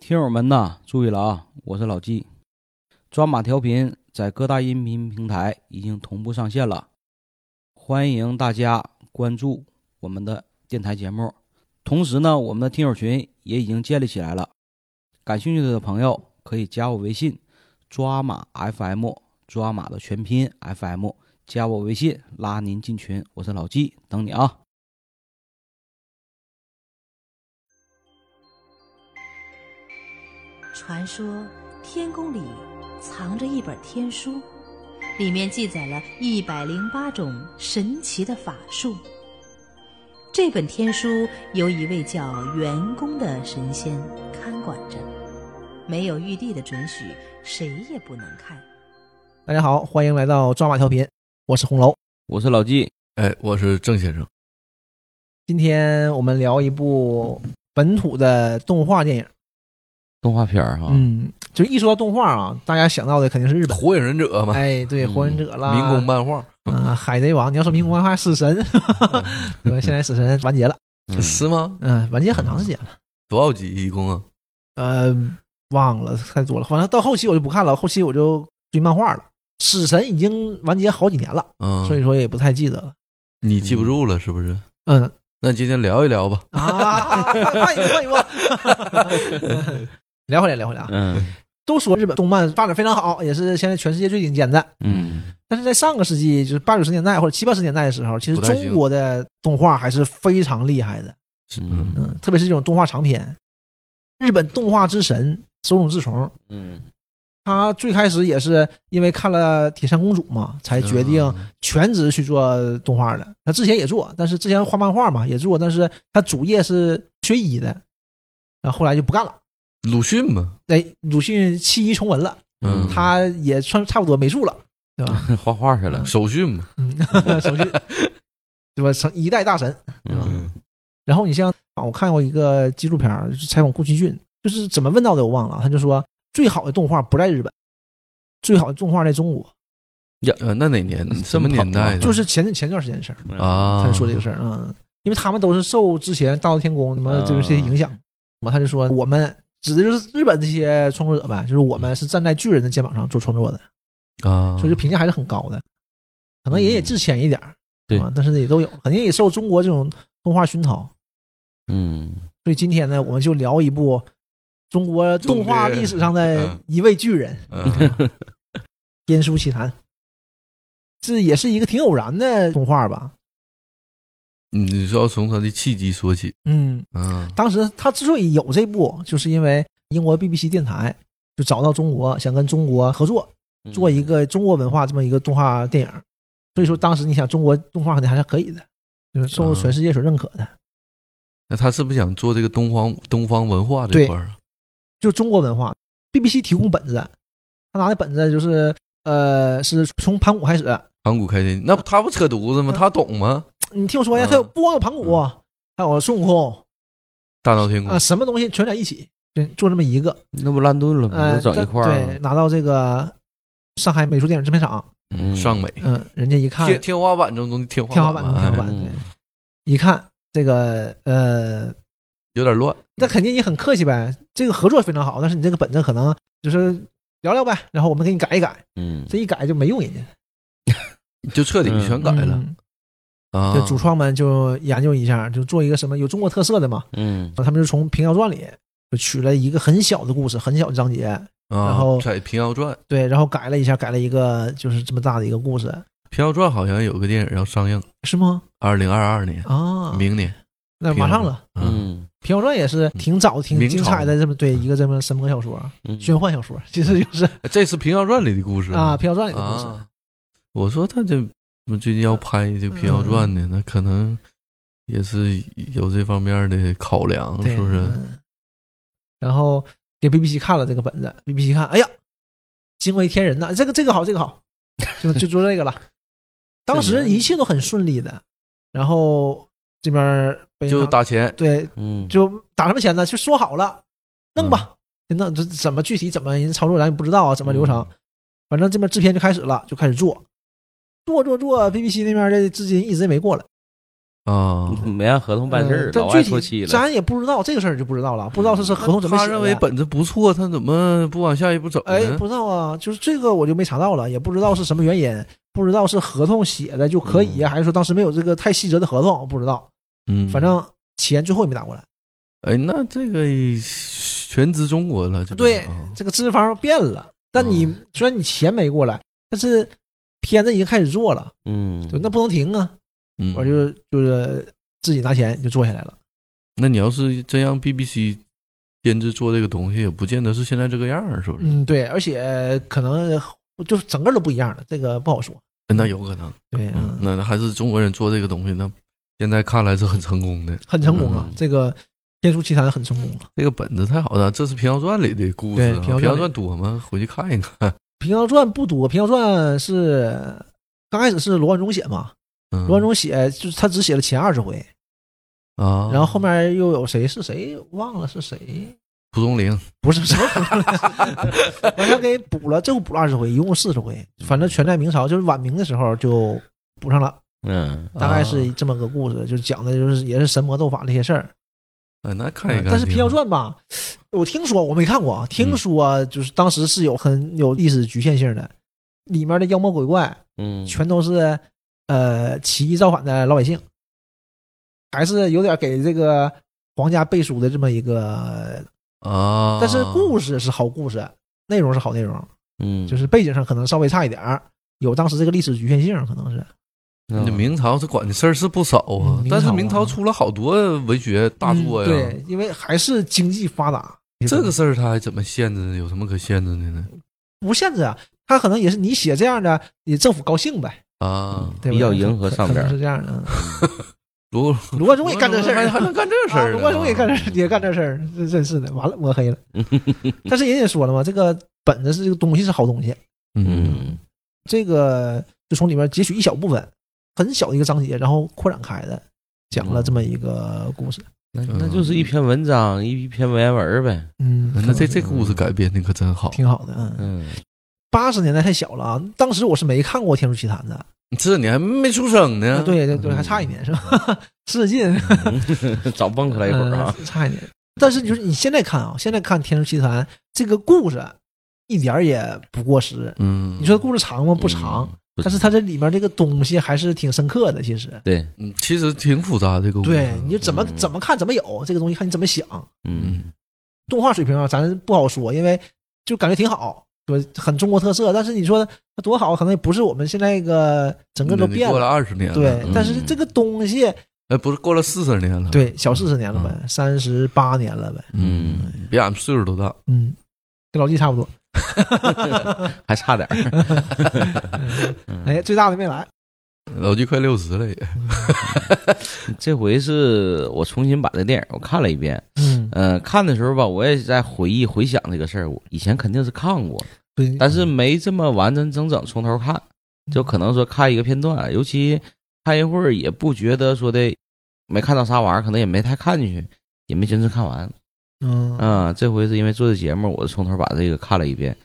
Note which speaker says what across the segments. Speaker 1: 听友们呐，注意了啊！我是老纪，抓马调频在各大音频平台已经同步上线了，欢迎大家关注我们的电台节目。同时呢，我们的听友群也已经建立起来了，感兴趣的朋友可以加我微信“抓马 FM”，抓马的全拼 FM，加我微信拉您进群。我是老纪，等你啊！
Speaker 2: 传说天宫里藏着一本天书，里面记载了一百零八种神奇的法术。这本天书由一位叫元公的神仙看管着，没有玉帝的准许，谁也不能看。
Speaker 3: 大家好，欢迎来到抓马调频，我是红楼。
Speaker 1: 我是老纪，
Speaker 4: 哎，我是郑先生。
Speaker 3: 今天我们聊一部本土的动画电影。
Speaker 1: 动画片儿哈，
Speaker 3: 嗯，就一说到动画啊，大家想到的肯定是日本。
Speaker 4: 啊火影忍者嘛，
Speaker 3: 哎，对，
Speaker 1: 嗯
Speaker 3: 火影者啦，
Speaker 4: 民工漫 画，
Speaker 3: 啊，海贼王。你要说民工漫画，死 神，对吧？现在死神完结了，
Speaker 1: 嗯
Speaker 4: 是吗？
Speaker 3: 嗯、完结很长时间了，
Speaker 4: 多少集一共啊？
Speaker 3: 呃，忘了太多了。反正到后期我就不看了，后期我就追漫画了。死神已经完结好几年了，所以
Speaker 4: 嗯，
Speaker 3: 说也不太记得了。
Speaker 4: 你记不住了是不是？
Speaker 3: 嗯
Speaker 4: 那今天聊一聊吧。
Speaker 3: 啊， 换一个， 换一个，聊回来，聊回来啊。
Speaker 1: 嗯
Speaker 3: 都说日本动漫发展非常好，也是现在全世界最顶尖的。
Speaker 1: 嗯
Speaker 3: 但是在上个世纪，就是八九十年代或者七八十年代的时候，其实
Speaker 4: 不太行
Speaker 3: 中国的动画还是非常厉害的，
Speaker 1: 嗯
Speaker 3: 嗯，特别是这种动画长片。日本动画之神手冢治虫，
Speaker 1: 嗯
Speaker 3: 他最开始也是因为看了《铁扇公主》嘛，才决
Speaker 4: 嗯
Speaker 3: 定全职去做动画的。他之前也做，但是之前画漫画嘛也做，但是他主业是学医的，然后后来就不干了。
Speaker 4: 鲁迅嘛，
Speaker 3: 哎，鲁迅弃医从文了，
Speaker 4: 嗯
Speaker 3: 他也算差不多没住了，对吧？
Speaker 1: 画画去了，
Speaker 4: 手训嘛，
Speaker 3: 嗯， 手续，对吧？成一代大神。
Speaker 1: 嗯
Speaker 3: 然后你像啊我看过一个纪录片儿，就是采访宫崎骏，就是怎么问到的我忘了，他就说最好的动画不在日本，最好的动画在中国，
Speaker 4: 呃，那哪年
Speaker 3: 嗯
Speaker 4: 什么年代的？
Speaker 3: 啊就是前前段时间的事儿，
Speaker 4: 啊，
Speaker 3: 他就说这个事儿啊、嗯，因为他们都是受之前大闹天宫什
Speaker 4: 啊
Speaker 3: 么就是这些影响，嘛、他就说我们指的就是日本这些创作者呗，就是我们是站在巨人的肩膀上做创作的，
Speaker 4: 啊，嗯
Speaker 3: 所以这评价还是很高的，可能也也致歉一点儿，
Speaker 1: 对
Speaker 3: 吧但是也都有，肯定也受中国这种动画熏陶。
Speaker 1: 嗯
Speaker 3: 所以今天呢，我们就聊一部中国动画历史上的一位巨人
Speaker 4: 嗯
Speaker 3: ——天书奇谭。这也是一个挺偶然的动画吧？
Speaker 4: 嗯你是要从他的契机说起
Speaker 3: 嗯，
Speaker 4: 啊？
Speaker 3: 当时他之所以有这部，就是因为英国 BBC 电台就找到中国，想跟中国合作
Speaker 5: 嗯
Speaker 3: 做一个中国文化这么一个动画电影。所以说，当时你想，中国动画肯定还是可以的，就是受全世界所认可的。
Speaker 4: 那他是不是想做这个东方东方文化这块儿啊？
Speaker 3: 就中国文化，BBC 提供本子，他拿的本子就是呃，是从盘古开始，
Speaker 4: 盘古开天，那不他不扯犊子吗？
Speaker 3: 呃
Speaker 4: 他懂吗？
Speaker 3: 你听我说呀，
Speaker 4: 嗯
Speaker 3: 它有不光有盘古，还有孙悟空
Speaker 4: 大闹天宫
Speaker 3: 啊，什么东西全在一起，对，做这么一个，
Speaker 1: 那不烂炖了吗？嗯不
Speaker 3: 呃，
Speaker 1: 整一块儿
Speaker 5: 啊
Speaker 3: 对，拿到这个上海美术电影制片厂，
Speaker 1: 吗，
Speaker 4: 上美
Speaker 3: 嗯，人家一看
Speaker 4: 天天花板中中的天
Speaker 3: 天花
Speaker 4: 花
Speaker 3: 板，
Speaker 4: 嘛哎
Speaker 3: 天花板，
Speaker 1: 嗯
Speaker 3: 对，一看这个呃，
Speaker 4: 有点乱，
Speaker 3: 那肯定你很客气呗，这个合作非常好，但是你这个本子可能就是聊聊呗，然后我们给你改一改，
Speaker 1: 嗯
Speaker 3: 这一改就没用人家
Speaker 4: 就彻底全改了
Speaker 3: 嗯
Speaker 4: 啊
Speaker 3: 就！主创们就研究一下，就做一个什么有中国特色的嘛，
Speaker 1: 嗯
Speaker 3: 他们就从《平遥传》里就取了一个很小的故事，很小的章节。
Speaker 4: 啊
Speaker 3: 然后
Speaker 4: 在《平遥传》，《
Speaker 3: 对，然后改了一下，改了一个就是这么大的一个故事，
Speaker 4: 平遥传》好像有个电影要上映，
Speaker 3: 是吗？
Speaker 4: 二零二二年，
Speaker 3: 啊，
Speaker 4: 明年。
Speaker 3: 那马上了，
Speaker 4: 啊，
Speaker 1: 嗯
Speaker 3: 《平遥传》也是挺早、挺
Speaker 4: 明朝
Speaker 3: 精彩的这么对一个这么神魔小说、啊
Speaker 1: 嗯
Speaker 3: 玄幻小说，其实就是
Speaker 4: 这是《平遥传》里的故事
Speaker 3: 啊，《平遥传》里的故事。
Speaker 4: 啊！我说他这最近要拍这《平遥传》呢，
Speaker 3: 嗯
Speaker 4: 那可能也是有这方面的考量，
Speaker 3: 对，
Speaker 4: 是不是？
Speaker 3: 嗯然后给 BBC 看了这个本子，BBC 看，哎呀，惊为天人呐！这个这个好，这个好，就就做这个了。当时一切都很顺利的，然后这边被
Speaker 4: 就打钱，
Speaker 3: 对
Speaker 1: 嗯，
Speaker 3: 就打什么钱呢？就说好了，弄吧，就弄这怎么具体怎么人操作咱也不知道啊，怎么流程？
Speaker 1: 嗯
Speaker 3: 反正这边制片就开始了，就开始做，做做做，BBC 那边的资金一直没过来，
Speaker 4: 啊，
Speaker 1: 没按合同办事儿，
Speaker 3: 呃但
Speaker 1: 老
Speaker 3: 具
Speaker 1: 外
Speaker 3: 体
Speaker 1: 错期了。嗯
Speaker 3: 咱也不知道这个事儿就不知道了，不知道这是合同怎么
Speaker 4: 他
Speaker 3: 写的。
Speaker 4: 认为本子不错，他怎么不往下一步走
Speaker 3: 哎
Speaker 1: 嗯
Speaker 4: 呢？
Speaker 3: 不知道啊，就是这个我就没查到了，也不知道是什么原因，不知道是合同写的就可
Speaker 1: 嗯
Speaker 3: 以，还是说当时没有这个太细则的合同，不知道。
Speaker 4: 嗯，
Speaker 3: 反正钱最后也没打过来。
Speaker 4: 哎，那这个全资中国了，这
Speaker 3: 对
Speaker 4: 边啊
Speaker 3: 这个支持方变了，但你、
Speaker 4: 嗯
Speaker 3: 虽然你钱没过来，但是片子已经开始做了，
Speaker 1: 嗯，
Speaker 3: 对，那不能停啊！
Speaker 4: 嗯
Speaker 3: 我就就是自己拿钱就做下来了。
Speaker 4: 那你要是真让 BBC 编制做这个东西，也不见得是现在这个样儿，是不是？
Speaker 3: 嗯，对，而且可能就是整个都不一样了，这个不好说。
Speaker 4: 那有可能，
Speaker 3: 对，
Speaker 4: 嗯
Speaker 3: 嗯，
Speaker 4: 那还是中国人做这个东西，那现在看来是很成功的。
Speaker 3: 很成功啊，
Speaker 1: 嗯
Speaker 3: 这个《天书奇谭》很成功啊了。
Speaker 4: 这个本子太好了，这是《平遥传》里的故事、
Speaker 3: 对
Speaker 4: 啊。
Speaker 3: 平遥传
Speaker 4: 平遥
Speaker 3: 里
Speaker 4: 传》多吗？回去看一看。
Speaker 3: 《平遥传》不多，《平遥传》是刚开始是罗贯中写嘛，
Speaker 4: 嗯
Speaker 3: 罗贯中写就是他只写了前二十回，
Speaker 4: 啊，
Speaker 3: 然后后面又有谁是谁忘了是谁，
Speaker 4: 蒲松龄，
Speaker 3: 不是什么补了，完全给补了，就补了二十回，一共四十回，反正全在明朝，就是晚明的时候就补上了，
Speaker 1: 嗯，
Speaker 3: 大概是这么个故事，就是讲的就是也是神魔斗法那些事儿。
Speaker 4: 啊，那看一
Speaker 3: 嗯
Speaker 4: 看。
Speaker 3: 但是《
Speaker 4: 挺
Speaker 3: 平遥
Speaker 4: 好
Speaker 3: 传》吧，我听说我没看过，啊，听说啊就是当时是有很有历史局限性的，里面的妖魔鬼怪
Speaker 1: 嗯，
Speaker 3: 全都是呃起义造反的老百姓，还是有点给这个皇家背书的这么一个，
Speaker 4: 啊，
Speaker 3: 但是故事是好故事，内容是好内容，
Speaker 1: 嗯，
Speaker 3: 就是背景上可能稍微差一点儿，有当时这个历史局限性，可能是
Speaker 1: 嗯
Speaker 4: 那明朝这管的事儿是不少啊
Speaker 3: 嗯，明
Speaker 4: 但是
Speaker 3: 朝
Speaker 4: 明朝
Speaker 3: 啊
Speaker 4: 出了好多文学大作呀。
Speaker 3: 嗯对，因为还是经济发达，
Speaker 4: 这个事儿他还怎么限制呢？有什么可限制的呢？
Speaker 3: 不限制啊，他可能也是你写这样的，你政府高兴呗，
Speaker 4: 啊，
Speaker 3: 对吧？
Speaker 1: 比较迎合上边
Speaker 3: 可能
Speaker 1: 儿
Speaker 3: 是这样的。嗯
Speaker 4: 罗
Speaker 3: 卢贯中也干这事
Speaker 4: 还
Speaker 3: 儿，
Speaker 4: 还能干这事
Speaker 3: 啊
Speaker 4: 儿呢？
Speaker 3: 卢贯中也干这事儿，也干这事儿，这真是的，完了抹黑了。但是人也说了嘛，这个本子是这个东西是好东西，
Speaker 4: 嗯，
Speaker 1: 嗯
Speaker 3: 这个就从里面截取一小部分，很小的一个章节，然后扩展开的，讲了这么一个故事。
Speaker 1: 那
Speaker 4: 嗯
Speaker 1: 那就是一篇文章，一一篇文言文儿呗。
Speaker 3: 嗯，
Speaker 4: 那这这故事改编的可真好。
Speaker 3: 挺好的，嗯。
Speaker 1: 嗯，
Speaker 3: 八十年代太小了啊，当时我是没看过《天书奇谭》的，啊
Speaker 4: 这你还没出生
Speaker 1: 嗯
Speaker 4: 呢。
Speaker 3: 对对对，还差一年是 吧？使使劲，
Speaker 1: 早蹦嗯出来一会儿啊。
Speaker 3: 嗯差一点。但是就是你现在看啊，现在看《天书奇谭》这个故事，一点儿也不过时。
Speaker 4: 嗯，
Speaker 3: 你说故事长呃吗？不长，
Speaker 1: 嗯，不
Speaker 3: 但是它这里面这个东西还是挺深刻的。其实，
Speaker 1: 对，
Speaker 4: 嗯，其实挺复杂这个故事。啊
Speaker 3: 对，你就怎么
Speaker 1: 嗯
Speaker 3: 怎么看怎么有这个东西，看你怎么想。
Speaker 1: 嗯
Speaker 4: 嗯
Speaker 3: 动画水平啊，咱不好说，因为就感觉挺好，对吧，很中国特色。但是你说它多好，可能也不是我们现在一个整个都
Speaker 4: 嗯你
Speaker 3: 变
Speaker 4: 过了
Speaker 3: 了。
Speaker 4: 二十年了，
Speaker 3: 对
Speaker 1: 嗯，
Speaker 3: 但是这个东西，
Speaker 4: 哎，不是过了四十年了。，
Speaker 3: 对，小四十年了
Speaker 1: 嗯
Speaker 3: 呗，三十八年了呗，
Speaker 4: 嗯，比俺们岁数都大。
Speaker 3: 嗯，跟老纪差不多。
Speaker 1: 还差点儿。 嗯
Speaker 3: 哎，最大的没来，
Speaker 4: 老纪快六十了也。
Speaker 1: 这回是我重新把这电影我看了一遍，
Speaker 3: 嗯，
Speaker 1: 嗯，看的时候吧，我也在回忆回想这个事儿，我以前肯定是看过，
Speaker 3: 对，
Speaker 1: 但是没这么完完整整从头看，就可能说看一个片段，尤其看一会儿也不觉得说的没看到啥玩意儿，可能也没太看进去，也没真正看完。
Speaker 3: 嗯
Speaker 1: 啊、这回是因为做这节目，我从头把这个看了一遍，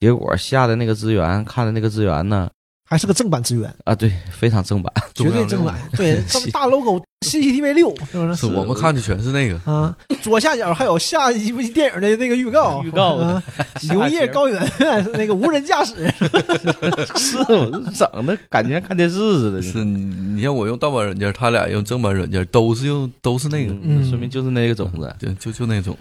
Speaker 1: 结果下的那个资源看的那个资源呢，
Speaker 3: 还是个正版资源，
Speaker 1: 啊，对，非常正版，
Speaker 3: 绝对正
Speaker 4: 中央
Speaker 3: 版，对，这么大 logo CCTV 六是不
Speaker 4: 是
Speaker 3: 是？
Speaker 4: 我们看的全是那个。
Speaker 3: 啊，左下角还有下一部电影的那个预告，
Speaker 1: 预告
Speaker 3: 啊， 刘烨高原那个无人 驾驶，
Speaker 1: 是我是整的感觉看电视似
Speaker 3: 嗯
Speaker 1: 的，
Speaker 4: 是你你像我用盗版软件，他俩用正版软件，都是用都是那个，
Speaker 1: 嗯，说明就是那个种子，
Speaker 4: 对，就就那种。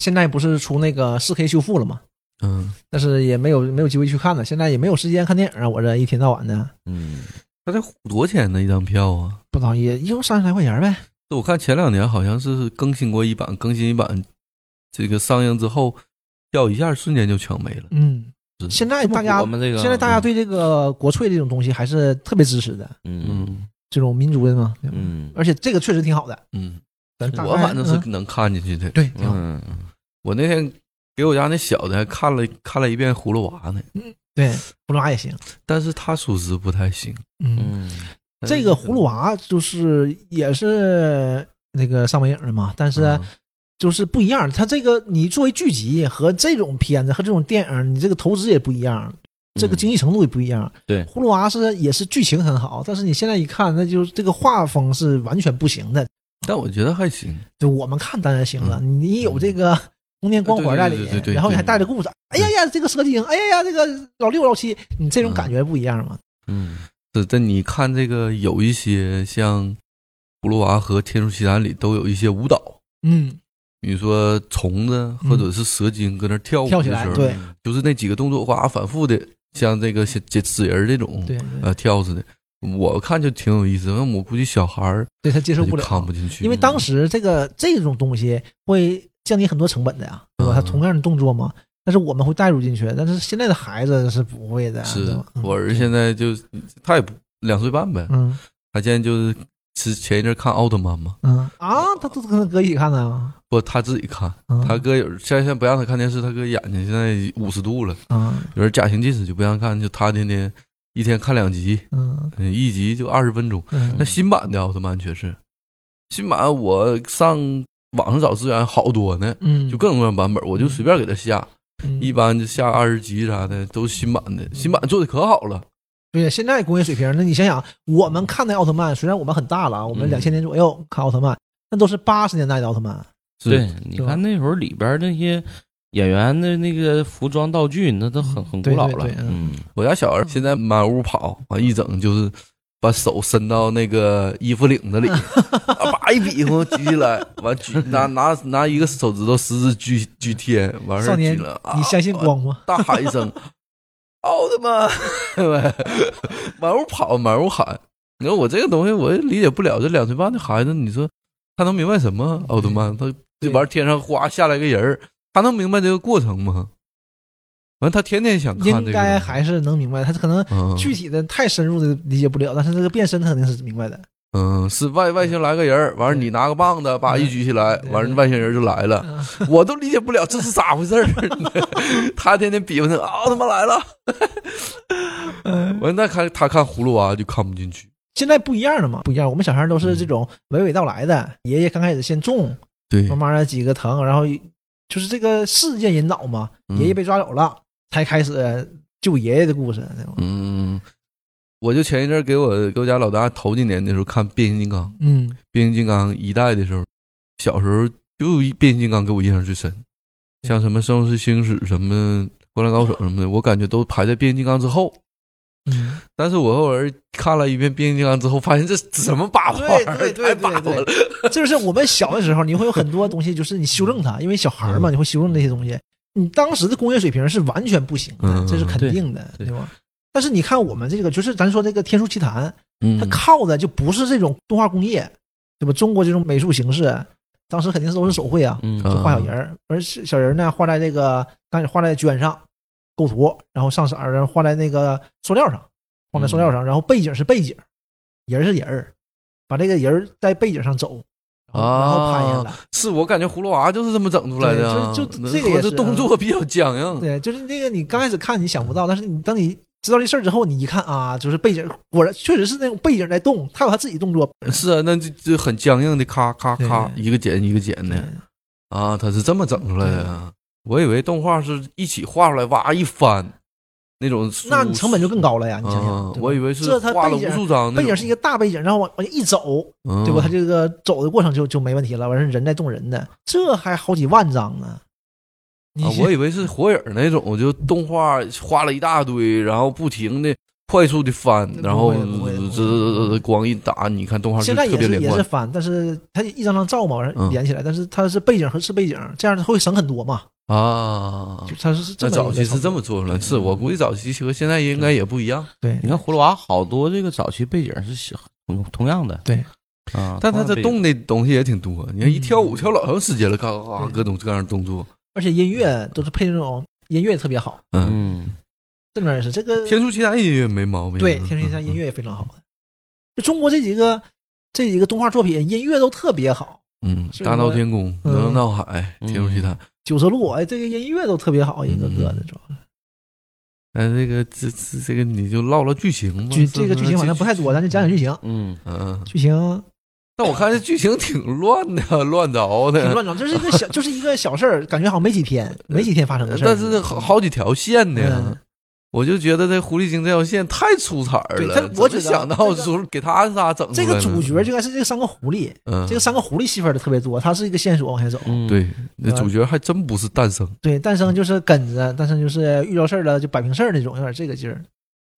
Speaker 3: 现在不是出那个4 K 修复了吗？
Speaker 4: 嗯，
Speaker 3: 但是也没有没有机会去看了，现在也没有时间看电影啊，我这一天到晚的，
Speaker 1: 嗯，
Speaker 4: 他得多少钱呢？一张票啊？
Speaker 3: 不知道也也就三十来块钱呗。
Speaker 4: 我看前两年好像是更新过一版，更新一版，这个上映之后，票一下瞬间就抢没了。
Speaker 3: 嗯，
Speaker 4: 是
Speaker 3: 现在大家
Speaker 1: 我们这个
Speaker 3: 现在大家对这个国粹这种东西还是特别支持的，
Speaker 1: 嗯
Speaker 4: 嗯
Speaker 3: 这种民族的嘛，对吧
Speaker 1: 嗯
Speaker 3: 而且这个确实挺好的，
Speaker 4: 嗯，
Speaker 3: 咱大概
Speaker 4: 我反正
Speaker 3: 嗯
Speaker 4: 是能看进去的。
Speaker 3: 对，挺好。
Speaker 1: 嗯
Speaker 4: 我那天给我家那小的还看了看了一遍《葫芦娃》呢，
Speaker 3: 对，葫芦娃也行。
Speaker 4: 但是他属实不太行。
Speaker 3: 嗯，
Speaker 1: 嗯
Speaker 3: 这个葫芦娃就是也是那个上美影的嘛，但
Speaker 4: 嗯
Speaker 3: 是就是不一样。它这个你作为剧集和这种片子和这种电影，你这个投资也不一样。这
Speaker 4: 嗯
Speaker 3: 个精细程度也不一样。
Speaker 1: 对
Speaker 3: 葫芦娃是也是剧情很好，但是你现在一看，那就是这个画风是完全不行的。
Speaker 4: 但我觉得还行，
Speaker 3: 就我们看当然行了，你有这个童年光环在里
Speaker 4: 嗯啊对对对对，对
Speaker 3: 然后你还带着故事，哎呀呀，这个蛇精，哎呀呀，这个老六老七，你
Speaker 4: 嗯
Speaker 3: 这种感觉不一样嘛？
Speaker 1: 嗯
Speaker 4: 是但你看这个有一些像《葫芦娃》和《天书奇谭》里都有一些舞蹈，
Speaker 3: 嗯，
Speaker 4: 比如说虫子或者是蛇精搁那跳舞
Speaker 3: 跳
Speaker 4: 的
Speaker 3: 起
Speaker 4: 时
Speaker 3: 来，
Speaker 4: 候，
Speaker 3: 对
Speaker 4: 就是那几个动作哇反复的，像这个写写纸人这种
Speaker 3: 对
Speaker 4: 呃跳似的，我看就挺有意思。那我估计小孩儿
Speaker 3: 对，他接
Speaker 4: 他
Speaker 3: 受
Speaker 4: 就嗯
Speaker 3: 不了，
Speaker 4: 看不进去，
Speaker 3: 因为当时这个这种东西会降低很多成本的呀，对吧？
Speaker 4: 嗯
Speaker 3: 它同样的动作嘛，但是我们会带入进去，但是现在的孩子是不会的。对
Speaker 4: 是
Speaker 3: 吧嗯
Speaker 4: 我儿子现在就他也不两岁半呗，
Speaker 3: 嗯
Speaker 4: 他现在就是之前一阵看奥特曼嘛，
Speaker 3: 嗯啊，他都跟他哥一起看的啊，
Speaker 4: 不他自己看，
Speaker 3: 嗯
Speaker 4: 他哥有现在现在不让他看电视，他哥眼睛现在五十度了，
Speaker 3: 啊
Speaker 4: 有人假行近视就不让看，就他天天一天看两集，
Speaker 3: 嗯
Speaker 4: 嗯一集就二十分钟。
Speaker 3: 嗯
Speaker 4: 那新版的奥特曼确实，新版我上网上找资源好多呢，
Speaker 3: 嗯，
Speaker 4: 就各种各样版本，我就随便给他下，
Speaker 3: 嗯
Speaker 4: 一般就下二十集啥的，都是新版的，新版做的可好了。
Speaker 3: 对呀，现在工业水平，那你想想，我们看的奥特曼，虽然我们很大了啊，我们
Speaker 4: 嗯啊
Speaker 3: 两千年左右看奥特曼，那都是八十年代的奥特曼，
Speaker 4: 是
Speaker 1: 对，你
Speaker 3: 对吧
Speaker 1: 看那会儿里边那些演员的那个服装道具，那都很很古老了
Speaker 3: 对对对。
Speaker 1: 嗯，
Speaker 4: 我家小孩现在满屋跑，完一整就是把手伸到那个衣服领子里，啊叭一比划举起来，完举拿拿拿一个手指头食指举举天，完事
Speaker 3: 少
Speaker 4: 儿举
Speaker 3: 年
Speaker 4: 了，啊
Speaker 3: 你相信光吗？
Speaker 4: 大喊一 声奥特曼，满屋跑，满屋喊。你说我这个东西我也理解不了，这两岁半的孩子，你说他能明白什么奥特
Speaker 3: 嗯
Speaker 4: 曼？他这玩意儿天上哗下来个人儿，他能明白这个过程吗？完，他天天想看这个
Speaker 3: 应
Speaker 4: 东西，
Speaker 3: 该还是能明白，他可能
Speaker 4: 嗯
Speaker 3: 具体的太深入的理解不了，但是这个变身他肯定是明白的。
Speaker 4: 嗯，是外外星来个人儿，完事儿
Speaker 3: 对
Speaker 4: 你拿个棒子，叭一举起来，
Speaker 3: 对
Speaker 4: 完事
Speaker 3: 对嗯
Speaker 4: 儿外星人就来了，我都理解不了这是咋回事儿。 他天天比划着，啊奥特曼来了，
Speaker 3: 哎
Speaker 4: 完那看他看葫芦娃就看不进去，
Speaker 3: 现在不一样了嘛，不一样。我们小孩都
Speaker 4: 嗯
Speaker 3: 是这种娓娓道来的，爷爷刚开始先种，
Speaker 4: 对
Speaker 3: 慢慢的几个疼，然后就是这个事件引导嘛，
Speaker 4: 嗯
Speaker 3: 爷爷被抓走了，才开始救爷爷的故事，对吧？
Speaker 4: 嗯，我就前一阵儿给我给我家老大头几年的时候看变形金刚，
Speaker 3: 嗯
Speaker 4: 变形金刚一代的时候，小时候就一变形金刚给我印象最深，像什么《圣斗士星矢》什么《灌篮高手》什么的，我感觉都排在变形金刚之后。
Speaker 3: 嗯，
Speaker 4: 但是我后来看了一遍《变形金刚》之后，发现这什么霸王玩意 儿，
Speaker 3: 对对对对
Speaker 4: 太霸王了。
Speaker 3: 就是我们小的时候，你会有很多东西，就是你修正它，因为小孩嘛，你会修正这些东西。你当时的工业水平是完全不行的，
Speaker 4: 嗯
Speaker 3: 这是肯定的，
Speaker 1: 对
Speaker 3: 对吧？但是你看我们这个，就是咱说这个《天书奇谭》，
Speaker 4: 嗯
Speaker 3: 它靠的就不是这种动画工业，对吧？中国这种美术形式，当时肯定是都是手绘啊，
Speaker 1: 嗯
Speaker 3: 就画小人儿，而是小人儿呢画在这个，刚始画在绢上，构图，然后上色儿，然后画在那个塑料上，画在塑
Speaker 4: 嗯
Speaker 3: 料上，然后背景是背景，人是人儿，把这个人儿在背景上走，然后然后
Speaker 4: 哦
Speaker 3: 拍下来。
Speaker 4: 是我感觉葫芦娃就是这么整出来的啊，
Speaker 3: 对就就
Speaker 4: 那
Speaker 3: 这个也是
Speaker 4: 这动作比较僵硬。
Speaker 3: 对，就是那个你刚开始看你想不到，但是你当你知道这事儿之后，你一看啊，就是背景果然确实是那种背景在动，他有他自己动作。
Speaker 4: 是啊，那就就很僵硬的，咔咔咔，
Speaker 3: 对
Speaker 4: 一个剪一个剪
Speaker 3: 对
Speaker 4: 的啊，它是这么整出来的啊。我以为动画是一起画出来，哇一翻那种竖，
Speaker 3: 那你成本就更高了呀！你
Speaker 4: 啊。
Speaker 3: 想想，对吧
Speaker 4: 我以为是
Speaker 3: 这它
Speaker 4: 画
Speaker 3: 背
Speaker 4: 了无
Speaker 3: 景
Speaker 4: 数张那种，
Speaker 3: 背景是一个大背景，然后往往一走，
Speaker 4: 嗯，
Speaker 3: 对吧？他这个走的过程就就没问题了，完事人在动人的，这还好几万张呢。你
Speaker 4: 啊，我以为是火影那种，就动画画了一大堆，然后不停的快速的翻，然后
Speaker 3: 不会不会不会
Speaker 4: 这这这光一打，你看动画就
Speaker 3: 现在
Speaker 4: 特
Speaker 3: 也
Speaker 4: 别
Speaker 3: 是
Speaker 4: 连
Speaker 3: 也是
Speaker 4: 贯。
Speaker 3: 翻，但是它一张张照嘛，完
Speaker 4: 嗯
Speaker 3: 事连起来，但是它是背景和是背景，这样会省很多嘛。
Speaker 4: 啊
Speaker 3: 就。它是这
Speaker 4: 那
Speaker 3: 么
Speaker 4: 早期是这
Speaker 3: 么
Speaker 4: 么做出来，是我估计早期和现在应该也不一样，
Speaker 3: 对
Speaker 1: 你看葫芦娃好多这个早期背景是相同同样的，
Speaker 3: 对
Speaker 1: 啊，
Speaker 4: 但他这
Speaker 1: 同样的背景
Speaker 4: 动的东西也挺多。你看一
Speaker 3: 嗯
Speaker 4: 跳舞跳老长时间了，咔咔咔
Speaker 3: 对
Speaker 4: 各种各样的动作。
Speaker 3: 而且音乐都是配那种音乐特别好，
Speaker 4: 嗯，
Speaker 1: 嗯，
Speaker 3: 这面也是这个
Speaker 4: 天嗯书奇谭音乐没毛病。啊
Speaker 3: 对《天神一家》音乐也非常好的。就中国这几个这几个动画作品音乐都特别好，
Speaker 4: 嗯，
Speaker 3: 是
Speaker 4: 大闹天宫、
Speaker 3: 嗯
Speaker 4: 哪吒闹海、
Speaker 1: 嗯
Speaker 4: 天书奇谭。
Speaker 3: 九色鹿哎，这个音乐都特别好，一个
Speaker 4: 嗯
Speaker 3: 个的主要。
Speaker 4: 哎，这个这这这个你就唠唠剧情吧。
Speaker 3: 剧
Speaker 4: 是不
Speaker 3: 这个
Speaker 4: 是
Speaker 3: 剧情好像不太多，咱就讲讲剧情。
Speaker 1: 嗯，
Speaker 4: 嗯。
Speaker 3: 剧情
Speaker 4: 但我看这剧情挺乱的， 乱糟
Speaker 3: 挺
Speaker 4: 的，
Speaker 3: 乱糟，就是一个小，就是一个小事儿，感觉好像没几天，没几天发生的事儿。嗯
Speaker 4: 但是好好几条线呢。我就觉得这狐狸精这条线太出彩儿
Speaker 3: 对
Speaker 4: 了，
Speaker 3: 他
Speaker 4: 怎
Speaker 3: 我
Speaker 4: 么
Speaker 3: 觉得
Speaker 4: 想到
Speaker 3: 这个
Speaker 4: 说给他仨整
Speaker 3: 嗯这个
Speaker 4: 出来呢
Speaker 3: 主角就应该是这三个狐狸，
Speaker 4: 嗯
Speaker 3: 这个三个狐狸戏份的特别多，它是一个线索往前走。
Speaker 1: 嗯，
Speaker 4: 对，那
Speaker 3: 吧
Speaker 4: 主角还真不是诞生，
Speaker 3: 对，诞生就是梗子，诞生就是遇到事儿了就摆平事儿那种，有点这个劲儿。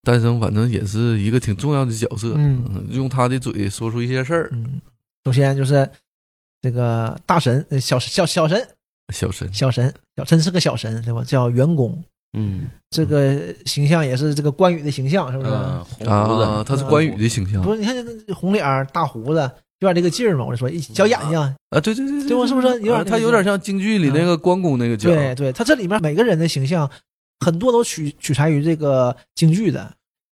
Speaker 4: 诞生反正也是一个挺重要的角色，
Speaker 3: 嗯
Speaker 4: 嗯用他的嘴说出一些事儿。
Speaker 3: 嗯，首先就是这个大神，呃小小小神，
Speaker 4: 小神，
Speaker 3: 小神，小真是个小神，对吧？叫袁公，
Speaker 1: 嗯
Speaker 3: 这个形象也是这个关羽的形象，是不是？
Speaker 1: 嗯，红胡
Speaker 4: 啊，
Speaker 1: 子，
Speaker 4: 他是关羽的形象
Speaker 3: 嗯不是，你看这个红脸儿、大胡子，有点这个劲儿嘛。我就说，一小眼睛，
Speaker 4: 啊，对对对对
Speaker 3: 对吧是不是有点
Speaker 4: 啊
Speaker 3: 那个嗯
Speaker 4: 他有点像京剧里那个关公那个角，
Speaker 3: 对对，他这里面每个人的形象，很多都取取材于这个京剧的。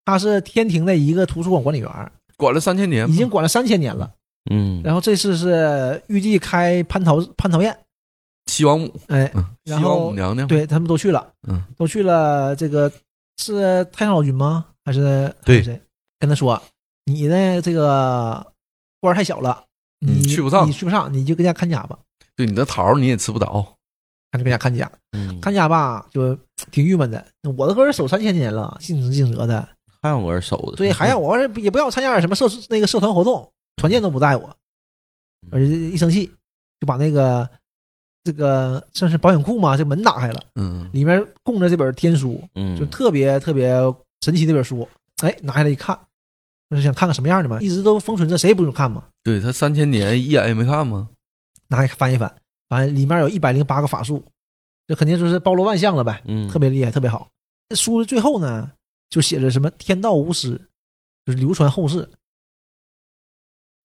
Speaker 3: 他是天庭的一个图书馆管理员，
Speaker 4: 管了三千年嘛，
Speaker 3: 已经管了三千年了。
Speaker 1: 嗯，
Speaker 3: 然后这次是玉帝开蟠桃蟠桃宴，
Speaker 4: 西王母，
Speaker 3: 哎，
Speaker 4: 嗯，西
Speaker 3: 然
Speaker 4: 王母
Speaker 3: 后
Speaker 4: 娘娘，
Speaker 3: 对他们都去了，
Speaker 4: 嗯，
Speaker 3: 都去了。这个是太上老君吗？还是
Speaker 4: 对
Speaker 3: 还是谁？跟他说，你呢这个官儿太小了，
Speaker 4: 嗯
Speaker 3: 你
Speaker 4: 去不上
Speaker 3: 你去不上，你就跟家看家吧。
Speaker 4: 对，你的桃儿你也吃不着，
Speaker 3: 他就跟家看家，
Speaker 1: 嗯
Speaker 3: 看家吧就挺郁闷的。我都搁这守三千年了，尽职尽责的，
Speaker 1: 还让我这守着，
Speaker 5: 嗯
Speaker 3: 对，还让我也不让我参加点什么社那个社团活动，团建都不带我，而且一生气就把那个这个算是保险库嘛，这门打开了，
Speaker 4: 嗯，
Speaker 3: 里面供着这本天书，
Speaker 1: 嗯，
Speaker 3: 就特别特别神奇这本书。哎，拿下来一看，就是想看看什么样的嘛，一直都封存着，谁也不用看嘛。
Speaker 4: 对他三千年一眼也没看吗？
Speaker 3: 拿下翻一翻，反正里面有一百零八个法术，这肯定就是包罗万象了呗，
Speaker 1: 嗯
Speaker 3: 特别厉害，特别好。这书的最后呢，就写着什么天道无私，就是流传后世。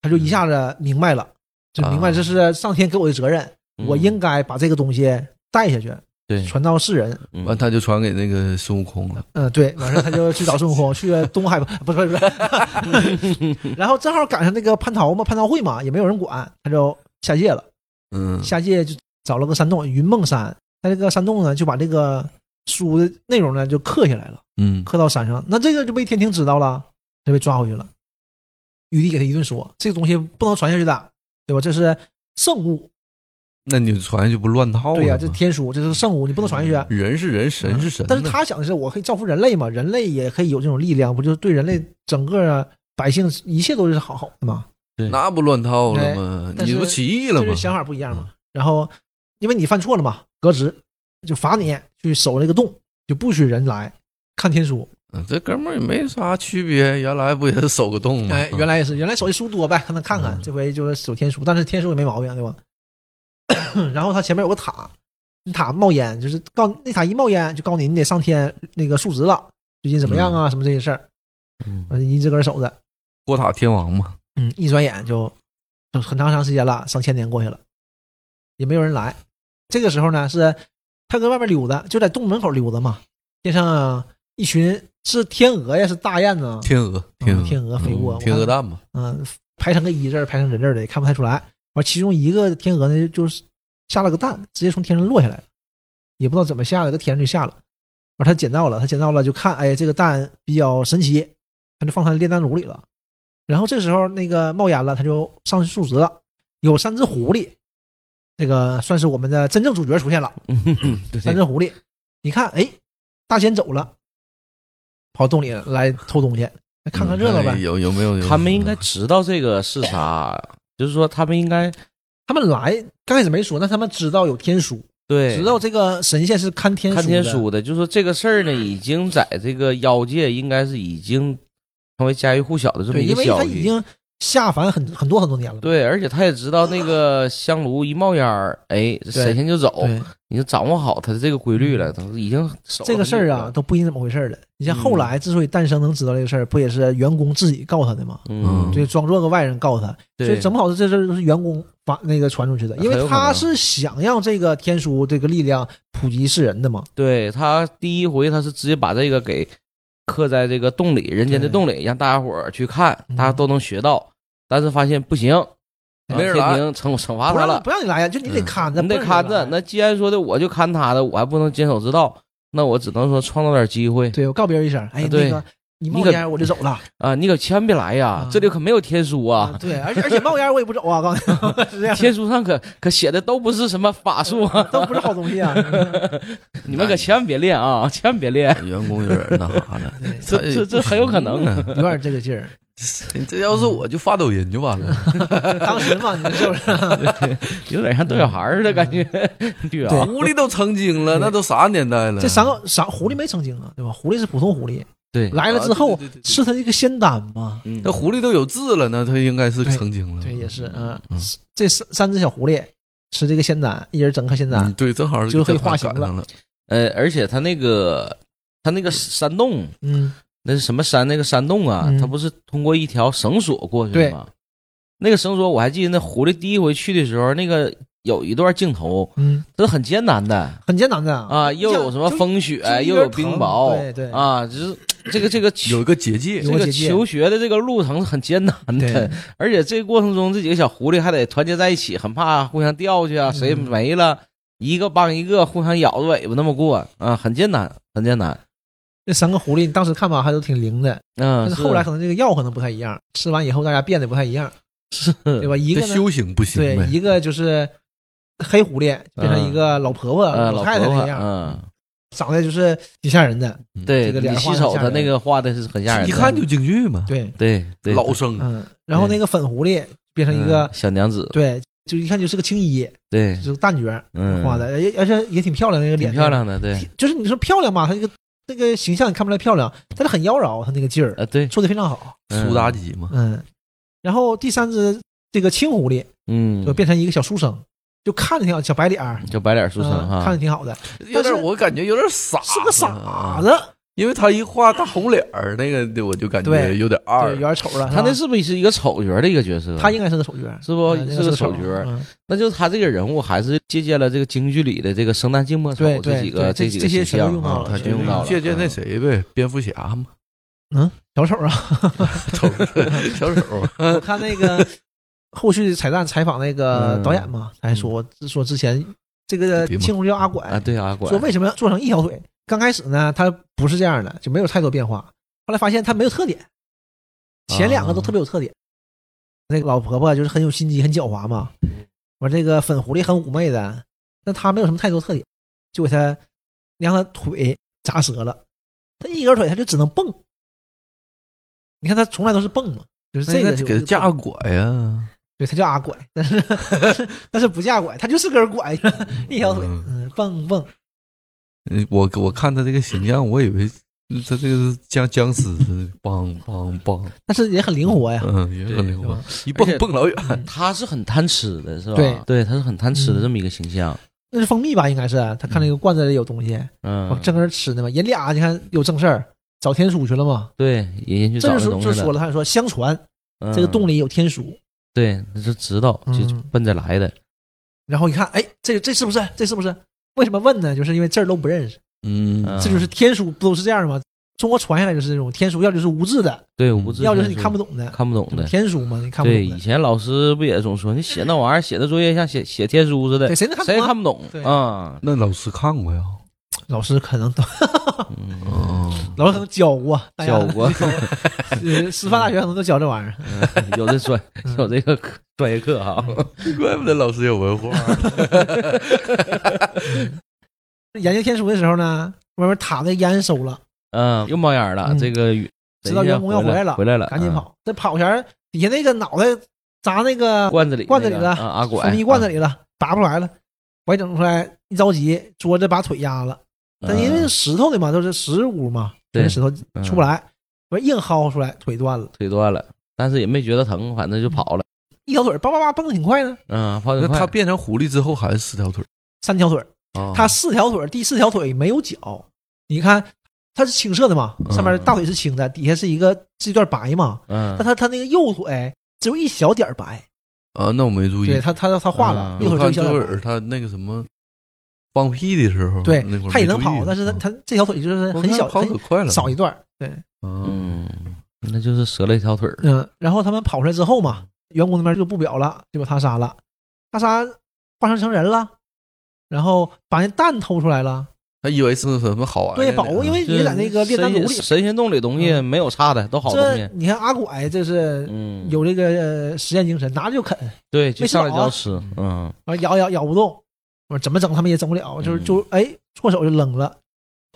Speaker 3: 他就一下子明白了，就明白
Speaker 4: 啊嗯
Speaker 3: 这是上天给我的责任，我应该把这个东西带下去，
Speaker 1: 对，
Speaker 3: 传到世人。
Speaker 1: 嗯
Speaker 4: 完他就传给那个孙悟空了，
Speaker 3: 嗯，对，完事儿他就去找孙悟空，去了东海吧， 不是不是 不是，然后正好赶上那个蟠桃嘛，蟠桃会嘛，也没有人管，他就下界了。
Speaker 4: 嗯，
Speaker 3: 下界就找了个山洞，云梦山。在这个山洞呢，就把这个书的内容呢就刻下来了，
Speaker 4: 嗯，
Speaker 3: 刻到山上。那这个就被天庭知道了，就被抓回去了。玉帝给他一顿说，这个东西不能传下去的，对吧？这是圣物，
Speaker 4: 那你传就不乱套了吗？
Speaker 3: 对呀、这天书，这是圣物，你不能传下去。
Speaker 4: 人是人，嗯神是神呢，
Speaker 3: 但是他想的是，我可以造福人类嘛，人类也可以有这种力量，不就是对人类整个百姓一切都是好好的嘛？
Speaker 4: 那不乱套了吗？
Speaker 3: 哎但
Speaker 4: 你
Speaker 3: 是
Speaker 4: 不起义了嗯
Speaker 3: 就是
Speaker 4: 吗？
Speaker 3: 想法不一样嘛。然后，因为你犯错了嘛，革职就罚你去守这个洞，就不许人来看天书。
Speaker 4: 嗯这哥们儿也没啥区别，原来不也是守个洞吗？嗯
Speaker 3: 哎，原来也是，原来手艺书多呗，他能看看。这回就是守天书，但是天书也没毛病，对吧？ 然后他前面有个塔，那塔冒烟，就是告那塔一冒烟就告你，你得上天那个述职了，最近怎么样啊，什么这些事儿，
Speaker 1: 嗯
Speaker 3: 完一直搁这守着。
Speaker 4: 托塔天王嘛，
Speaker 3: 嗯，一转眼就就很长长时间了，上千年过去了，也没有人来。这个时候呢，是他搁外面溜达，就在洞门口溜达嘛。天上啊一群是天鹅呀，是大雁呐，
Speaker 4: 天鹅，
Speaker 3: 嗯
Speaker 4: 鹅，
Speaker 3: 天鹅飞过
Speaker 4: 嗯
Speaker 3: 我
Speaker 4: 天鹅
Speaker 3: 看
Speaker 4: 蛋嘛，
Speaker 3: 嗯、排成个一字儿，排成人字儿的，也看不太出来。完，其中一个天鹅呢，就是下了个蛋，直接从天上落下来了，也不知道怎么下的，搁天上就下了。完，他捡到了，他捡到了就看，哎，这个蛋比较神奇，他就放他的炼丹炉里了。然后这时候那个冒烟了，他就上去述职了。有三只狐狸，这个算是我们的真正主角出现了。
Speaker 1: 对
Speaker 3: 三只狐狸，你看，哎，大仙走了，跑洞里来偷东西，来看看热闹呗
Speaker 4: 哎。有有没有？有
Speaker 1: 他们应该知道这个是 啥，就是说他们应该
Speaker 3: 他们来刚开始没说，但他们知道有天书，
Speaker 1: 对
Speaker 3: 知道这个神仙是看天书的
Speaker 1: 看天书的，就是说这个事儿呢，已经在这个妖界应该是已经成为家喻户晓的这么
Speaker 3: 对，
Speaker 1: 一
Speaker 3: 因
Speaker 1: 个
Speaker 3: 为
Speaker 1: 消
Speaker 3: 他已
Speaker 1: 息。
Speaker 3: 经下凡很很多很多年了。
Speaker 1: 对，而且他也知道那个香炉一冒烟儿，哎，神仙就走，
Speaker 3: 对，嗯
Speaker 1: 已经掌握好他的这个规律了，他已经守了
Speaker 3: 这个事儿
Speaker 1: 很
Speaker 3: 啊
Speaker 1: 久了，
Speaker 3: 都不一定怎么回事儿了。你像
Speaker 1: 嗯
Speaker 3: 后来之所以诞生能知道这个事儿，不也是员工自己告他的吗？
Speaker 1: 嗯，
Speaker 3: 对，装作个外人告他，
Speaker 1: 对
Speaker 3: 所以整不好这事儿都是员工发那个传出去的，因
Speaker 1: 很有可
Speaker 3: 为
Speaker 1: 能
Speaker 3: 他是想让这个天书这个力量普及世人的嘛。
Speaker 1: 对他第一回他是直接把这个给刻在这个洞里，人间的洞里，让大家伙儿去看，
Speaker 3: 嗯
Speaker 1: 大家都能学到。但是发现不行，
Speaker 5: 啊
Speaker 4: 没人
Speaker 1: 天
Speaker 4: 来
Speaker 1: 庭惩惩罚
Speaker 3: 不
Speaker 1: 他
Speaker 3: 让
Speaker 1: 了，
Speaker 3: 不让你来呀，就你得看着，
Speaker 1: 嗯你得
Speaker 3: 不让
Speaker 1: 看
Speaker 3: 来
Speaker 1: 着。那既然说的我就看他的，我还不能坚守之道，那我只能说创造点机会。啊
Speaker 3: 对我告别人一声，哎，
Speaker 1: 对
Speaker 3: 那个你冒烟我就走了
Speaker 5: 啊，你可千万别来呀
Speaker 3: 啊，
Speaker 5: 这里可没有天书啊。
Speaker 3: 对，而且而且冒烟我也不走啊，告诉你是这样，
Speaker 5: 天书上可可写的都不是什么法术啊，
Speaker 3: 都不是好东西啊。
Speaker 5: 你们可千万别练啊，千万别练，
Speaker 4: 哎员工有点那啥 了，
Speaker 3: 对
Speaker 5: 这这这很有可能。
Speaker 3: 有点这个劲儿，
Speaker 4: 你 这要是我就发抖音就完了。
Speaker 3: 当时嘛，你们是不是？
Speaker 5: 有点像逗小孩儿的感觉， 对啊，
Speaker 4: 狐狸都成精了，那都啥年代了？
Speaker 3: 这三个啥狐狸没成精啊，对吧？狐狸是普通狐狸，
Speaker 5: 对
Speaker 3: 来了之
Speaker 4: 啊
Speaker 3: 后
Speaker 4: 对对对对
Speaker 3: 吃它这个仙丹嘛，
Speaker 5: 嗯
Speaker 4: 那狐狸都有痣了，那它应该是成精了。
Speaker 3: 对，也是，嗯
Speaker 4: 嗯，
Speaker 3: 这三三只小狐狸吃这个仙丹，一人整颗仙
Speaker 4: 嗯
Speaker 3: 丹，
Speaker 4: 对，正好
Speaker 3: 啊就黑化
Speaker 4: 形
Speaker 3: 形
Speaker 4: 了。
Speaker 5: 呃，而且他那个他那个山洞，
Speaker 3: 嗯，
Speaker 5: 那是什么山？那个山洞啊
Speaker 3: 嗯，
Speaker 5: 他不是通过一条绳索过去的吗？那个绳索我还记得，那狐狸第一回去的时候，那个有一段镜头，
Speaker 3: 嗯，
Speaker 5: 这很艰难的
Speaker 3: 很艰难的
Speaker 5: 啊，又有什么风雪，又有冰
Speaker 3: 对
Speaker 5: 雹，
Speaker 3: 对，
Speaker 5: 啊，就是这个这个求
Speaker 4: 有一个结界
Speaker 5: 这
Speaker 3: 有个
Speaker 5: 个
Speaker 3: 结界
Speaker 5: 求学的这个路程是很艰难
Speaker 3: 对
Speaker 5: 的， 而且这个过程中这几个小狐狸还得团结在一起，很怕互相掉下去啊，
Speaker 3: 嗯
Speaker 5: 谁没了。一个帮一个，互相咬着尾巴那么过啊，很艰难，很艰难。
Speaker 3: 这三个狐狸，你当时看吧，还都挺灵的，
Speaker 5: 嗯，
Speaker 3: 但是后来可能这个药可能不太一样，吃完以后大家变得不太一样，对
Speaker 5: 是
Speaker 3: 吧？一
Speaker 4: 这
Speaker 3: 个呢
Speaker 4: 修行不行
Speaker 3: 对，
Speaker 4: 呗？
Speaker 3: 一个就是黑狐狸变成一个老婆婆、
Speaker 5: 呃，
Speaker 3: 老
Speaker 5: 嗯老
Speaker 3: 太太
Speaker 5: 婆
Speaker 3: 那
Speaker 5: 婆，
Speaker 3: 样，
Speaker 5: 嗯，
Speaker 3: 长得就是挺吓人的。
Speaker 5: 对，
Speaker 3: 这个脸
Speaker 5: 你
Speaker 3: 画
Speaker 5: 洗
Speaker 3: 得
Speaker 5: 手，
Speaker 3: 吓
Speaker 5: 他那
Speaker 3: 人
Speaker 5: 个画的是很吓人的，
Speaker 4: 一看就京剧嘛，
Speaker 3: 对，
Speaker 5: 对对
Speaker 4: 老生
Speaker 3: 嗯，然后那个粉狐狸变成一个
Speaker 5: 嗯、小娘子，
Speaker 3: 对，就一看就是个青衣，
Speaker 5: 对
Speaker 3: 就，是旦角
Speaker 5: 嗯，
Speaker 3: 画的，而且而且也挺漂亮，那个
Speaker 5: 挺
Speaker 3: 脸
Speaker 5: 漂，亮的，对，
Speaker 3: 就是你说漂亮吧，她这个这个形象你看不出来漂亮，但是很妖娆，她那个劲儿
Speaker 5: 啊，对，
Speaker 3: 做的非常好，
Speaker 5: 嗯
Speaker 4: 苏妲，己嘛，
Speaker 3: 嗯。然后第三只这个青狐狸
Speaker 5: 嗯
Speaker 3: 就，变成一个小书生，就看着挺好，小白脸儿，
Speaker 5: 就白脸书生
Speaker 3: 嗯看
Speaker 5: 哈
Speaker 3: 着，挺好的，
Speaker 4: 有点我感觉有点傻，
Speaker 3: 是个傻
Speaker 4: 啊
Speaker 3: 子，
Speaker 4: 因为他一画大红脸儿，那个我就感觉
Speaker 3: 对
Speaker 4: 有点
Speaker 3: 对，
Speaker 4: 二
Speaker 3: 有。点丑了。
Speaker 5: 他那
Speaker 3: 是
Speaker 5: 是不是是一个丑角的一个角色？
Speaker 3: 吧他应该是个丑角，
Speaker 5: 嗯是不
Speaker 3: 嗯应该
Speaker 5: 是
Speaker 3: 是
Speaker 5: 个
Speaker 3: 个
Speaker 5: 丑
Speaker 3: 角
Speaker 5: 角？
Speaker 3: 嗯
Speaker 5: 那就是他这个人物还是借鉴了这个京剧里的这个生旦净末丑
Speaker 3: 对对
Speaker 5: 这几个
Speaker 3: 对这
Speaker 5: 几
Speaker 3: 这
Speaker 5: 个
Speaker 3: 些
Speaker 5: 形
Speaker 3: 全都
Speaker 5: 象
Speaker 3: 用到
Speaker 5: 啊，
Speaker 3: 了
Speaker 5: 他
Speaker 3: 全
Speaker 5: 全
Speaker 3: 都
Speaker 5: 用到了，
Speaker 4: 借鉴那
Speaker 5: 嗯
Speaker 4: 谁呗，蝙蝠侠 嘛，
Speaker 3: 嗯，小丑啊，
Speaker 4: 丑小丑，
Speaker 5: 嗯
Speaker 3: 我看那 个后续彩蛋采访那个
Speaker 5: 嗯
Speaker 3: 导演嘛，他还说说之前这个
Speaker 4: 别嘛
Speaker 3: 青龙叫阿拐，
Speaker 5: 啊，对啊，管
Speaker 3: 说为什么做成一条腿？刚开始呢，他不是这样的，就没有太多变化。后来发现他没有特点，前两个都特别有特点。
Speaker 4: 啊
Speaker 3: 那个老婆婆就是很有心机、很狡猾嘛，
Speaker 4: 嗯
Speaker 3: 完这个粉狐狸很妩媚的，但她没有什么太多特点，就给她让她腿砸折了，她一根腿她就只能蹦。你看她从来都是蹦嘛，就是这
Speaker 4: 那
Speaker 3: 个
Speaker 4: 应该
Speaker 3: 就
Speaker 4: 给他
Speaker 3: 就
Speaker 4: 架
Speaker 3: 蹦
Speaker 4: 个拐啊呀，
Speaker 3: 对，他叫阿拐，但是但是不架拐，他就是根拐，一条腿，
Speaker 4: 嗯
Speaker 3: 嗯，蹦蹦，
Speaker 4: 嗯我我看他这个形象，我以为他这个是像僵尸似的，梆梆梆，
Speaker 3: 但是也很灵活呀，
Speaker 4: 嗯，也很灵
Speaker 3: 对
Speaker 4: 活
Speaker 3: 吧，？
Speaker 4: 一蹦
Speaker 5: 而且
Speaker 4: 蹦老远。
Speaker 5: 他是很贪吃的，是吧？
Speaker 3: 对嗯
Speaker 5: 他是很贪吃的这么一个形象。
Speaker 3: 那是蜂蜜吧？应该是他看那个罐子里有东西，
Speaker 5: 嗯
Speaker 3: 往，正搁那吃呢嘛。人俩你看有正事儿，找天书去了嘛。
Speaker 5: 对，人家去找
Speaker 3: 这就
Speaker 5: 那
Speaker 3: 说
Speaker 5: 东
Speaker 3: 就
Speaker 5: 西了。
Speaker 3: 说了，他说相传
Speaker 5: 嗯
Speaker 3: 这个洞里有天书，
Speaker 5: 对，他就知道，就
Speaker 3: 嗯
Speaker 5: 奔着来的。
Speaker 3: 然后一看，哎，这这是不是？这是不是？为什么问呢？就是因为字儿都不认识，
Speaker 4: 嗯，
Speaker 5: 嗯
Speaker 3: 这就是天书不都是这样吗？中国传下来就是这种天书，要就是无字的，
Speaker 5: 对，无知
Speaker 3: 要就是你
Speaker 5: 天书
Speaker 3: 看不懂的，
Speaker 5: 看不懂的。
Speaker 3: 天书嘛，你看不
Speaker 5: 对，
Speaker 3: 懂
Speaker 5: 以
Speaker 3: 的，
Speaker 5: 前老师不也总说你写那玩意儿，写的作业像写写天书似的
Speaker 3: 对，，谁能看
Speaker 5: 谁也
Speaker 3: 懂啊？
Speaker 5: 看不懂
Speaker 3: 对
Speaker 5: 啊。
Speaker 4: 那老师看过呀，
Speaker 3: 老师可能
Speaker 5: 嗯
Speaker 4: 嗯，
Speaker 3: 老师可能教 过，大家
Speaker 5: 教过，
Speaker 3: 呃师范大学可能都教这玩 意儿。
Speaker 5: 嗯有这专
Speaker 3: 嗯
Speaker 5: 有这个课专业课哈。
Speaker 4: 怪不得老师有文化。
Speaker 3: 嗯研究天书的时候呢，外面塔那烟收了，
Speaker 5: 嗯，又冒烟了，
Speaker 3: 嗯
Speaker 5: 这个
Speaker 3: 知道员工要
Speaker 5: 回
Speaker 3: 回来了
Speaker 5: 回来了，
Speaker 3: 赶紧
Speaker 5: 嗯。
Speaker 3: 跑。这跑前儿底下那个脑袋砸那个
Speaker 5: 罐子里那个，
Speaker 3: 罐子里了
Speaker 5: 啊阿拐，
Speaker 3: 蜂蜜罐子里了，拔不出来了。我也整不出来，一着急，桌子把腿压了。
Speaker 5: 嗯，
Speaker 3: 但因为是石头的嘛，都是石屋嘛，
Speaker 5: 对
Speaker 3: 那石头
Speaker 5: 嗯
Speaker 3: 出不来，我硬薅出来，腿断了，
Speaker 5: 腿断了，但是也没觉得疼，反正就跑了。
Speaker 3: 一条腿叭叭叭蹦得挺快呢，
Speaker 5: 嗯，跑
Speaker 4: 那
Speaker 5: 得快。哦
Speaker 4: 他变成狐狸之后还是四条腿儿
Speaker 3: 三条腿儿，
Speaker 4: 啊？
Speaker 3: 他四条腿儿，第四条腿没有脚。你看，它是青色的嘛，上面
Speaker 4: 嗯
Speaker 3: 大腿是青的，底下是一个是一段白嘛，
Speaker 5: 嗯，
Speaker 3: 但他他那个右腿只有一小点儿白，
Speaker 4: 啊，那我没注意。
Speaker 3: 对他他他画了
Speaker 5: 嗯
Speaker 3: 右
Speaker 4: 我
Speaker 3: 腿只有
Speaker 4: 看
Speaker 3: 一小
Speaker 4: 周
Speaker 3: 点儿
Speaker 4: 尔
Speaker 3: 白，
Speaker 4: 他那个什么放屁的时候，
Speaker 3: 对
Speaker 4: 那会儿
Speaker 3: 他也
Speaker 4: 没
Speaker 3: 能
Speaker 4: 注意嗯
Speaker 3: 跑，但是他他这条腿就是很
Speaker 4: 我看
Speaker 3: 小，
Speaker 4: 跑可
Speaker 3: 很
Speaker 4: 快了，
Speaker 3: 少一段儿，对，
Speaker 4: 嗯，
Speaker 5: 嗯，那就是折了一条腿儿。
Speaker 3: 嗯，然后他们跑出来之后嘛，员工那边就不表了，就把他杀了，他杀化成成人了，然后把那蛋偷出来了，
Speaker 4: 他以为是什么好玩的呢？
Speaker 3: 对，宝物，因为
Speaker 5: 就是
Speaker 3: 你在那个炼丹炉
Speaker 5: 神
Speaker 3: 里嗯
Speaker 5: 仙，神仙洞里东西没有差的，都好东
Speaker 3: 这
Speaker 5: 西。
Speaker 3: 你看阿拐这是
Speaker 5: 嗯，
Speaker 3: 有这个呃实验精神，拿着就啃，
Speaker 5: 对，就
Speaker 3: 没
Speaker 5: 上来就
Speaker 3: 少啊
Speaker 5: 要吃。嗯，
Speaker 3: 完咬咬咬不动，完怎么整他们也整不了，就是
Speaker 5: 嗯
Speaker 3: 就哎错手就扔了，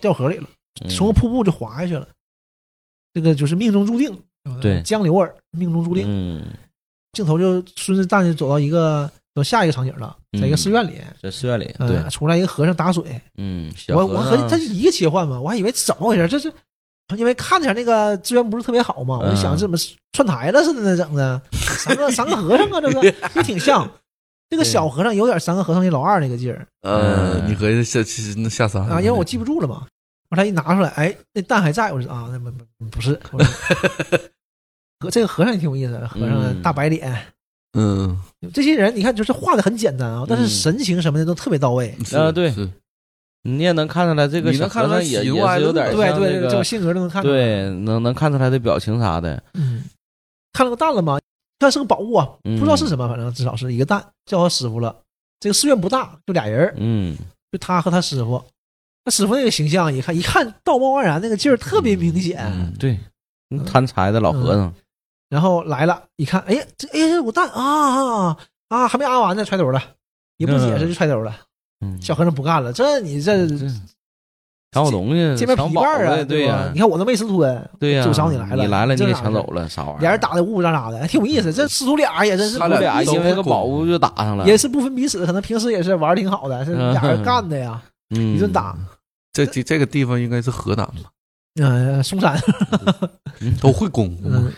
Speaker 3: 掉河里了，
Speaker 5: 嗯
Speaker 3: 从瀑布就滑下去了，这个就是命中注定。
Speaker 5: 对
Speaker 3: 江流儿命中注定。
Speaker 5: 嗯，
Speaker 3: 镜头就顺着带着走到一个走下一个场景了，在一个寺院里，
Speaker 5: 在寺院里，
Speaker 3: 嗯、
Speaker 5: 嗯对，
Speaker 3: 出来一个和尚打水，
Speaker 5: 嗯，小
Speaker 3: 我我
Speaker 5: 和
Speaker 3: 合计
Speaker 5: 尚
Speaker 3: 他是一个切换嘛，我还以为怎么回事，这是因为看着那个资源不是特别好嘛，我就想
Speaker 5: 嗯
Speaker 3: 这怎么串台了似的那整的，三个三个和尚啊，这 个也挺像。这个小和尚有点三个和尚那老二那个劲儿
Speaker 4: 呃，
Speaker 5: 嗯
Speaker 4: 你合计下其实那下山了
Speaker 3: 啊，因为我记不住了嘛。后来一拿出来，哎，那蛋还在，我说啊，那不不不是，我说和这个和尚也挺有意思的，和尚
Speaker 5: 嗯
Speaker 3: 大白脸，
Speaker 4: 嗯，
Speaker 3: 这些人你看，就是画的很简单啊，但是
Speaker 5: 嗯
Speaker 3: 神情什么的都特别到位。
Speaker 4: 是
Speaker 5: 啊对
Speaker 4: 是
Speaker 5: 你也能看出来这个
Speaker 4: 你
Speaker 5: 小
Speaker 4: 能看
Speaker 5: 和
Speaker 4: 出来
Speaker 5: 尚也
Speaker 4: 喜怒
Speaker 5: 也
Speaker 4: 哀
Speaker 5: 是有
Speaker 4: 乐
Speaker 5: 点
Speaker 4: 对
Speaker 3: 对
Speaker 5: 哎像
Speaker 3: 对，
Speaker 5: 那
Speaker 3: 这种
Speaker 5: 个
Speaker 3: 性格都能看出来。
Speaker 5: 对，能能看出来的表情啥的。
Speaker 3: 嗯，看了个蛋了吗？看是个宝物啊，不知
Speaker 5: 嗯
Speaker 3: 道是什么，反正至少是一个蛋。叫他师傅了，这个寺院不大，就俩人儿，
Speaker 5: 嗯，
Speaker 3: 就他和他师傅。他师傅那个形象，一看一看道貌岸然，那个劲儿特别明显。
Speaker 4: 嗯
Speaker 5: 对，贪财的老和尚，
Speaker 3: 然后来了，一看，哎呀，这哎呀，我蛋啊啊啊，还没啊完呢，揣兜了，也不解释就揣兜了。
Speaker 5: 嗯，
Speaker 3: 小和尚不干了，这你这
Speaker 5: 这抢我东西，
Speaker 3: 这边
Speaker 5: 嗯抢
Speaker 3: 皮
Speaker 5: 宝
Speaker 3: 瓣儿啊，
Speaker 5: 呗对
Speaker 3: 吧
Speaker 5: 呀？哎
Speaker 3: 你，看我都没吃吞，
Speaker 5: 对呀，
Speaker 3: 就找你来了
Speaker 5: 你来了你
Speaker 3: 这
Speaker 5: 给
Speaker 3: 哪
Speaker 5: 抢
Speaker 3: 是
Speaker 5: 走了，啥玩意儿？
Speaker 3: 俩人打的呜呜喳喳的，还挺有意思。这师徒俩也真是
Speaker 4: 他
Speaker 5: 他俩
Speaker 4: 俩都
Speaker 5: 因为
Speaker 4: 会
Speaker 5: 个
Speaker 4: 过
Speaker 5: 宝物就打上了，
Speaker 3: 也是不分彼此，可能平时也是玩的挺好的，是俩人干的呀，
Speaker 5: 嗯
Speaker 3: 一顿打。
Speaker 4: 这这这个地方应该是河南吧，
Speaker 3: 嗯，嵩山，
Speaker 4: 都会攻。
Speaker 3: 嗯，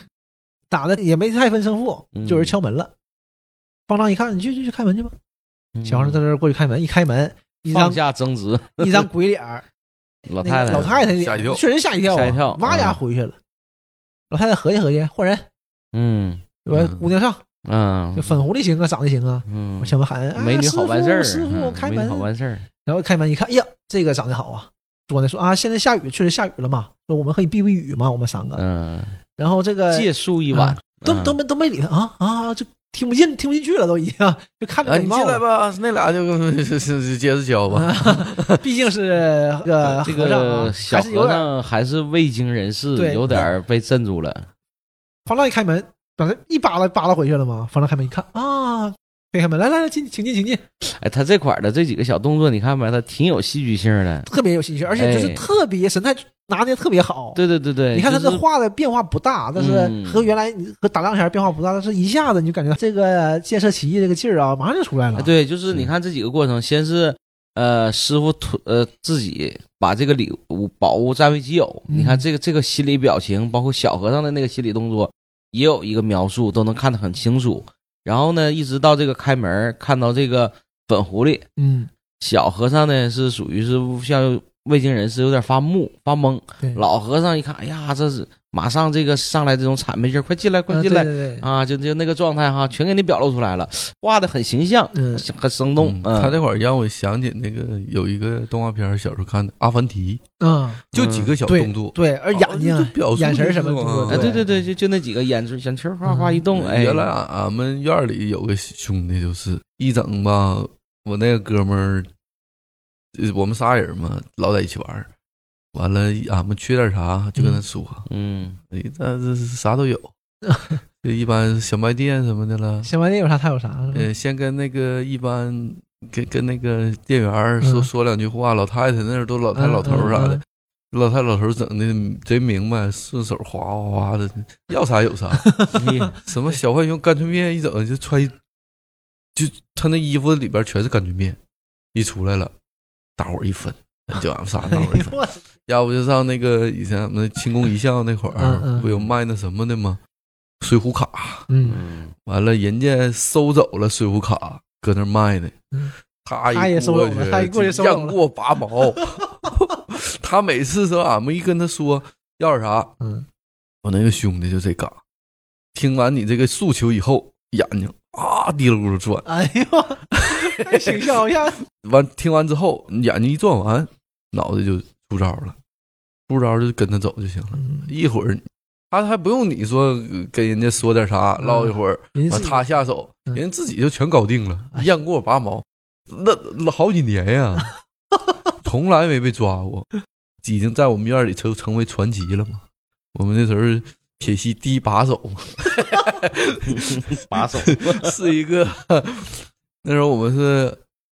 Speaker 3: 打的也没太分胜负，
Speaker 5: 嗯
Speaker 3: 就有人敲门了。方丈一看，你去去去开门去吧。小王在这儿过去开门，一开门，一
Speaker 5: 放
Speaker 3: 张
Speaker 5: 下争执，
Speaker 3: 一张鬼脸儿，
Speaker 5: 老
Speaker 3: 那
Speaker 5: 太
Speaker 3: 个
Speaker 5: 太
Speaker 3: 老太太
Speaker 4: 吓一跳
Speaker 3: 确实吓一跳啊，
Speaker 5: 吓一跳
Speaker 3: 哇呀
Speaker 5: 嗯
Speaker 3: 回去了。老太太合计合计，换人，
Speaker 5: 嗯
Speaker 3: 对吧
Speaker 4: 嗯？
Speaker 3: 姑娘上，
Speaker 5: 嗯
Speaker 3: 就粉红的行啊，长得行啊。
Speaker 5: 嗯
Speaker 3: 我，小王喊，啊
Speaker 5: 美女好办事儿，
Speaker 3: 师傅师傅
Speaker 5: 嗯
Speaker 3: 开
Speaker 5: 美女
Speaker 3: 门
Speaker 5: 好，办事儿，
Speaker 3: 然后开门一看，哎呀，这个长得好啊！说呢，说啊，现在下雨，确实下雨了嘛，说我们可以避避雨嘛，我们三个。
Speaker 5: 嗯，
Speaker 3: 然后这个
Speaker 5: 借书一碗，
Speaker 3: 啊呃都
Speaker 5: 嗯
Speaker 3: 都没都没理他啊啊，就听不进听不进去了，都已经就看着
Speaker 4: 啊，
Speaker 3: 很
Speaker 4: 你
Speaker 3: 冒
Speaker 4: 进来
Speaker 3: 了。
Speaker 4: 吧，那俩 就是是接着教吧。
Speaker 3: 嗯 毕竟 是这个
Speaker 5: 呃这
Speaker 3: 和尚啊
Speaker 5: 个小
Speaker 3: 还是有
Speaker 5: 和
Speaker 3: 点。
Speaker 5: 尚还是未经人事，
Speaker 3: 对
Speaker 5: 有点儿被镇住了。
Speaker 3: 方丈一开门，把他一扒拉扒拉回去了嘛。方丈开门一看啊，推开门来来来，进请进请进，
Speaker 5: 哎，他这块儿的这几个小动作，你看没？他挺有戏剧性的。
Speaker 3: 特别有信心，而且就是
Speaker 5: 哎
Speaker 3: 特别神态拿捏特别好。
Speaker 5: 对对对对，
Speaker 3: 你看他
Speaker 5: 就
Speaker 3: 这
Speaker 5: 是
Speaker 3: 画的变化不大，但是
Speaker 5: 嗯
Speaker 3: 和原来你和打量前变化不大，但是一下子你就感觉这个建设起义这个劲儿啊，马上就出来了
Speaker 5: 哎。对，就是你看这几个过程，先是呃师傅徒呃自己把这个礼物宝物占为己有，
Speaker 3: 嗯
Speaker 5: 你看这个这个心理表情，包括小和尚的那个心理动作，也有一个描述，都能看得很清楚。然后呢，一直到这个开门，看到这个粉狐狸
Speaker 3: 嗯，
Speaker 5: 小和尚呢，是属于是像未经人事，有点发木发懵。
Speaker 3: 对，
Speaker 5: 老和尚一看，哎呀，这是马上这个上来这种谄媚劲儿，快进来，快
Speaker 3: 嗯
Speaker 5: 进来
Speaker 3: 对对对，
Speaker 5: 啊！就就那个状态哈，全给你表露出来了，画的很形象，
Speaker 3: 嗯
Speaker 5: 很生动。嗯
Speaker 4: 他这会儿让我想起那个有一个动画片儿，小时候看的《阿凡提
Speaker 3: 嗯，》，
Speaker 4: 就几个小
Speaker 3: 对
Speaker 4: 动作，
Speaker 3: 嗯对，
Speaker 5: 哦
Speaker 3: 而眼睛
Speaker 4: 啊就表述
Speaker 3: 眼神儿什么
Speaker 4: 就是
Speaker 3: 动作
Speaker 4: 啊
Speaker 5: 哎，
Speaker 3: 对
Speaker 5: 对对对，就就那几个眼珠眼球哗哗一
Speaker 3: 嗯
Speaker 5: 动，哎，
Speaker 4: 原来
Speaker 3: 啊
Speaker 4: 俺俺们院里有个兄弟，就是一整吧，我那个哥们儿，呃我们仨人嘛，老在一起玩儿。完了，俺们缺点啥就跟他说，
Speaker 5: 嗯，
Speaker 4: 哎那这是 啥都有。就一般小卖店什么的了，
Speaker 3: 小白脸有啥他有啥，是吧
Speaker 4: 呃，先跟那个一般跟跟那个店员儿说、
Speaker 3: 嗯
Speaker 4: 说两句话，老太太那时候都老太太
Speaker 3: 嗯
Speaker 4: 老头儿啥的，
Speaker 3: 嗯
Speaker 4: 老太太老头儿整的贼明白，顺手哗哗哗的，要啥有啥。
Speaker 3: 嗯
Speaker 4: 什么小浣熊干脆面一整就穿一，就他那衣服里边全是干脆面，一出来了，大伙儿一分，就俺们仨大伙儿一分
Speaker 3: 哎。我
Speaker 4: 要不就上那个以前俺们清宫一笑那会
Speaker 3: 嗯
Speaker 4: 儿，
Speaker 3: 嗯
Speaker 4: 不有卖那什么的吗？水浒卡，
Speaker 3: 嗯，
Speaker 5: 嗯
Speaker 4: 完了人家收走了水浒卡，搁那儿卖的
Speaker 3: 嗯。
Speaker 4: 他
Speaker 3: 他也收
Speaker 4: 过
Speaker 3: 走
Speaker 4: 去
Speaker 3: 了，他一过去收走
Speaker 4: 让
Speaker 3: 了
Speaker 4: 过拔毛。 他每次说俺们一跟他说要点啥，
Speaker 3: 嗯，
Speaker 4: 我那个兄弟就这嘎，听完你这个诉求以后，眼睛啊滴噜咕噜转，
Speaker 3: 哎呦， 太形象一下，
Speaker 4: 完听完之后，眼睛一转完，脑袋就出招了，出招就跟他走就行了。
Speaker 3: 嗯
Speaker 4: 一会儿他还不用你说呃跟人家说点啥，
Speaker 3: 嗯
Speaker 4: 唠一会儿，
Speaker 3: 人家
Speaker 4: 完
Speaker 3: 自己
Speaker 4: 他下手，
Speaker 3: 嗯哎
Speaker 4: 人 家自己就全搞定了，雁过拔毛，那那好几年呀。从来没被抓过，已经在我们院里成成为传奇了嘛。我们那时候铁西第一把手嘛，
Speaker 5: 把 手，
Speaker 4: 是一个那时候我们是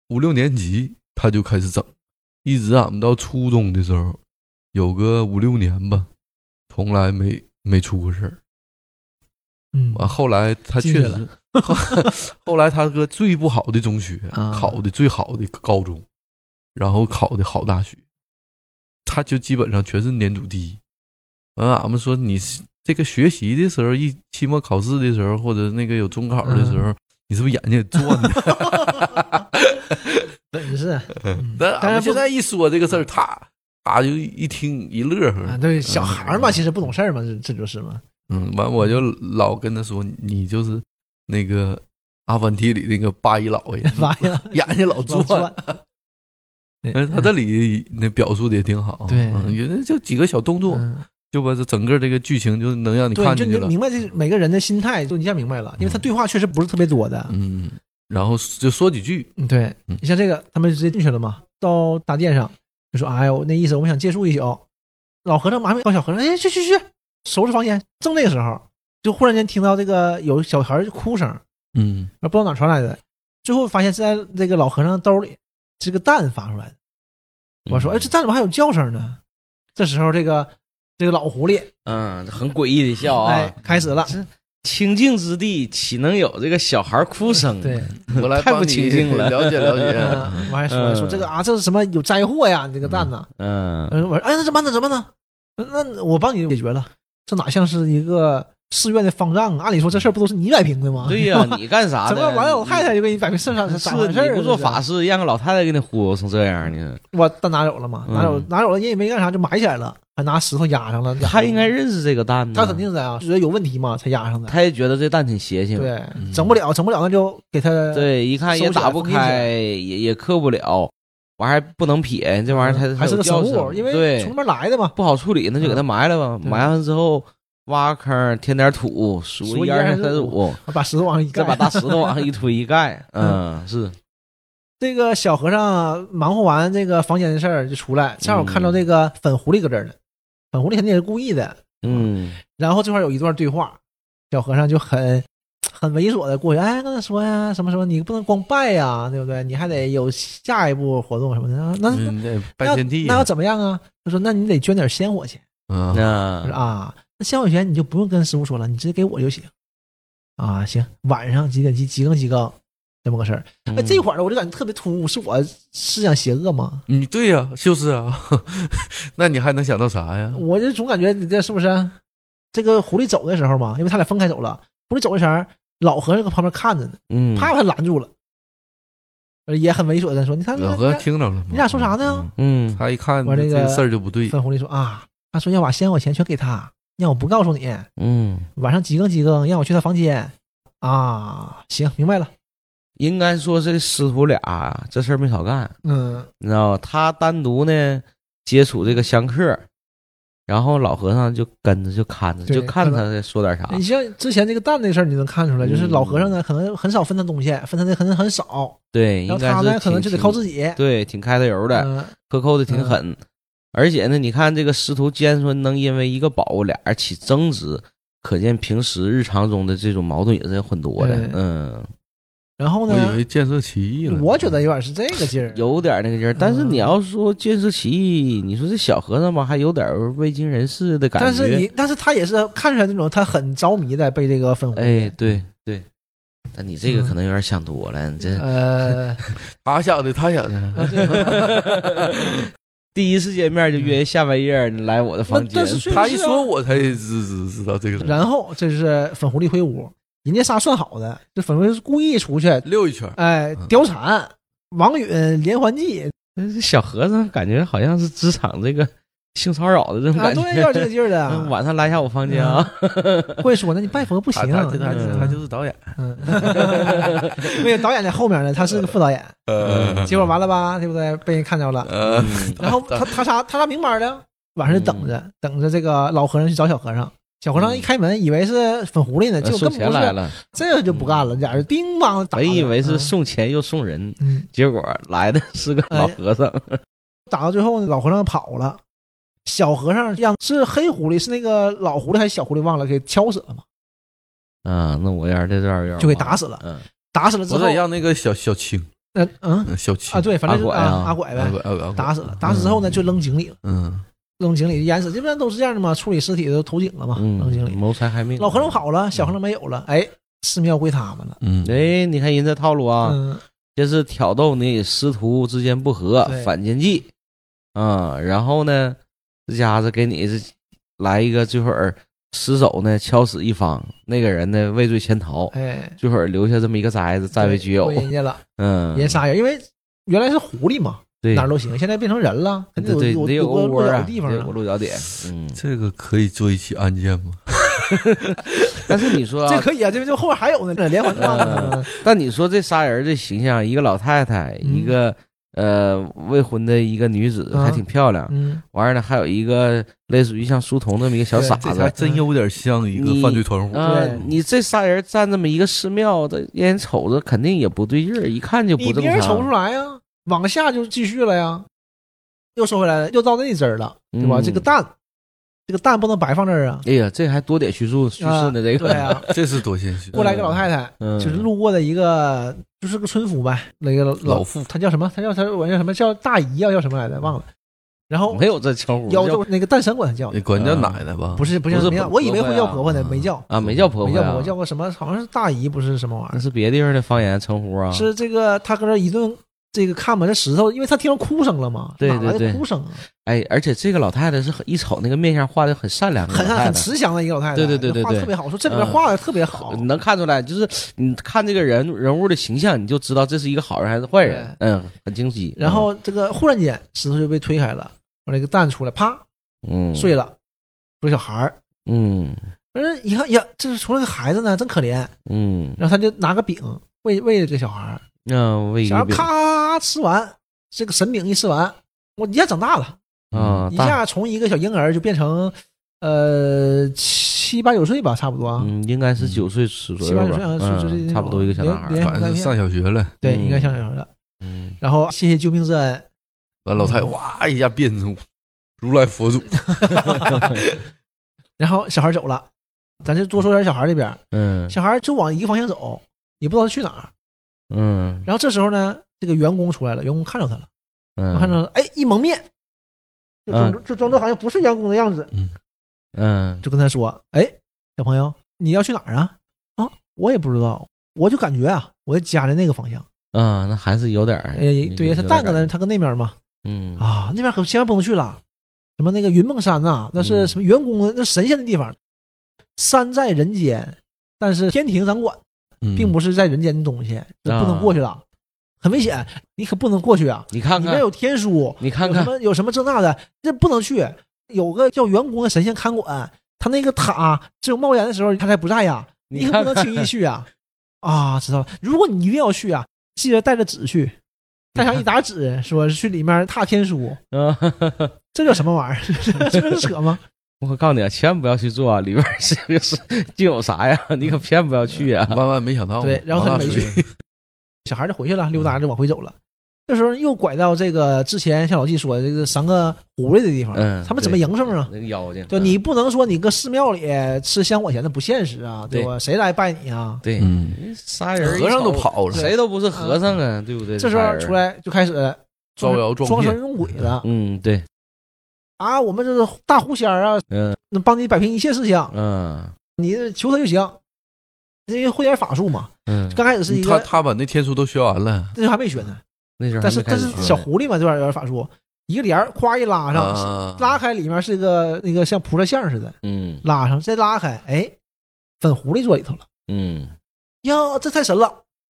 Speaker 4: 五六年级，他就开始整，一直啊俺们到初中的时候，有个五六年吧，从来没没出过事儿。
Speaker 3: 嗯
Speaker 4: 完呃后来他
Speaker 3: 进
Speaker 4: 确
Speaker 3: 去
Speaker 4: 实，后 后来他搁最不好的中学、
Speaker 3: 啊
Speaker 4: 考的最好的高中，然后考的好大学，他就基本上全是年组第一。完，俺们说你是这个学习的时候，一期末考试的时候，或者那个有中考的时候，
Speaker 3: 嗯
Speaker 4: 你是不是眼睛也转 呢？
Speaker 3: 本事嗯
Speaker 4: 但俺
Speaker 3: 但
Speaker 4: 们
Speaker 3: 是
Speaker 4: 现
Speaker 3: 不
Speaker 4: 在一说这个事儿，他他就一听一乐呵
Speaker 3: 啊，，
Speaker 5: 嗯
Speaker 3: 对，小孩儿嘛，其实不懂事儿嘛，这这就是嘛。
Speaker 4: 嗯，完我就老跟他说，你就是那个阿凡提里那个八一老
Speaker 5: 嗯
Speaker 4: 爷，
Speaker 3: 妈呀，
Speaker 4: 眼睛老
Speaker 3: 老
Speaker 4: 转。哎，他这里那表述的也挺好，
Speaker 3: 对
Speaker 4: 嗯有的就几个小动作，
Speaker 3: 嗯
Speaker 4: 就把这整个这个剧情就能让你
Speaker 3: 对，
Speaker 4: 看
Speaker 3: 就
Speaker 4: 进
Speaker 3: 你
Speaker 4: 去了。
Speaker 3: 明白这每个人的心态，就一下明白了，因为他
Speaker 4: 嗯
Speaker 3: 对话确实不是特别多的。
Speaker 4: 嗯，然后就说几句，
Speaker 3: 嗯，对
Speaker 4: 嗯
Speaker 3: 你像这个，他们直接进去了嘛，到大殿上就说：“哎呦，那意思我们想借宿一宿。”老和尚马上到小和尚，哎，去去去，收拾房间。正那个时候，就忽然间听到这个有小孩哭声，
Speaker 4: 嗯
Speaker 3: 不知道哪传来的，最后发现是在这个老和尚兜里是个蛋发出来的。我
Speaker 4: 嗯
Speaker 3: 说：“哎，这蛋怎么还有叫声呢？”这时候，这个这个老狐狸
Speaker 5: 嗯，很诡异的笑
Speaker 4: 哦
Speaker 3: 哎
Speaker 5: 啊！
Speaker 3: 开始了，
Speaker 5: 清净之地岂能有这个小孩哭声？
Speaker 4: 嗯
Speaker 3: 对，，
Speaker 4: 我来
Speaker 5: 太不
Speaker 4: 帮你
Speaker 5: 清静了
Speaker 4: 了解了
Speaker 3: 嗯
Speaker 4: 解。
Speaker 3: 我还说说这个啊，这是什么有灾祸呀？你这个蛋呢？
Speaker 5: 嗯，
Speaker 3: 嗯，我说，哎，那怎么办呢？怎么办呢？那我帮你解决了。这哪像是一个寺院的方丈啊？按理说这事儿不都是你摆平的吗？
Speaker 5: 对呀，你干啥
Speaker 3: 怎
Speaker 5: 的？
Speaker 3: 么完老太太
Speaker 5: 你
Speaker 3: 就给你摆平事儿上
Speaker 5: 是
Speaker 3: 咋回事儿
Speaker 5: 你
Speaker 3: 啊？
Speaker 5: 不做
Speaker 3: 这是
Speaker 5: 法，事，让个老太太给你忽悠成这样，你
Speaker 3: 我蛋拿走了嘛？拿走
Speaker 5: 嗯
Speaker 3: 拿走了，人也没干啥，就埋起来了，还拿石头压上了。
Speaker 5: 他应该，认识这个蛋呢，
Speaker 3: 他肯定的啊，觉得有问题嘛才压上的。
Speaker 5: 他也觉得这蛋挺邪性，
Speaker 3: 对
Speaker 4: 嗯，
Speaker 3: 整不了，整不了，那就给他
Speaker 5: 对，一看也
Speaker 3: 收起来
Speaker 5: 打不
Speaker 3: 封印起来
Speaker 5: 开，也也刻不了，完还不能撇，这玩意儿它
Speaker 3: 嗯还是个
Speaker 5: 它有
Speaker 3: 生
Speaker 5: 叫
Speaker 3: 物，
Speaker 5: 声
Speaker 3: 因为
Speaker 5: 对
Speaker 3: 从那边来的嘛。
Speaker 5: 不好处理，那就给它埋了吧。
Speaker 3: 对
Speaker 5: 埋完之后挖个坑，填点土，数
Speaker 3: 数
Speaker 5: 一
Speaker 3: 一
Speaker 5: 二
Speaker 3: 二
Speaker 5: 三
Speaker 3: 三
Speaker 5: 四
Speaker 3: 四
Speaker 5: 五，
Speaker 3: 把石头往上一盖，
Speaker 5: 再把大石头往上一推一 盖，嗯，是
Speaker 3: 这个小和尚忙活完这个房间的事儿就出来，正好
Speaker 4: 嗯
Speaker 3: 看到这个粉狐狸搁这儿呢。粉狐狸肯定也是故意的。
Speaker 5: 嗯
Speaker 3: 然后这块儿有一段对话，小和尚就很很猥琐的过去，哎，跟他说呀，什么什么，你不能光拜呀，对不对？你还得有下一步活动什么的。啊那那
Speaker 4: 嗯，那拜
Speaker 3: 那
Speaker 4: 天地
Speaker 3: 那要怎么样啊？他说，那你得捐点香火钱。
Speaker 5: 嗯
Speaker 4: 啊，
Speaker 3: 我
Speaker 5: 那
Speaker 3: 说啊，那香火钱你就不用跟师傅说了，你直接给我就行。啊，行，晚上几点几几更几更，这么个事儿。哎，这会儿我就感觉特别突兀，是我思想邪恶吗？
Speaker 4: 你对呀，就是啊， 那你还能想到啥呀？
Speaker 3: 我就总感觉你这是不是？这个狐狸走的时候嘛，因为他俩分开走了，狐狸走的时候，老和尚搁旁边看着呢，
Speaker 5: 嗯
Speaker 3: 啪把他拦住了，呃也很猥琐的说：“你看，
Speaker 4: 老何
Speaker 3: 你看
Speaker 4: 听着了吗，
Speaker 3: 你俩说啥呢
Speaker 4: 嗯？
Speaker 5: 嗯
Speaker 4: 他一看
Speaker 3: 我
Speaker 4: 这
Speaker 3: 这个
Speaker 4: 个事儿就不对，
Speaker 3: 粉狐狸说啊，他说要把香火钱全给他，让我不告诉你，
Speaker 5: 嗯，
Speaker 3: 晚上几更几更让我去他房间。”啊，行，明白了。
Speaker 5: 应该说这师徒俩这事儿没少干，
Speaker 3: 嗯，
Speaker 5: 你知道吧他单独呢接触这个香客，然后老和尚就跟着就看着，
Speaker 3: 对
Speaker 5: 就看
Speaker 3: 看哎
Speaker 5: 他说点啥。
Speaker 3: 你像之前这个蛋那事儿，你就能看出来，就是老和尚呢，可能很少分他东西，分他的很很少，
Speaker 5: 对，
Speaker 3: 然
Speaker 5: 嗯应该
Speaker 3: 后他呢，
Speaker 5: 是
Speaker 3: 可能就得
Speaker 5: 挺
Speaker 3: 靠自己。
Speaker 5: 对，挺开的油的，
Speaker 3: 嗯
Speaker 5: 克扣的挺狠。而且呢，你看这个师徒间说能因为一个宝物俩人起争执，可见平时日常中的这种矛盾也是很多的
Speaker 3: 对。
Speaker 5: 嗯，
Speaker 3: 然后
Speaker 4: 我以
Speaker 3: 呢，
Speaker 4: 为建设起义了。
Speaker 3: 我觉得有点是这个劲儿。
Speaker 5: 有点那个劲儿。但是
Speaker 3: 嗯
Speaker 5: 你要说建设起义，你说这小和尚吧，还有点未经人事的感觉。
Speaker 3: 但是你，但是他也是看出来那种他很着迷的被这个粉红，
Speaker 5: 哎，对对，但你
Speaker 3: 嗯
Speaker 5: 这个可能有点想多了，你这。 嗯
Speaker 3: 呃，
Speaker 4: 他想的，他想的，
Speaker 5: 第一次见面就约人下半夜你来我的房
Speaker 3: 那
Speaker 5: 间
Speaker 3: 但，是确实
Speaker 4: 他一
Speaker 3: 是啊
Speaker 4: 说我才知知知道这个人，
Speaker 3: 然后这是粉狐狸回屋，人家仨算好的，这粉狐狸是故意出去，
Speaker 4: 溜一圈儿，
Speaker 3: 哎，
Speaker 5: 嗯
Speaker 3: 貂蝉、王允连环计
Speaker 5: 这小和尚感觉好像是职场这个性骚扰的这种
Speaker 3: 啊，
Speaker 5: 感觉。
Speaker 3: 对，有点这个劲儿
Speaker 5: 嗯
Speaker 3: 的。
Speaker 5: 晚上来一下我房间啊。
Speaker 3: 会说呢，你拜佛不行，
Speaker 4: 他他他
Speaker 5: 嗯
Speaker 4: 他就是导演，
Speaker 3: 嗯，没有导演在后面呢，他是个副导演，
Speaker 4: 呃，
Speaker 3: 结果完了吧，对不对？被人看着了，
Speaker 4: 呃，
Speaker 3: 然后他他仨他仨明白了，晚上就等着、
Speaker 5: 嗯
Speaker 3: 等着这个老和尚去找小和尚。小和尚一开门，以为是粉狐狸呢，结果
Speaker 5: 送
Speaker 3: 根本
Speaker 5: 钱
Speaker 3: 不
Speaker 5: 呃来
Speaker 3: 是，嗯
Speaker 5: 了，嗯
Speaker 3: 这就不干了，俩人叮当打。
Speaker 5: 本以为是，送钱又送人，
Speaker 3: 嗯，
Speaker 5: 结果来的是个老和尚。
Speaker 3: 哎打到最后，老和尚跑了，小和尚让是黑狐狸，是那个老狐狸还是小狐狸忘了，给敲死了嘛，
Speaker 5: 嗯，那我要是在这儿要
Speaker 3: 就给打死了。啊
Speaker 5: 嗯，
Speaker 3: 打死了之
Speaker 4: 我
Speaker 3: 后，
Speaker 4: 得让那个小小青，
Speaker 3: 那嗯
Speaker 4: 嗯小青
Speaker 3: 啊，对，反正就
Speaker 5: 阿拐嗯
Speaker 3: 啊
Speaker 5: 啊
Speaker 3: 阿拐
Speaker 4: 阿
Speaker 3: 呗
Speaker 4: 拐，阿拐阿拐
Speaker 3: 打死了。打死之后呢，就扔井里了，
Speaker 4: 嗯，
Speaker 3: 扔井里就淹死，这不然都是这样的嘛，处理尸体都投井了嘛，扔井
Speaker 5: 嗯，
Speaker 3: 里。
Speaker 5: 谋财害命。
Speaker 3: 老和尚跑了，小和尚没有了，哎，寺庙归他们了。
Speaker 4: 嗯，，
Speaker 5: 哎，你看人这套路啊，
Speaker 3: 嗯，
Speaker 5: 这是挑逗你师徒之间不和
Speaker 3: 对，
Speaker 5: 反间计，嗯，然后呢，这家子给你是来一个这会儿失手呢敲死一方，那个人呢畏罪潜逃，
Speaker 3: 哎，
Speaker 5: 这会儿留下这么一个崽子占为己有
Speaker 3: 对，归人家了，
Speaker 5: 嗯，
Speaker 3: 人仨人，因为原来是狐狸嘛，
Speaker 5: 对
Speaker 3: 哪儿都行，现在变成人了，肯定
Speaker 5: 对对，
Speaker 3: 有
Speaker 5: 你得
Speaker 3: 有
Speaker 5: 个
Speaker 3: 个
Speaker 5: 窝
Speaker 3: 落
Speaker 5: 儿
Speaker 3: 脚
Speaker 5: 啊，
Speaker 3: 地方
Speaker 5: 得
Speaker 3: 了
Speaker 5: 有个。落脚点， 嗯
Speaker 4: 这个可以做一期案件吗？
Speaker 5: 但是你说啊
Speaker 3: 这可以啊，这就后边还有
Speaker 5: 嗯
Speaker 3: 呢，连环啊画呢。
Speaker 5: 但你说这仨人这形象，一个老太太，
Speaker 3: 嗯
Speaker 5: 一个呃未婚的一个女子，
Speaker 3: 啊
Speaker 5: 还挺漂亮。
Speaker 3: 嗯，
Speaker 5: 完事儿呢，还有一个类似于像书童那么一个小傻
Speaker 4: 这还
Speaker 5: 子。
Speaker 4: 真有点像一个
Speaker 5: 你
Speaker 4: 犯罪团伙。
Speaker 5: 啊
Speaker 3: 对，
Speaker 5: 你这仨人站这么一个寺庙，这让人瞅着肯定也不对劲儿，一看就
Speaker 3: 你
Speaker 5: 不正
Speaker 3: 别人瞅不出
Speaker 5: 常，
Speaker 3: 来呀，往下就继续了呀。又说回来了，又到那针儿了，对吧？
Speaker 5: 嗯
Speaker 3: 这个蛋，这个蛋不能白放这儿啊。
Speaker 5: 哎呀，这还多点叙述叙事呢，这
Speaker 3: 对
Speaker 5: 个，
Speaker 3: 啊，
Speaker 4: 这是多现实！
Speaker 3: 过来一个老太太，
Speaker 5: 嗯，
Speaker 3: 就是路过的一个，就是个村夫呗，那个
Speaker 4: 老
Speaker 3: 老，
Speaker 4: 妇，
Speaker 3: 嗯他叫什么？他叫他我叫什么？叫大姨啊，叫什么来着？忘了。然后
Speaker 5: 没有这称呼，
Speaker 3: 腰
Speaker 5: 叫嗯
Speaker 3: 就那个蛋神管他叫的
Speaker 4: 你，管叫奶奶吧？
Speaker 3: 啊不是不是
Speaker 5: 不是
Speaker 3: 没叫，
Speaker 5: 婆
Speaker 3: 我以为
Speaker 5: 婆
Speaker 3: 会
Speaker 5: 呀
Speaker 3: 叫婆婆呢，
Speaker 4: 嗯
Speaker 3: 没叫，
Speaker 5: 啊，没叫婆
Speaker 3: 没
Speaker 5: 婆
Speaker 3: 叫
Speaker 5: 呀，
Speaker 3: 婆婆，叫个什么？好像是大姨，不是什么玩意
Speaker 5: 那
Speaker 3: 儿。
Speaker 5: 是别地方的方言称呼啊，
Speaker 3: 是这个他搁这一顿这个看吧，这石头，因为他听到哭声了嘛，
Speaker 5: 对
Speaker 3: 哪来
Speaker 5: 对
Speaker 3: 的
Speaker 5: 对
Speaker 3: 哭声啊？
Speaker 5: 哎，而且这个老太太是很一瞅那个面相画的很善良的
Speaker 3: 很
Speaker 5: 老
Speaker 3: 很
Speaker 5: 太
Speaker 3: 很
Speaker 5: 太，
Speaker 3: 慈祥的一个老太太，
Speaker 5: 对对对对
Speaker 3: 画得特别好，说这里面
Speaker 5: 嗯
Speaker 3: 画的特别好，
Speaker 5: 能看出来，就是你看这个人人物的形象，你就知道这是一个好人还是坏人，嗯，很清晰。
Speaker 3: 然后这个忽然间石头就被推开了，完了一个蛋出来，啪
Speaker 5: 嗯，
Speaker 3: 碎了，说小孩儿，
Speaker 5: 嗯
Speaker 3: 完了一看呀，这是除了个孩子呢，真可怜，
Speaker 5: 嗯，
Speaker 3: 然后他就拿个饼喂喂这个小孩儿，
Speaker 5: 那喂
Speaker 3: 小
Speaker 5: 鱼
Speaker 3: 孩儿
Speaker 5: 饼
Speaker 3: 咔吃完这个神饼一吃完，我一下长大了，
Speaker 5: 啊，
Speaker 3: 一
Speaker 5: 大
Speaker 3: 下从一个小婴儿就变成呃七八九岁吧，差不多啊，
Speaker 5: 嗯应该是九岁左
Speaker 3: 七
Speaker 5: 右
Speaker 3: 八九
Speaker 5: 吧
Speaker 3: 岁，啊，就就
Speaker 5: 嗯，
Speaker 3: 这
Speaker 5: 差不多一个小男
Speaker 3: 连
Speaker 5: 孩。
Speaker 4: 反正是上小学了。
Speaker 3: 对，
Speaker 5: 嗯
Speaker 3: 应该像这样的。
Speaker 5: 嗯，
Speaker 3: 然后谢谢救命之恩，
Speaker 4: 完，老太
Speaker 3: 嗯
Speaker 4: 太哇一下变成如来佛祖，
Speaker 3: 然后小孩走了，咱就多说点小孩这边，
Speaker 5: 嗯
Speaker 3: 小孩就往一个方向走，也不知道去哪儿。
Speaker 5: 嗯
Speaker 3: 然后这时候呢，这个员工出来了，员工看到他了，
Speaker 5: 嗯，
Speaker 3: 看到了，哎，一蒙面，就装
Speaker 5: 嗯
Speaker 3: 作就装作好像不是员工的样子，
Speaker 5: 嗯
Speaker 3: 就跟他说，哎，小朋友，你要去哪儿啊？啊，我也不知道，我就感觉啊，我家的那个方向，
Speaker 5: 啊，那还是有点儿
Speaker 3: 哎，对呀，他蛋搁那，他搁那边嘛，
Speaker 5: 嗯
Speaker 3: 啊，那边可千万不能去了。什么那个云梦山呐、那是
Speaker 5: 嗯
Speaker 3: 什么员工的，那神仙的地方。山在人间，但是天庭掌管，
Speaker 5: 嗯
Speaker 3: 并
Speaker 4: 不
Speaker 3: 不是在人间的东西，就
Speaker 5: 啊
Speaker 3: 不能过去了，很危险，你可不能过去啊！
Speaker 5: 你看
Speaker 3: 里面
Speaker 5: 看，
Speaker 3: 有天书，
Speaker 5: 你看
Speaker 3: 有什
Speaker 5: 看，
Speaker 3: 么有什么这那的，这不能去。有个叫员工的神仙看管，他那个塔只有冒烟的时候他才不在呀，你可
Speaker 5: 看
Speaker 3: 不能轻易去啊！啊，知道了。如果你一定要去啊，记得带着纸去，带上一沓纸，说是去里面踏天书。
Speaker 5: 啊，
Speaker 3: 这叫什么玩意儿？ 这不是扯吗？
Speaker 5: 我告诉你啊，千万不要去做啊，里边儿是 是竟有啥呀？你可千万不要去啊！
Speaker 4: 万万没想到。
Speaker 3: 对然后他就没去，小孩就回去了，溜达就往回走了。这时候又拐到这个之前像老纪说的这个三个狐狸的地方，
Speaker 5: 嗯
Speaker 3: 他们怎么营生啊？
Speaker 5: 那个妖精，
Speaker 3: 对
Speaker 5: 嗯
Speaker 3: 你不能说你搁寺庙里吃香火钱，那不现实啊，对吧？谁来拜你啊？
Speaker 5: 对，
Speaker 4: 嗯，
Speaker 5: 仨人
Speaker 4: 和尚都，跑了，
Speaker 5: 谁都不是和尚啊，对不对？
Speaker 3: 这时候出，来就开始
Speaker 4: 招摇撞
Speaker 3: 装神
Speaker 4: 骗，
Speaker 3: 弄鬼了
Speaker 5: 嗯，对，
Speaker 3: 啊！我们这是大狐仙儿啊，
Speaker 5: 嗯
Speaker 3: 能帮你摆平一切事情，
Speaker 5: 嗯
Speaker 3: 你求他就行。因为会点法术嘛，
Speaker 5: 嗯，
Speaker 3: 刚开始是一
Speaker 4: 他
Speaker 3: 个，
Speaker 4: 他把那天书都学完了，
Speaker 3: 那时候还没学呢，
Speaker 5: 那时候还
Speaker 3: 但是
Speaker 5: 没开
Speaker 3: 但
Speaker 5: 始
Speaker 3: 是
Speaker 5: 学呢
Speaker 3: 小狐狸嘛，这玩意儿有点法术，一个帘儿夸一拉上，
Speaker 4: 啊
Speaker 3: 拉开里面是个那个像菩萨像似的，
Speaker 5: 嗯
Speaker 3: 拉上再拉开，哎，粉狐狸坐里头了，
Speaker 5: 嗯
Speaker 3: 哟，这太神了！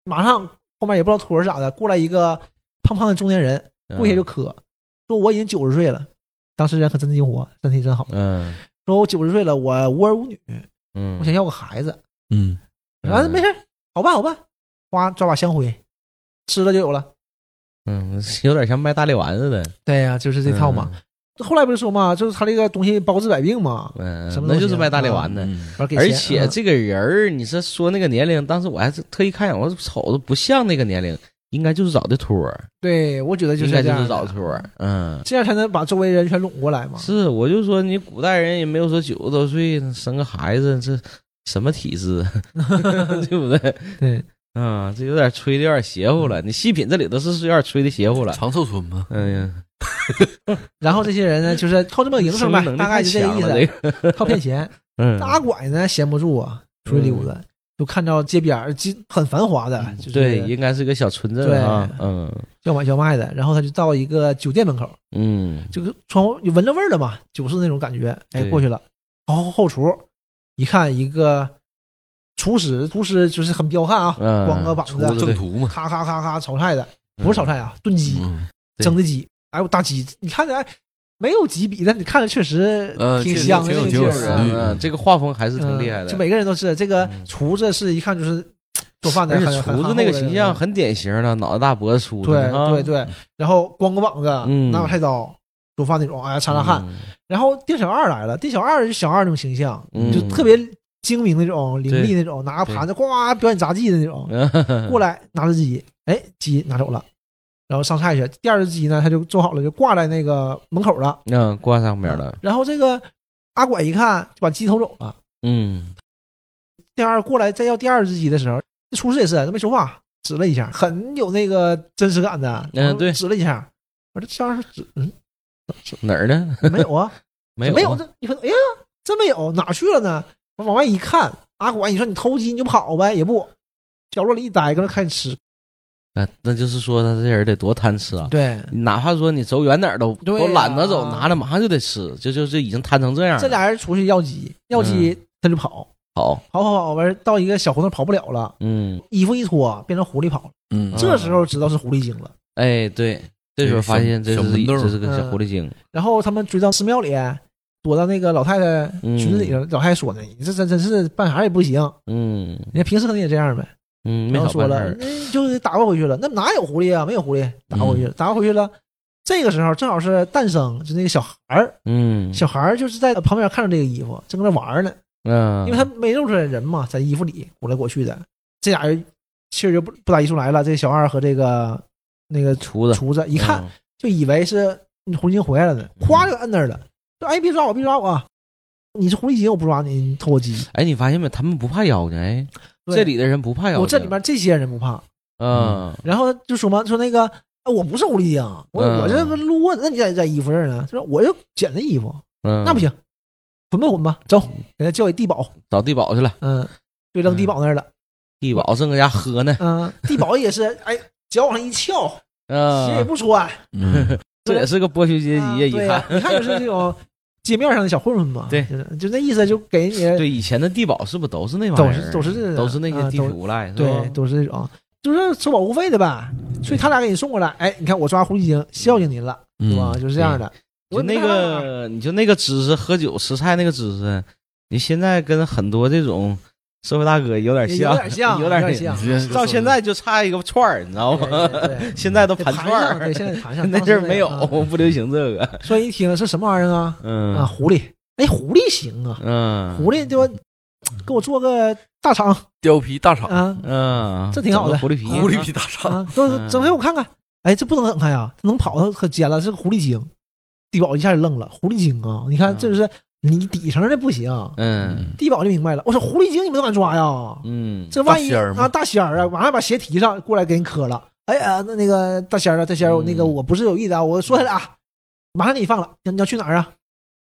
Speaker 3: 马上后面也不知道托儿是咋的，过来一个胖胖的中年人，跪
Speaker 5: 嗯
Speaker 3: 下就磕，说我已经九十岁了，当时人可真灵活，身体真好，
Speaker 5: 嗯
Speaker 3: 说我九十岁了，我无儿无女，
Speaker 5: 嗯，
Speaker 3: 我想要个孩子，
Speaker 4: 嗯，
Speaker 3: 啊，没事儿，好办好办，花抓把香灰，吃了就有了。
Speaker 5: 嗯，有点像卖大力丸似的，
Speaker 3: 对呀、就是这套嘛。后来不是说嘛，就是他这个东西包治百病嘛，
Speaker 5: 嗯，
Speaker 3: 什么
Speaker 5: 那
Speaker 3: 东西
Speaker 5: 就是卖大力
Speaker 3: 啊
Speaker 5: 丸的。
Speaker 4: 嗯
Speaker 3: 完给
Speaker 5: 而
Speaker 3: 钱
Speaker 5: 且
Speaker 3: 嗯
Speaker 5: 这个人儿，你是说那个年龄，当时我还是特意看一眼，我瞅着不像那个年龄，应该就是找的托儿，
Speaker 3: 对我觉得就
Speaker 5: 应
Speaker 3: 是
Speaker 5: 该
Speaker 3: 这
Speaker 5: 就
Speaker 3: 样
Speaker 5: 是
Speaker 3: 的啊
Speaker 5: 找托儿，嗯。
Speaker 3: 这样才能把周围人全拢过来嘛。
Speaker 5: 是，我就说你古代人也没有说九十多岁生个孩子，这什么体质，啊 对不对？
Speaker 3: 对，
Speaker 5: 啊，这有点吹的有点邪乎了。你细品这里头是是有点吹的邪乎了。
Speaker 4: 长寿村嘛，
Speaker 5: 哎呀，
Speaker 3: 然后这些人呢，就是靠这么营生呗
Speaker 5: 生命能，力
Speaker 3: 大概就
Speaker 5: 太
Speaker 3: 这
Speaker 5: 强
Speaker 3: 意
Speaker 5: 了
Speaker 3: 思，
Speaker 5: 这个
Speaker 3: 靠骗钱。
Speaker 5: 嗯，
Speaker 3: 大拐呢闲不住啊，出去溜达，就看到街边儿街很繁华的，就是
Speaker 5: 嗯对，应该是个小村镇
Speaker 3: 对
Speaker 5: 啊。嗯
Speaker 3: 叫买叫卖的。然后他就到一个酒店门口，
Speaker 5: 嗯，
Speaker 3: 这个窗户闻着味儿了嘛，酒是那种感觉，哎，
Speaker 5: 对
Speaker 3: 过去了，后后厨一看一个厨师，厨师就是很彪悍啊，
Speaker 5: 嗯
Speaker 3: 光个膀
Speaker 4: 出了
Speaker 3: 子，
Speaker 4: 正途嘛，
Speaker 3: 咔咔咔咔炒菜的，不是炒菜啊，炖鸡，
Speaker 4: 嗯，
Speaker 5: 对
Speaker 3: 蒸的鸡，哎呦大鸡，你看着哎没有几比，但你看着确实
Speaker 4: 呃
Speaker 3: 挺
Speaker 4: 确实
Speaker 3: 香的那
Speaker 4: 挺有
Speaker 3: 个
Speaker 4: 挺
Speaker 3: 劲
Speaker 4: 有
Speaker 3: 儿
Speaker 4: 食
Speaker 3: 啊，
Speaker 4: 欲
Speaker 5: 嗯嗯，这个画风还是挺厉害
Speaker 3: 嗯
Speaker 5: 的。
Speaker 3: 就每个人都是这个
Speaker 5: 嗯
Speaker 3: 厨子是一看就是做饭的
Speaker 5: 而
Speaker 3: 很，
Speaker 5: 且
Speaker 3: 很
Speaker 5: 厨子
Speaker 3: 憨
Speaker 5: 那个
Speaker 3: 厚的
Speaker 5: 形
Speaker 3: 人
Speaker 5: 象很典型的，脑袋大脖子粗的
Speaker 3: 对
Speaker 5: 啊，
Speaker 3: 对对，然后光个膀子，
Speaker 5: 嗯
Speaker 3: 拿把菜刀做饭那种，哎呀擦擦汗。
Speaker 5: 嗯
Speaker 3: 然后店小二来了，店小二就是小二那种形象，
Speaker 5: 嗯
Speaker 3: 就特别精明那种，伶俐那种，拿个盘子呱表演杂技的那种，
Speaker 5: 嗯
Speaker 3: 过来拿着鸡，哎，鸡拿走了。然后上菜去，第二只鸡呢，他就做好了，就挂在那个门口了。
Speaker 5: 嗯，挂上面了。
Speaker 3: 然后这个阿拐一看，就把鸡偷走了。
Speaker 5: 嗯，
Speaker 3: 第二过来再要第二只鸡的时候，这厨师也是都没说话，指了一下，很有那个真实感的。
Speaker 5: 嗯
Speaker 3: 然后
Speaker 5: 对
Speaker 3: 指了一下。我这这二指，嗯，
Speaker 5: 哪儿呢？
Speaker 3: 没有啊，
Speaker 5: 没有啊，
Speaker 3: 没有这你说，哎呀，真没有，哪去了呢？我往外一看，阿管，你说你偷鸡你就跑呗，也不角落里一待，搁那看吃。
Speaker 5: 那哎那就是说他这人得多贪吃啊！
Speaker 3: 对，
Speaker 5: 哪怕说你走远点儿都
Speaker 3: 对
Speaker 5: 都懒得走，
Speaker 3: 啊
Speaker 5: 拿着马上就得吃，就就就已经贪成这样了。
Speaker 3: 这俩人出去要鸡，要鸡
Speaker 5: 嗯
Speaker 3: 他就跑，
Speaker 5: 好，
Speaker 3: 跑跑跑完到一个小胡同跑不了了，
Speaker 5: 嗯，
Speaker 3: 衣服一脱变成狐狸跑了。
Speaker 4: 嗯，
Speaker 3: 这时候知道是狐狸精了。
Speaker 5: 哎，对，这时候发现这
Speaker 4: 小
Speaker 5: 是
Speaker 4: 门
Speaker 5: 一
Speaker 4: 洞
Speaker 5: 这是个小
Speaker 3: 嗯
Speaker 5: 狐狸精，
Speaker 3: 然后他们追到寺庙里，躲到那个老太太裙子里了。老太太说呢：“你这真真是办啥也不行，
Speaker 5: 嗯
Speaker 3: 人家平时肯定也这样呗。
Speaker 5: 嗯，”没
Speaker 3: 然后
Speaker 5: 少
Speaker 3: 说
Speaker 5: 办事
Speaker 3: 了，
Speaker 5: 儿，嗯
Speaker 3: 那就是打发回去了。那哪有狐狸啊？没有狐狸，打发回去了，打发回去了。这个时候正好是诞生，就那个小孩儿，
Speaker 5: 嗯，
Speaker 3: 小孩儿就是在旁边看着这个衣服，正搁那玩呢，
Speaker 5: 嗯，
Speaker 3: 因为他没露出来人嘛，在衣服里裹来裹去的。这俩人气儿就不不打一处来了。这小二和这个那个
Speaker 5: 厨子嗯
Speaker 3: 厨子一看，就以为是狐狸精回来了呢，咵就摁那儿了，说：“哎，别抓我，别抓我啊！你是狐狸精，我不抓你，你偷我鸡。
Speaker 5: 哎，你发现没？他们不怕妖精，哎，
Speaker 3: 对
Speaker 5: 这里的人不怕妖精，
Speaker 3: 我这里面这些人不怕，
Speaker 5: 嗯，
Speaker 3: 然后就说嘛，说那个啊我不是狐狸精，我、
Speaker 5: 嗯
Speaker 3: 我这个路过，那你在在衣服这儿呢，就说我就捡的衣服，
Speaker 5: 嗯，
Speaker 3: 那不，行，混吧混吧，走，给他交给地保，
Speaker 5: 找地保去了，
Speaker 3: 嗯，就扔地保那儿了，
Speaker 5: 地保正搁家喝呢，
Speaker 3: 嗯，地保也是，哎，脚往上一翘，鞋也
Speaker 5: 嗯，
Speaker 3: 不穿，
Speaker 4: 嗯，
Speaker 5: 这也是个剥削阶级呀，
Speaker 3: 啊
Speaker 5: 一
Speaker 3: 对
Speaker 5: 看
Speaker 3: 呀，你看就是 这种街面上的小混混嘛，
Speaker 5: 对
Speaker 3: 就是就那意思，就给你
Speaker 5: 对，以前的地保是不是都是那玩
Speaker 3: 都
Speaker 5: 意
Speaker 3: 是
Speaker 5: 儿？
Speaker 3: 都是这个
Speaker 5: 都是那些
Speaker 3: 啊
Speaker 5: 地嗯
Speaker 3: 都
Speaker 5: 痞无赖，是吧
Speaker 3: 对，都是这种，就是收保护费的呗。所以他俩给你送过来，哎，你看我抓狐狸精，孝敬您了，
Speaker 4: 嗯
Speaker 3: 对吧？ 就是这样的。
Speaker 5: 嗯就
Speaker 3: 我
Speaker 5: 那
Speaker 3: 也没办法啊
Speaker 5: 个，你就那个姿势，喝酒吃菜那个姿势，你现在跟很多这种社会大哥有点
Speaker 3: 也有
Speaker 5: 像，
Speaker 3: 点 像，
Speaker 5: 有
Speaker 3: 点
Speaker 5: 点
Speaker 3: 像。
Speaker 4: 嗯，
Speaker 5: 到现在就差一个串儿，你知道
Speaker 3: 对
Speaker 5: 吗？
Speaker 3: 对对
Speaker 5: 现在都
Speaker 3: 得
Speaker 5: 哦盘串
Speaker 3: 上对，
Speaker 5: 儿，
Speaker 3: 现在得盘 上。
Speaker 5: 那阵儿没有
Speaker 3: 当时那个，
Speaker 5: 不流行这个。
Speaker 3: 啊所以一听是什么玩意儿啊？啊，
Speaker 5: 嗯
Speaker 3: 狐狸，哎，狐狸行啊，
Speaker 5: 嗯
Speaker 3: 狐狸对吧？给我做个大肠
Speaker 4: 貂皮大厂，
Speaker 3: 啊
Speaker 5: 嗯，
Speaker 3: 这挺好的
Speaker 5: 整个狐狸皮，
Speaker 4: 狐狸皮大厂，
Speaker 3: 啊，
Speaker 5: 嗯
Speaker 3: 都整给我看看。哎，这不能整开啊，这能跑它可尖了，是个狐狸精。地宝一下就愣了，狐狸精啊！你看，这就是你底层的不行，
Speaker 5: 嗯
Speaker 3: 地宝就明白了。我说狐狸精你们都敢抓呀？
Speaker 5: 嗯，
Speaker 3: 这万一
Speaker 4: 大仙儿吗
Speaker 3: 啊，大仙儿啊，马上把鞋提上过来给你磕了。哎呀，那那个大仙儿啊，大仙儿，我那个
Speaker 5: 嗯
Speaker 3: 我不是有意的啊，我说他俩，马上给你放了。你你要去哪儿啊？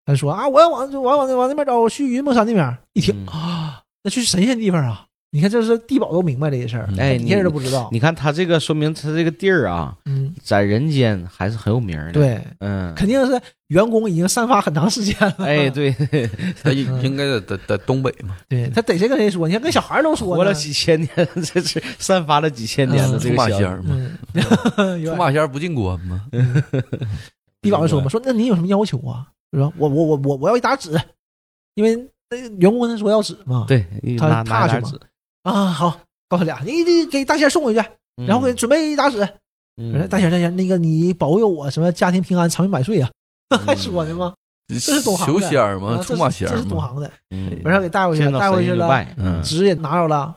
Speaker 3: 他说啊，我要往我要往往那边走，我去云梦山那边。一听
Speaker 5: 嗯
Speaker 3: 啊，那去神仙地方啊！你看这是地保都明白这些事儿，
Speaker 5: 哎，
Speaker 3: 一
Speaker 5: 你
Speaker 3: 些人都不知道。
Speaker 5: 你看他这个说明他这个地儿啊，
Speaker 3: 嗯，
Speaker 5: 在人间还是很有名儿的。，
Speaker 3: 对，
Speaker 5: 嗯，
Speaker 3: 肯定是员工已经散发很长时间了。
Speaker 5: 哎， 对，
Speaker 4: 嗯他应
Speaker 3: 嗯
Speaker 4: 应该在在在东北嘛，
Speaker 3: 对他得这跟谁说？你看跟小孩儿嗯都说
Speaker 5: 活
Speaker 3: 呢
Speaker 5: 了几千年，这是 散发了几千年的这
Speaker 3: 嗯
Speaker 4: 出
Speaker 5: 个
Speaker 4: 马
Speaker 5: 消
Speaker 4: 仙
Speaker 5: 息
Speaker 4: 儿嘛，
Speaker 3: 嗯，有点
Speaker 4: 出马仙儿不进关嘛，
Speaker 3: 地保就说嘛，说那你有什么要求啊？我说我我我我我要一沓纸，因为那员工跟他说要纸嘛。
Speaker 5: 对，一
Speaker 3: 他
Speaker 5: 拿拿
Speaker 3: 踏实
Speaker 5: 点
Speaker 3: 嘛
Speaker 5: 纸，
Speaker 3: 啊，好，告诉他俩，你得给大仙送回去，
Speaker 4: 嗯
Speaker 3: 然后给准备一沓纸。我说
Speaker 5: 嗯
Speaker 3: 大仙大仙，那个你保佑我什么家庭平安、长命百岁啊， 还说呢吗？这是懂行
Speaker 4: 求
Speaker 3: 的
Speaker 4: 仙儿
Speaker 3: 啊
Speaker 4: 嘛，
Speaker 3: 这
Speaker 4: 嗯出
Speaker 3: 是
Speaker 4: 马仙
Speaker 3: 这
Speaker 4: 儿
Speaker 3: 是懂
Speaker 4: 嘛，
Speaker 3: 行的。
Speaker 5: 嗯
Speaker 3: 完事儿给带回去
Speaker 5: 见到
Speaker 3: 了，带
Speaker 5: 神
Speaker 3: 回去
Speaker 5: 仙就
Speaker 3: 了，
Speaker 5: 拜，嗯
Speaker 3: 纸也拿着了。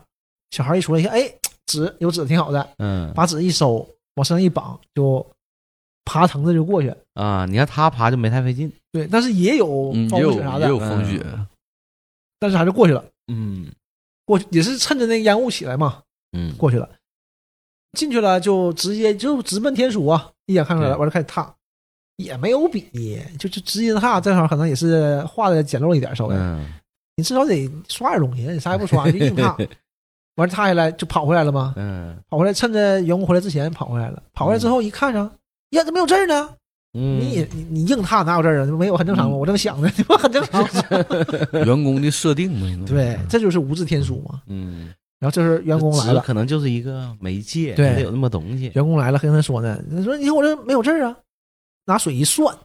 Speaker 3: 小孩一说一看，哎，纸有纸挺好的，
Speaker 5: 嗯
Speaker 3: 把纸一收，往身上一绑，就爬藤子就过去。
Speaker 5: 啊，你看他爬就没太费劲，
Speaker 3: 对，但是也有
Speaker 4: 嗯，
Speaker 3: 暴
Speaker 4: 也有
Speaker 3: 风雪啥
Speaker 4: 也
Speaker 3: 的，
Speaker 4: 有风雪，
Speaker 3: 但是还是过去了。
Speaker 5: 嗯
Speaker 3: 过去也是趁着那个烟雾起来嘛，
Speaker 5: 嗯，
Speaker 3: 过去了，进去了就直接就直奔天书啊，一眼看出来了，
Speaker 5: 对
Speaker 3: 完了开始踏，也没有笔，就就直接踏，这行可能也是画的简陋一点稍微，
Speaker 5: 嗯
Speaker 3: 你至少得刷点东西，你啥也不刷就硬踏， 完了踏下来就跑回来了嘛，
Speaker 5: 嗯
Speaker 3: 跑回来趁着员工回来之前跑回来了，跑回来之后一看上。呀，怎么有字儿呢？
Speaker 5: 嗯，
Speaker 3: 你也你你硬踏哪有字儿啊？没有很正常吗？我这么 想的，这不很正 常吗？
Speaker 4: 员工的设定嘛，应该
Speaker 3: 对，这就是无字天书嘛。
Speaker 5: 嗯，
Speaker 3: 然后这是员工来了
Speaker 5: 纸，可能就是一个媒介，
Speaker 3: 对
Speaker 5: 它得有那么东西，
Speaker 3: 员工来了，还跟他说呢，他说：“你看我这没有字儿啊，拿水一算，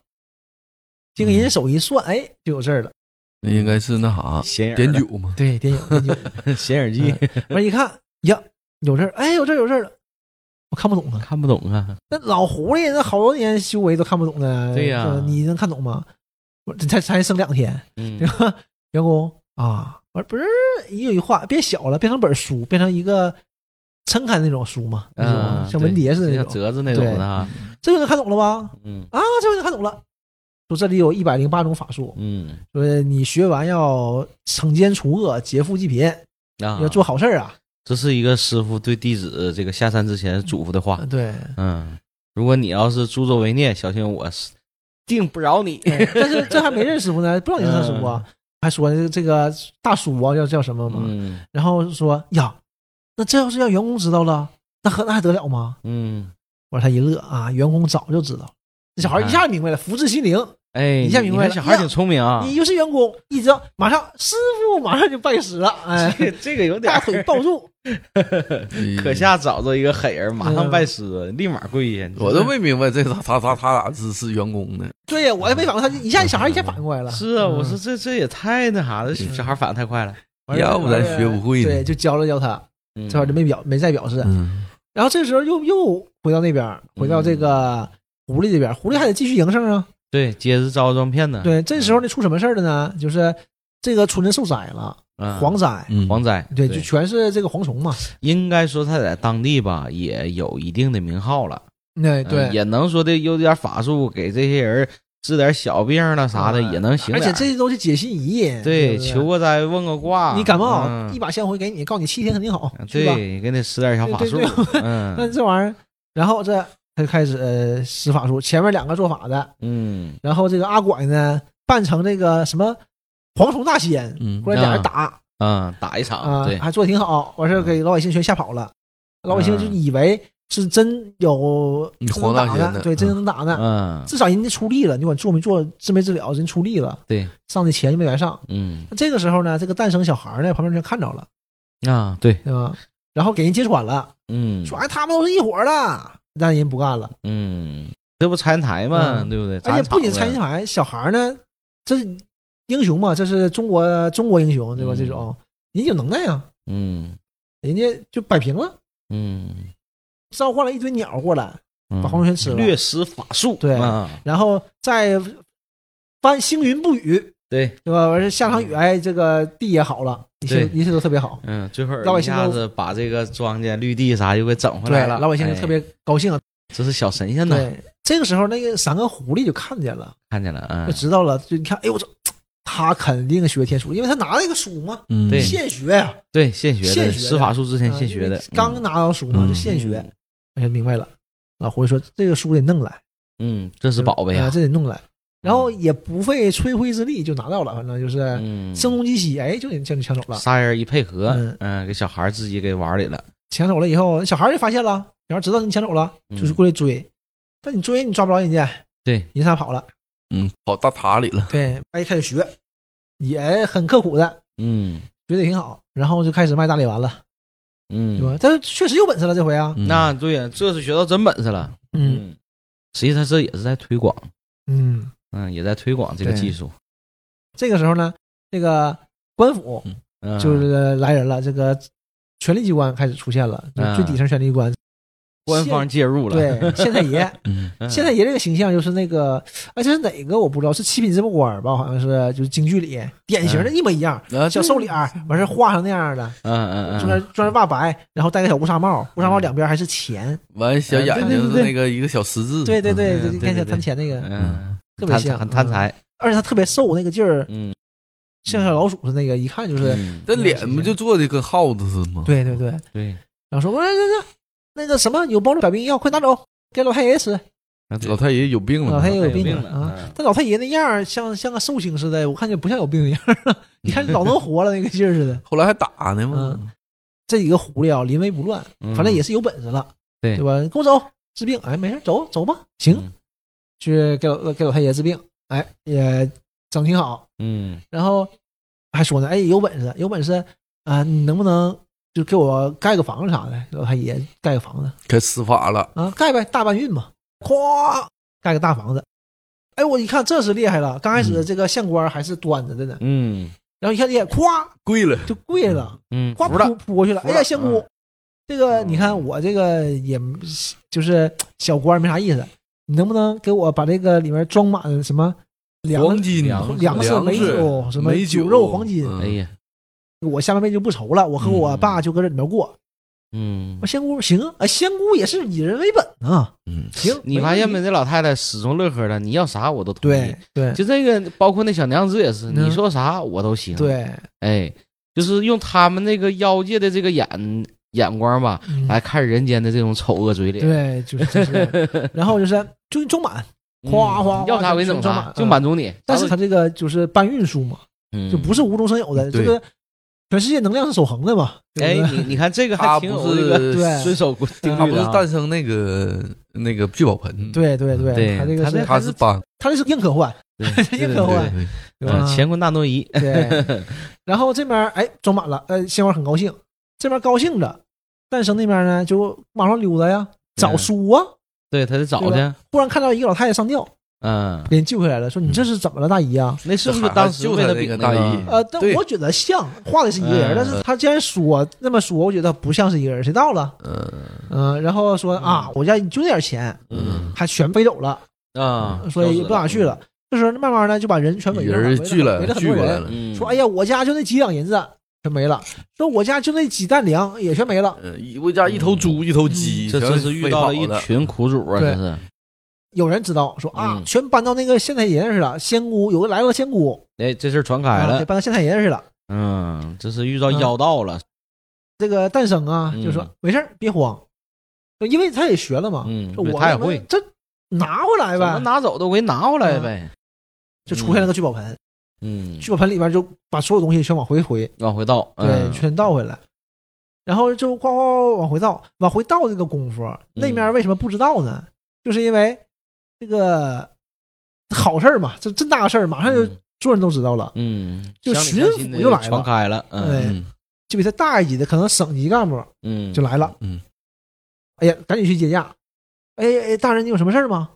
Speaker 3: 经人手一算，哎，就有字儿了。
Speaker 4: 那应该是那啥
Speaker 5: 显眼儿
Speaker 4: 点酒嘛”，
Speaker 3: 嗯对，点影点 影，
Speaker 5: 显眼剂
Speaker 3: 完一看呀，有字儿，哎，有字儿，有字儿了，我看不懂啊。
Speaker 5: 看不懂啊，
Speaker 3: 那老狐狸那好多年修为都看不懂呢，
Speaker 5: 对呀
Speaker 3: 是吧你能看懂吗？我这才才剩两天，
Speaker 5: 嗯
Speaker 3: 对吧？员工啊，完不是一有一画变小了，变成本书，变成一个撑开那种书嘛，那种
Speaker 5: 嗯，
Speaker 3: 像文牒似的那
Speaker 5: 像
Speaker 3: 种，啊
Speaker 5: 折子那种的哈，
Speaker 3: 这就能看懂了吧？
Speaker 5: 嗯
Speaker 3: 啊，这回你看懂了。说这里有一百零八种法术，
Speaker 5: 嗯
Speaker 3: 说你学完要惩奸除恶、劫富济贫，
Speaker 5: 啊，
Speaker 3: 要做好事儿啊。
Speaker 5: 这是一个师傅对弟子这个下山之前嘱咐的话。
Speaker 3: 对，
Speaker 5: 嗯，如果你要是助纣为虐，小心我 是定不饶你。
Speaker 3: 哎但是这还没认师傅呢，不知道你是他师 傅啊。还说这个这个大叔啊，要叫什么嘛？
Speaker 5: 嗯
Speaker 3: 然后说呀，那这要是让员工知道了，那和那还得了吗？
Speaker 5: 嗯，
Speaker 3: 我说他一乐啊，员工早就知道了。这小孩一下明白了，福至心灵。
Speaker 5: 哎，
Speaker 3: 一下明白了
Speaker 5: 你看小孩挺聪明啊
Speaker 3: 你，又是员工，一知道马上师傅马上就拜师了，哎，
Speaker 5: 这这个有点
Speaker 3: 大腿抱住，
Speaker 4: 哎
Speaker 5: 可下找着一个狠人，马
Speaker 3: 嗯
Speaker 5: 上拜师了，立马跪下。
Speaker 4: 我都没明白这他他他他咋支持员工呢？
Speaker 3: 对呀，我也没反应过来，他一下小孩一下反应过来了。
Speaker 5: 是啊，
Speaker 3: 嗯
Speaker 5: 我说这这也太那啥了，小孩反应太快了。
Speaker 3: 完了
Speaker 4: 要不咱学不会
Speaker 3: 嗯对，
Speaker 4: 呢。
Speaker 3: 就教了教他，
Speaker 5: 嗯
Speaker 3: 这会儿就没表没再表示。
Speaker 4: 嗯，
Speaker 3: 然后这时候又又回到那边儿，回到这个狐狸这边儿，狐狸还得继续营生啊。
Speaker 5: 对，接着招装骗呢。，
Speaker 3: 对，这时候呢出什么事儿了呢？就是这个村子受灾了，蝗灾，
Speaker 4: 嗯
Speaker 5: 蝗灾，
Speaker 3: 对，就全是这个蝗虫嘛。
Speaker 5: 应该说他在当地吧也有一定的名号了。
Speaker 3: 那
Speaker 5: 嗯
Speaker 3: 哎对，
Speaker 5: 也能说的有点法术，给这些人治点小病了啥的，
Speaker 3: 嗯
Speaker 5: 也能行
Speaker 3: 而
Speaker 5: 点儿。
Speaker 3: 且这些都是解心仪，
Speaker 5: 对
Speaker 3: 不
Speaker 5: 求个灾问个卦，
Speaker 3: 你感冒
Speaker 5: 嗯
Speaker 3: 一把香灰给你，告诉你七天肯定好，是吧？
Speaker 5: 对，给你使点小法术
Speaker 3: 对对， 那
Speaker 5: 嗯
Speaker 3: 这玩意儿，然后这他就开始呃施法术，前面两个做法的，
Speaker 5: 嗯，
Speaker 3: 然后这个阿拐呢扮成这个什么蝗虫大仙，
Speaker 4: 嗯
Speaker 3: 过来俩人打
Speaker 5: 嗯，打一
Speaker 3: 啊
Speaker 5: 场，对，，嗯
Speaker 3: 还做的挺好，完事儿给老百姓全吓跑了，老百姓就以为是真有
Speaker 4: 嗯
Speaker 3: 真能
Speaker 4: 黄大
Speaker 3: 打
Speaker 4: 仙呢
Speaker 3: 呢，对，
Speaker 4: 嗯
Speaker 3: 真能打呢，
Speaker 5: 嗯，
Speaker 3: 至少人家出力了，你管做没做治没治疗，人出力了，
Speaker 5: 对，
Speaker 3: 上的钱就没白上。
Speaker 5: 嗯
Speaker 3: 那这个时候呢，这个诞生小孩儿呢，旁边人看着了，
Speaker 5: 啊，对，
Speaker 3: 对吧？然后给人揭穿了，
Speaker 5: 嗯
Speaker 3: 说哎，他们都是一伙儿的，但人不干了。
Speaker 5: 嗯，这不拆台吗？
Speaker 3: 嗯
Speaker 5: 对不对？
Speaker 3: 而且不仅
Speaker 5: 拆
Speaker 3: 残疾孩，小孩呢，这是英雄嘛，这是中国中国英雄对吧？
Speaker 5: 嗯
Speaker 3: 这种人家有能耐啊，
Speaker 5: 嗯
Speaker 3: 人家就摆平了，
Speaker 5: 嗯，
Speaker 3: 召唤了一堆鸟过来，
Speaker 5: 把
Speaker 3: 把黄龙全吃了
Speaker 5: 略施法术，
Speaker 3: 对
Speaker 5: 啊
Speaker 3: 然后再翻星云布雨，
Speaker 5: 对，
Speaker 3: 对吧？完事下场雨，哎，这个地也好了，一切
Speaker 5: 嗯对
Speaker 3: 一切都特别好，
Speaker 5: 嗯，最后
Speaker 3: 老百
Speaker 5: 一
Speaker 3: 姓
Speaker 5: 下
Speaker 3: 都
Speaker 5: 子把这个庄稼绿地啥又给整回
Speaker 3: 对，
Speaker 5: 来了，
Speaker 3: 老百姓就
Speaker 5: 哎
Speaker 3: 特，别高兴啊。
Speaker 5: 这是小神仙呢，
Speaker 3: 对，这个时候那个三个狐狸就看见了，
Speaker 5: 看见了，嗯
Speaker 3: 就，知道了，就你看，哎呦我操，他肯定学天书，因为他拿了一个书嘛，啊
Speaker 4: 嗯
Speaker 5: 对
Speaker 3: 现学呀，
Speaker 5: 对，现学
Speaker 3: 现
Speaker 5: 的，
Speaker 3: 学的
Speaker 5: 施法术之前
Speaker 3: 啊
Speaker 5: 现学的，
Speaker 3: 刚
Speaker 5: 嗯
Speaker 3: 拿到书嘛，
Speaker 4: 嗯
Speaker 3: 就现学。哎，明白了。老胡说这个书得弄来，
Speaker 5: 嗯，这是宝贝
Speaker 3: 啊，
Speaker 5: 啊，
Speaker 3: 这得弄来。然后也不费吹灰之力就拿到了，反正就是
Speaker 5: 嗯，
Speaker 3: 声东击西，哎，就给你就给你抢走了。
Speaker 5: 仨人一配合
Speaker 3: 嗯，
Speaker 5: 嗯，给小孩自己给玩里了，
Speaker 3: 抢走了以后，小孩儿就发现了，小孩儿知道你抢走了，
Speaker 5: 嗯
Speaker 3: 就是过来追。但你追你抓不着人家，
Speaker 5: 对，
Speaker 3: 人家跑了。
Speaker 4: 嗯，跑大塔里了。
Speaker 3: 对，哎，开始学，也很刻苦的，
Speaker 5: 嗯
Speaker 3: 学的挺好。然后就开始卖大力丸了，对吧
Speaker 5: 嗯，？
Speaker 3: 但是确实有本事了这回啊。
Speaker 4: 嗯
Speaker 5: 那对呀，这是学到真本事了，
Speaker 3: 嗯，
Speaker 5: 实际上这也是在推广，
Speaker 3: 嗯，
Speaker 5: 嗯，也在推广这个
Speaker 3: 对
Speaker 5: 技术，
Speaker 3: 这个时候呢，这个官府
Speaker 5: 嗯，嗯
Speaker 3: 就是来人了，这个权力机关开始出现了，就最底层权力机关，
Speaker 5: 官方介入了，
Speaker 3: 对，县太爷，
Speaker 4: 嗯
Speaker 5: 嗯
Speaker 3: 县太爷这个形象就是那个，哎，这是哪个我不知道，是《七品芝麻官》吧？好像是，就是京剧里典型的一模一样，
Speaker 4: 啊，
Speaker 3: 小瘦脸儿，完事儿画成那样的，
Speaker 5: 嗯嗯
Speaker 3: 中间中间挂白，然后戴个小乌纱帽，乌纱帽两边还是钱，
Speaker 4: 完小眼睛
Speaker 3: 对对对
Speaker 4: 是那个一个小十字，
Speaker 3: 对对对，
Speaker 5: 嗯
Speaker 3: 就
Speaker 5: 对对
Speaker 3: 看小
Speaker 5: 对
Speaker 3: 贪钱那个，
Speaker 5: 嗯，
Speaker 3: 特别
Speaker 5: 贪
Speaker 3: 像
Speaker 5: 很贪，
Speaker 3: 嗯
Speaker 5: 财，
Speaker 3: 而且他特别瘦，那个劲儿
Speaker 5: 嗯，
Speaker 3: 像小老鼠似的，那个一看就是，
Speaker 5: 嗯
Speaker 4: 这脸不就做的跟耗子似的吗？
Speaker 3: 对对对，
Speaker 5: 对，
Speaker 3: 然后说，喂，这这那个什么有包的百病药，快拿走，给老太爷吃，
Speaker 4: 老太爷有病了
Speaker 3: 老
Speaker 4: 吗
Speaker 3: 太爷
Speaker 5: 有
Speaker 3: 病
Speaker 5: 病
Speaker 3: 了啊。
Speaker 5: 了，
Speaker 3: 但老太爷那样儿像像个寿星似的，我看见不像有病的样儿 了。你看老能活了那个劲儿似的。
Speaker 4: 后来还打呢
Speaker 3: 嗯
Speaker 4: 嘛，
Speaker 3: 这几个狐狸啊，临危不乱，
Speaker 5: 嗯
Speaker 3: 反正也是有本事了，
Speaker 5: 对
Speaker 3: 对吧？跟我走治病，哎，没事，走走吧，行，
Speaker 5: 嗯
Speaker 3: 去给老给老太爷治病，哎，也整挺好。
Speaker 5: 嗯
Speaker 3: 然后还说呢，哎，有本事，有本事啊、你能不能就给我盖个房子啥的？老太爷盖个房子
Speaker 4: 该施法了，
Speaker 3: 啊，盖呗，大搬运嘛，咵，盖个大房子。哎，我一看这是厉害了，刚开始这个县官还是端着的呢，
Speaker 5: 嗯
Speaker 3: 然后一看这咵
Speaker 4: 跪了，
Speaker 3: 就跪了。
Speaker 5: 嗯，
Speaker 3: 哗
Speaker 5: 服了
Speaker 3: 扑扑过去了。
Speaker 5: 服
Speaker 3: 哎呀，
Speaker 5: 了
Speaker 3: 仙姑
Speaker 5: 嗯，
Speaker 3: 这个你看我这个也就是小官没啥意思，你能不能给我把这个里面装满什么粮
Speaker 4: 黄金、
Speaker 5: 粮食
Speaker 3: 粮食、美酒、什么
Speaker 4: 美酒
Speaker 3: 酒肉、黄金？
Speaker 4: 嗯
Speaker 5: 哎呀，
Speaker 3: 我下半辈子就不愁了，我和我爸就搁这里面过。
Speaker 5: 嗯
Speaker 3: 我，仙姑行啊，哎仙姑也是以人为本啊，
Speaker 4: 嗯，
Speaker 3: 行，
Speaker 5: 你发现没？？这老太太始终乐呵的，你要啥我都同意
Speaker 3: 对。对
Speaker 5: 就这个，包括那小娘子也是，
Speaker 3: 嗯
Speaker 5: 你说啥我都行。，
Speaker 3: 对，
Speaker 5: 哎，就是用他们那个妖界的这个眼眼光吧，
Speaker 3: 嗯
Speaker 5: 来看人间的这种丑恶嘴脸。
Speaker 3: 对，就是就是，然后就是就装满，
Speaker 5: 嗯，
Speaker 3: 哗哗哗
Speaker 5: 要啥我给你整
Speaker 3: 全装
Speaker 5: 啥，
Speaker 3: 满
Speaker 5: 就满足你。
Speaker 3: 啊但是他这个就是搬运输嘛，
Speaker 5: 嗯
Speaker 3: 就不是无中生有的，这
Speaker 4: 对
Speaker 3: 个全世界能量是守恒的嘛，
Speaker 5: 哎
Speaker 3: 对不，对
Speaker 5: 你你看这个
Speaker 4: 他
Speaker 5: 还挺
Speaker 4: 不
Speaker 5: 有这 个
Speaker 4: 是
Speaker 3: 对嗯
Speaker 5: 遵 守定
Speaker 4: 他
Speaker 5: 律
Speaker 4: 不是
Speaker 5: 的啊。
Speaker 4: 诞生那个那个聚宝盆，，
Speaker 3: 对对对，
Speaker 5: 对
Speaker 3: 他这个
Speaker 5: 他
Speaker 3: 是
Speaker 5: 这
Speaker 4: 他是帮，
Speaker 3: 他这是硬科幻，
Speaker 5: 对对
Speaker 3: 硬
Speaker 5: 对
Speaker 3: 科
Speaker 5: 对
Speaker 3: 幻，
Speaker 4: 对，
Speaker 3: 对吧
Speaker 5: 嗯乾坤大挪移。
Speaker 3: 对。然后这边哎装满了，呃，鲜花很高兴，这边高兴着，诞生那边呢就马上溜达呀，找书啊，
Speaker 5: 对，他得找
Speaker 3: 对
Speaker 5: 去。
Speaker 3: 忽然看到一个老太太上吊，
Speaker 5: 嗯，
Speaker 3: 给人救回来了，说你这是怎么了，大姨啊？
Speaker 5: 那是不是
Speaker 4: 这孩
Speaker 5: 当
Speaker 4: 子
Speaker 5: 时
Speaker 4: 就
Speaker 5: 为
Speaker 4: 是
Speaker 5: 了
Speaker 4: 那
Speaker 5: 比
Speaker 4: 个
Speaker 5: 那
Speaker 4: 大
Speaker 5: 个
Speaker 4: 衣
Speaker 3: 呃，但
Speaker 4: 对
Speaker 3: 我觉得像画的是一个人，
Speaker 5: 嗯
Speaker 3: 但是他既然说那么说，我觉得不像是一个人，谁到了？
Speaker 4: 嗯
Speaker 3: 嗯、然后说啊，我家就那点钱，
Speaker 4: 嗯，
Speaker 3: 还全飞走了，
Speaker 5: 啊，
Speaker 3: 所以不想去嗯了。这时候慢慢呢就把人全围上了，
Speaker 4: 人
Speaker 3: 围
Speaker 4: 聚
Speaker 3: 围
Speaker 4: 了
Speaker 3: 了，很
Speaker 4: 聚
Speaker 3: 多
Speaker 4: 过
Speaker 3: 人
Speaker 4: 来。了，
Speaker 5: 嗯，
Speaker 3: 说：“哎呀，我家就那几两银子全没了，说我家就那几担粮也全没了。
Speaker 4: 嗯，一我家一头
Speaker 3: 嗯
Speaker 4: 猪一头鸡，
Speaker 5: 这
Speaker 4: 全
Speaker 5: 真是遇
Speaker 4: 喂
Speaker 5: 到了
Speaker 4: 饱
Speaker 5: 一群苦主啊，
Speaker 3: 对
Speaker 5: 这是。”
Speaker 3: 有人知道说啊，
Speaker 5: 嗯
Speaker 3: 全搬到那个县太爷那儿去了。仙姑有个来了个仙姑，
Speaker 5: 哎，这事儿传开
Speaker 3: 啊，
Speaker 5: 了
Speaker 3: 得，搬到县太爷那儿去了。
Speaker 5: 嗯，这是遇到妖道了，
Speaker 3: 这个诞生啊，就说
Speaker 5: 嗯
Speaker 3: 没事儿，别慌，因为他也学了嘛。
Speaker 5: 嗯，
Speaker 3: 说
Speaker 5: 对
Speaker 3: 我
Speaker 5: 他也
Speaker 3: 他妈
Speaker 5: 会，
Speaker 3: 这拿回来
Speaker 5: 怎么
Speaker 3: 呗，
Speaker 5: 拿走都给拿回来呗，
Speaker 3: 就出现了个聚宝盆，
Speaker 5: 嗯，
Speaker 3: 聚宝盆里边嗯就把所有东西全往回回，
Speaker 5: 往回倒，
Speaker 3: 对，
Speaker 5: 嗯
Speaker 3: 全倒回来。然后就呱呱呱往回倒，往回倒这个功夫，那
Speaker 5: 嗯
Speaker 3: 面为什么不知道呢？就是因为这个好事儿嘛，这真大事儿，马上就所有人都知道了。
Speaker 5: 嗯，
Speaker 3: 就
Speaker 5: 乡里
Speaker 3: 巡
Speaker 5: 乡
Speaker 3: 抚
Speaker 5: 亲的
Speaker 3: 就来了
Speaker 5: 传开了，嗯
Speaker 3: 对
Speaker 4: 嗯
Speaker 3: 就比他大一级的，可能省级干部
Speaker 5: 嗯，
Speaker 3: 就来了。
Speaker 4: 嗯，
Speaker 3: 哎呀，赶紧去接驾。哎哎，大人，你有什么事儿吗？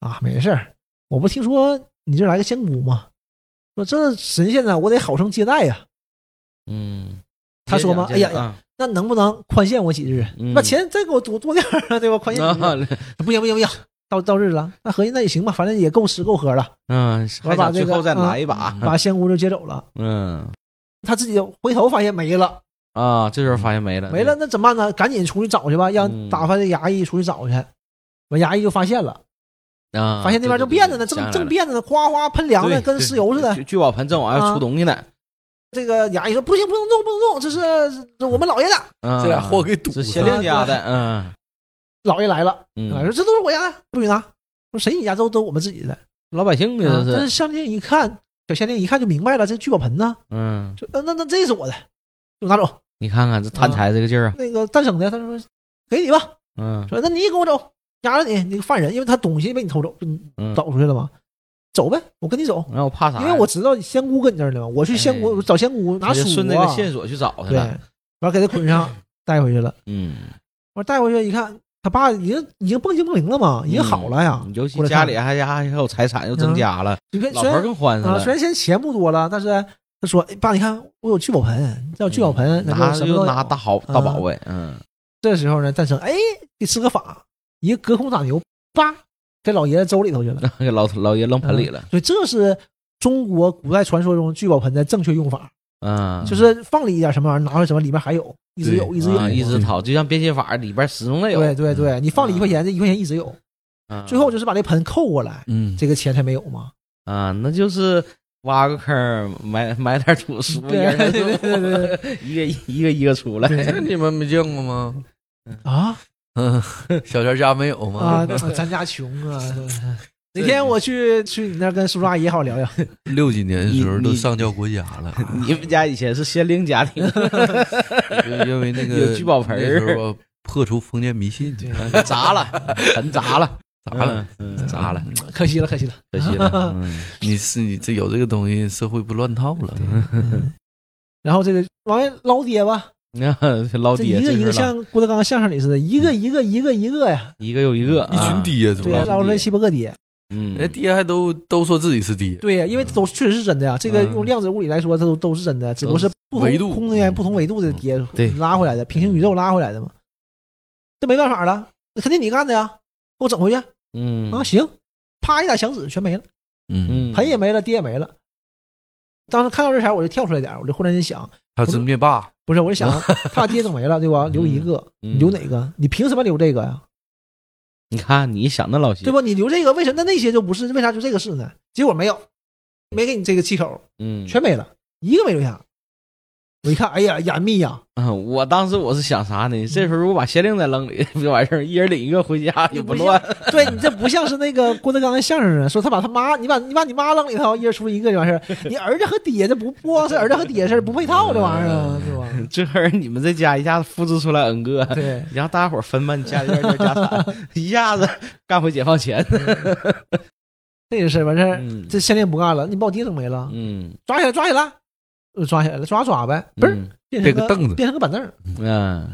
Speaker 3: 啊，没事儿，我不听说你这来个仙姑吗？说这神仙呢，我得好生接待呀、
Speaker 5: 嗯，
Speaker 3: 他说吗
Speaker 5: 接着
Speaker 3: 哎呀
Speaker 5: 讲
Speaker 3: 那能不能宽限我几日？
Speaker 5: 嗯
Speaker 3: 那钱再给我多多点儿啊，对吧？宽限
Speaker 5: 接
Speaker 3: 几日？
Speaker 5: 着讲
Speaker 3: 不行不 行不行，到到日子了，那合计那也行吧，反正也够吃够喝了，
Speaker 5: 嗯，
Speaker 3: 我
Speaker 5: 还
Speaker 3: 把
Speaker 5: 想
Speaker 3: 这
Speaker 5: 最
Speaker 3: 个
Speaker 5: 后再来一把，
Speaker 3: 把仙姑就接走了。
Speaker 5: 嗯
Speaker 3: 他自己回头发现没了，
Speaker 5: 啊，这时候发现没了，
Speaker 3: 没了，那怎么办呢？赶紧出去找去吧，让
Speaker 5: 嗯
Speaker 3: 打发这衙役出去找去。完衙役就发现了，
Speaker 5: 啊，
Speaker 3: 发现那边就
Speaker 5: 对对对
Speaker 3: 变着呢，
Speaker 5: 想起
Speaker 3: 正
Speaker 5: 来
Speaker 3: 正
Speaker 5: 了
Speaker 3: 变着呢，哗哗喷凉呢，
Speaker 5: 对
Speaker 3: 跟
Speaker 5: 对
Speaker 3: 石油似的
Speaker 5: 聚。聚宝盆正往外
Speaker 3: 啊
Speaker 5: 出东西呢，
Speaker 3: 这个衙役说不行，不能动，不能动，这是这我们老爷的。
Speaker 5: 嗯
Speaker 4: 这俩啊货给堵
Speaker 5: 是
Speaker 4: 上
Speaker 5: 县
Speaker 4: 了，
Speaker 5: 令家的，嗯
Speaker 3: 老爷来了，啊
Speaker 5: 嗯
Speaker 3: 说，这都是我家的，不许拿。说谁你家都都我们自己的。
Speaker 5: 老百姓
Speaker 3: 啊
Speaker 5: 的这
Speaker 3: 但
Speaker 5: 是
Speaker 3: 是，县令一看，小县令一看就明白了，这聚宝盆呢，
Speaker 5: 嗯，
Speaker 3: 就呃那那这是我的，就拿走。
Speaker 5: 你看看这贪财这个劲儿啊，
Speaker 3: 那个诞生的，他说给你吧，
Speaker 5: 嗯
Speaker 3: 说那你也跟我走，压着你，你个犯人，因为他东西被你偷走，嗯
Speaker 5: 嗯，哎
Speaker 3: 找出去了嘛，走呗，我跟你走，
Speaker 5: 然后怕啥呀？
Speaker 3: 因为我知道仙姑跟你这儿呢嘛，我去仙姑、
Speaker 5: 哎
Speaker 3: 我找仙姑拿
Speaker 5: 他就
Speaker 3: 书啊，
Speaker 5: 顺这个线索去找他
Speaker 3: 对，
Speaker 5: 了，
Speaker 3: 完了给他 捆上，带回去了，
Speaker 5: 嗯，
Speaker 3: 我带回去一看，他爸已经已经蹦精蹦灵了
Speaker 5: 嗯
Speaker 3: 嘛，已经好了呀，
Speaker 5: 尤其
Speaker 3: 过来
Speaker 5: 家
Speaker 3: 看
Speaker 5: 里还还还有财产又增加了，
Speaker 3: 你看
Speaker 5: 老
Speaker 3: 虽
Speaker 5: 头儿
Speaker 3: 然
Speaker 5: 更欢实
Speaker 3: 啊虽
Speaker 5: 了，
Speaker 3: 然现在钱不多了，但是他说、哎爸，你看我有聚宝盆，这有聚宝盆，那
Speaker 5: 拿
Speaker 3: 就什么都
Speaker 5: 嗯又
Speaker 3: 有
Speaker 5: 拿大好大宝贝，嗯
Speaker 3: 这时候呢，诞生哎，给施个法，一个隔空打牛，叭，给老爷子粥里头去了。
Speaker 5: 给老老爷扔盆里了。
Speaker 3: 所以这是中国古代传说中聚宝盆的正确用法，
Speaker 5: 嗯，
Speaker 3: 就是放里一点什么玩意儿，拿出什么，里面还有，一直有，
Speaker 4: 对
Speaker 3: 一直有，
Speaker 5: 啊一直
Speaker 4: 嗯
Speaker 5: 掏，就像变戏法里边始终得有。
Speaker 3: 对对对，你放里一块钱，这一块钱一直有，
Speaker 5: 嗯
Speaker 3: 最后就是把这盆扣过来，
Speaker 4: 嗯，
Speaker 3: 这个钱才没有嘛。
Speaker 5: 啊，那就是挖个坑，埋埋点 土，数一
Speaker 3: 对对对对对
Speaker 5: 对， 一个一个一个出来。
Speaker 4: 这你们没见过吗？
Speaker 3: 啊
Speaker 4: 嗯， 小娟家没有
Speaker 3: 啊，
Speaker 4: 吗？
Speaker 3: 咱家穷 啊！哪天我去去你那儿跟叔叔阿姨好好 聊聊。
Speaker 4: 六几年的时候
Speaker 5: 你
Speaker 4: 都
Speaker 5: 你
Speaker 4: 上交国家 了，
Speaker 5: 你们家以前是仙灵家 庭，
Speaker 4: 就因为那个
Speaker 5: 有聚宝盆儿嗯
Speaker 4: 那时候破除封建迷信，
Speaker 3: 对
Speaker 5: 砸了，很砸了，
Speaker 4: 砸了，
Speaker 5: 嗯，砸了，
Speaker 3: 可惜了，可惜了。
Speaker 5: 可惜 了。嗯
Speaker 4: 你是你这有这个东西，社会不乱套了。
Speaker 3: 然后这个往外捞爹吧，
Speaker 5: 那老
Speaker 3: 这
Speaker 5: 爹
Speaker 3: 一个
Speaker 5: 真
Speaker 3: 一
Speaker 5: 是老
Speaker 3: 个像郭德纲相声里似的，一
Speaker 5: 嗯
Speaker 3: 个一个一个一个呀，
Speaker 5: 一个又一个，
Speaker 4: 一群
Speaker 5: 啊，
Speaker 4: 爹是
Speaker 3: 对呀，
Speaker 4: 吧？
Speaker 3: 捞了七八个爹。
Speaker 5: 嗯
Speaker 4: 人家，爹还都都说自己是爹，
Speaker 3: 对呀，因为都确实是真的呀。这个
Speaker 5: 嗯
Speaker 3: 用量子物理来说，它都都是真的，只不过是不
Speaker 4: 维
Speaker 3: 同
Speaker 4: 度
Speaker 3: 空间、不同维度的爹
Speaker 5: 嗯对
Speaker 3: 拉回来的，平行宇宙拉回来的嘛。这没办法了，那肯定你干的呀，给我整回去啊！
Speaker 5: 嗯
Speaker 3: 行，啪一打响指全没了。
Speaker 4: 嗯，
Speaker 5: 嗯，
Speaker 3: 盆也没了，爹也没了。当时看到这前儿我就跳出来点儿，我就忽然间想，
Speaker 4: 他是灭霸，
Speaker 3: 不是，我就 想他爹整没了，对吧？留一个，
Speaker 5: 嗯
Speaker 3: 你留哪个？你凭什么留这个呀？
Speaker 5: 你看你想的老些
Speaker 3: 对，吧？你留这个，为什么那那些就不是？为啥就这个是呢？结果没有，没给你这个气口，
Speaker 5: 嗯，
Speaker 3: 全没了，一个没留下。我一看，哎呀，严密呀！
Speaker 5: 啊我当时我是想啥呢？这时候我把仙令再扔里， 不就完事儿？一人领一个回家也不乱。
Speaker 3: 对你这不像是那个郭德纲的相声啊，说他把他妈，你把你把你妈扔里头，一人出一个就完事儿。 你儿子和爹，这不不光是儿子和爹事儿，不配套这玩意儿啊，对吧？
Speaker 5: 这会儿你们这家一下子复制出来 N 个，
Speaker 3: 对。
Speaker 5: 你让大家伙儿分吧，你家里边儿家产，一下子干回解放前。
Speaker 3: 这个事儿完事儿，
Speaker 5: 嗯
Speaker 3: 这县令不干了，你把我爹整没了，
Speaker 5: 嗯，
Speaker 3: 抓起来，抓起来，呃抓起来了，抓抓呗，不是
Speaker 5: 嗯
Speaker 3: 变成
Speaker 4: 变个凳子
Speaker 3: 变成个板凳儿，
Speaker 5: 嗯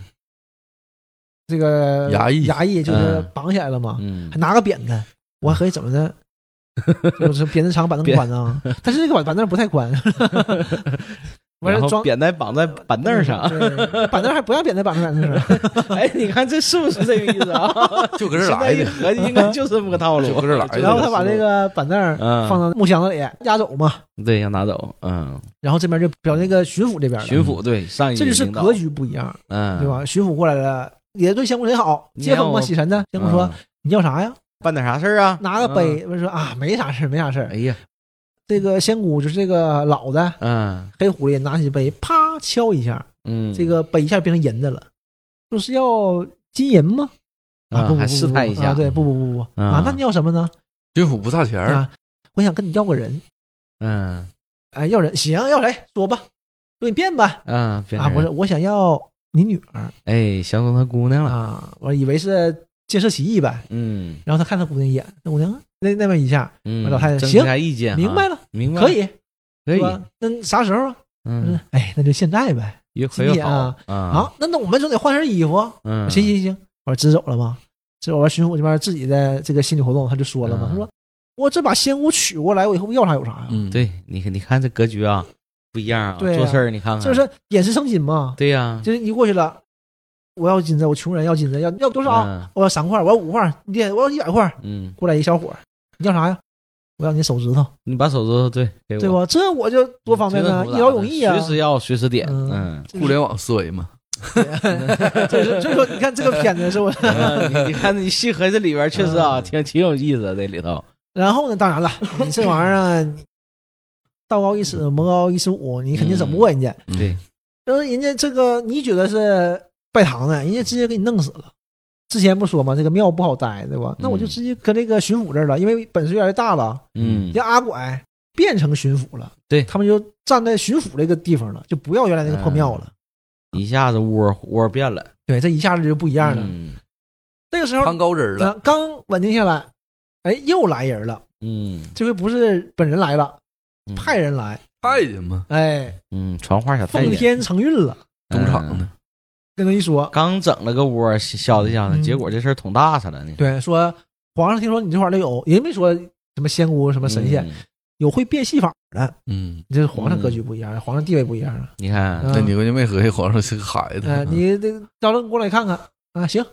Speaker 3: 这个
Speaker 4: 衙役
Speaker 3: 衙役就是
Speaker 5: 嗯
Speaker 3: 绑起来了嘛，
Speaker 5: 嗯
Speaker 3: 还拿个扁担，我还合计怎 么的。就是扁担长，板凳宽呢，但是这个板板凳不太 宽。完
Speaker 5: 然
Speaker 3: 事
Speaker 5: 后
Speaker 3: 装嗯
Speaker 5: 扁担绑在板凳上，
Speaker 3: 对板凳还不让扁担绑在板凳上。
Speaker 5: 哎，你看这是不是这个意思啊？
Speaker 4: 就搁这
Speaker 5: 现在
Speaker 4: 来
Speaker 5: 一
Speaker 4: 的，
Speaker 5: 合计，应该就是这么个套路，
Speaker 4: 就搁这来的
Speaker 5: 就
Speaker 3: 然后
Speaker 5: 这
Speaker 3: 他把
Speaker 5: 思
Speaker 3: 这
Speaker 5: 路
Speaker 3: 个板凳
Speaker 5: 嗯
Speaker 3: 放到木箱子里压走嘛，
Speaker 5: 对要拿走，嗯，
Speaker 3: 然后这边就表那个巡抚这边了。
Speaker 5: 巡抚对上一
Speaker 3: 这就是
Speaker 5: 领导
Speaker 3: 格，局不一样。
Speaker 5: 嗯，
Speaker 3: 对？吧？巡抚过来了，也对相公人好，
Speaker 5: 你
Speaker 3: 接
Speaker 5: 让
Speaker 3: 风嘛，
Speaker 5: 我嗯
Speaker 3: 洗尘呢。相公说：“你要啥呀
Speaker 5: 办点啥事儿啊？”？
Speaker 3: 拿个杯，问说：“啊，没啥事儿没啥事儿
Speaker 5: 哎呀，
Speaker 3: 这个仙姑就是这个老的
Speaker 5: 嗯
Speaker 3: 黑狐狸，拿起杯，啪敲一下，
Speaker 5: 嗯，
Speaker 3: 这个杯一下变成银的了，说是要金银吗？啊，
Speaker 5: 啊
Speaker 3: 不不不
Speaker 5: 还试探一
Speaker 3: 不不啊
Speaker 5: 下，
Speaker 3: 对，不不不不不
Speaker 5: 嗯
Speaker 3: 啊，那你要什么呢？
Speaker 4: 军府不差钱儿，
Speaker 3: 啊，我想跟你要个人，
Speaker 5: 嗯
Speaker 3: 哎，要人行，要谁说吧，说你变吧。
Speaker 5: 嗯，别
Speaker 3: 啊，
Speaker 5: 人
Speaker 3: 不是，，我想要你女儿
Speaker 5: 哎，相中他姑娘了，
Speaker 3: 啊，我以为是建设起义呗。
Speaker 5: 嗯
Speaker 3: 然后他看他姑娘一眼，那姑娘那那边一下
Speaker 5: 嗯，
Speaker 3: 我老太太
Speaker 5: 征
Speaker 3: 行
Speaker 5: 下意见啊，
Speaker 3: 明白了，
Speaker 5: 明白，
Speaker 3: 可以，
Speaker 5: 可
Speaker 3: 是
Speaker 5: 以，
Speaker 3: 吧？那啥时候啊？
Speaker 5: 嗯，
Speaker 3: 哎，那就现在呗。
Speaker 5: 越
Speaker 3: 今
Speaker 5: 快越
Speaker 3: 天
Speaker 5: 好
Speaker 3: 啊
Speaker 5: 啊
Speaker 3: 好，那那我们总得换身衣服啊。
Speaker 5: 嗯，
Speaker 3: 行行行，我说支走了吗？支走完巡抚这边自己的这个心理活动，他就说了嘛，
Speaker 5: 嗯
Speaker 3: 他说我这把仙姑娶过来，我以后要啥有啥呀，
Speaker 4: 嗯，，
Speaker 5: 对你看，你看这格局啊，不一样啊，
Speaker 3: 对啊
Speaker 5: 做事儿你看看，
Speaker 3: 这是点石成金嘛。
Speaker 5: 对呀，
Speaker 3: 就是你过去了，我要金子，我穷人要金子，要要多少？
Speaker 5: 嗯
Speaker 3: 我要三块，我要五块，你得我要一百块。
Speaker 5: 嗯，
Speaker 3: 过来一小伙儿，你要啥呀？我要你手指头，
Speaker 5: 你把手指头对给我，
Speaker 3: 对吧？这我就多方便
Speaker 5: 哎这
Speaker 3: 呢，
Speaker 5: 个
Speaker 3: 一
Speaker 5: 头
Speaker 3: 劳
Speaker 5: 打
Speaker 3: 永
Speaker 5: 的
Speaker 3: 逸啊。
Speaker 5: 随时要随时点，
Speaker 3: 嗯
Speaker 5: 嗯，
Speaker 4: 互联网思维嘛，
Speaker 3: 所以说，所以说你看这个片子是不是？
Speaker 5: 你你看你细合这里边确实啊，
Speaker 3: 嗯
Speaker 5: 挺挺有意思的这里头，
Speaker 3: 然后呢，当然了，你这玩意儿啊你道高一尺，魔高一尺五，你肯定整不过人家。
Speaker 4: 嗯
Speaker 5: 对，
Speaker 3: 然后人家这个你觉得是拜堂的，人家直接给你弄死了。之前不说嘛，这个庙不好待，对吧？那
Speaker 4: 嗯
Speaker 3: 我就直接跟这个巡抚这儿了，因为本事越来越大了，
Speaker 5: 嗯
Speaker 3: 这阿拐变成巡抚了，
Speaker 5: 对
Speaker 3: 他们就站在巡抚这个地方了，就不要原来那个破庙
Speaker 4: 嗯
Speaker 3: 了。
Speaker 5: 一下子窝窝变了，
Speaker 3: 对，这一下子就不一样了。
Speaker 5: 嗯
Speaker 3: 那个时候
Speaker 4: 攀高枝儿了，
Speaker 3: 咱刚稳定下来，哎，又来人了。
Speaker 5: 嗯，
Speaker 3: 这回不是本人来了，
Speaker 5: 嗯
Speaker 3: 派人来，
Speaker 4: 太监嘛，
Speaker 3: 哎，
Speaker 5: 嗯传话小太
Speaker 3: 奉
Speaker 5: 监
Speaker 3: 天承运了。
Speaker 4: 中场
Speaker 5: 嗯
Speaker 4: 的，
Speaker 3: 跟他一说，
Speaker 5: 刚整了个窝，消的消的，
Speaker 3: 嗯
Speaker 5: 结果这事儿捅大发了呢，
Speaker 3: 对，说皇上听说你这块儿都有，人没说什么仙姑什么神仙，
Speaker 5: 嗯，
Speaker 3: 有会变戏法的。
Speaker 4: 嗯，
Speaker 3: 你这皇上格局不一样，皇上地位不一样啊。
Speaker 5: 你看
Speaker 3: 嗯呃
Speaker 4: 那你关键没合计皇上是个孩子，
Speaker 5: 嗯
Speaker 3: 哎，你这到时候过来看看，啊行，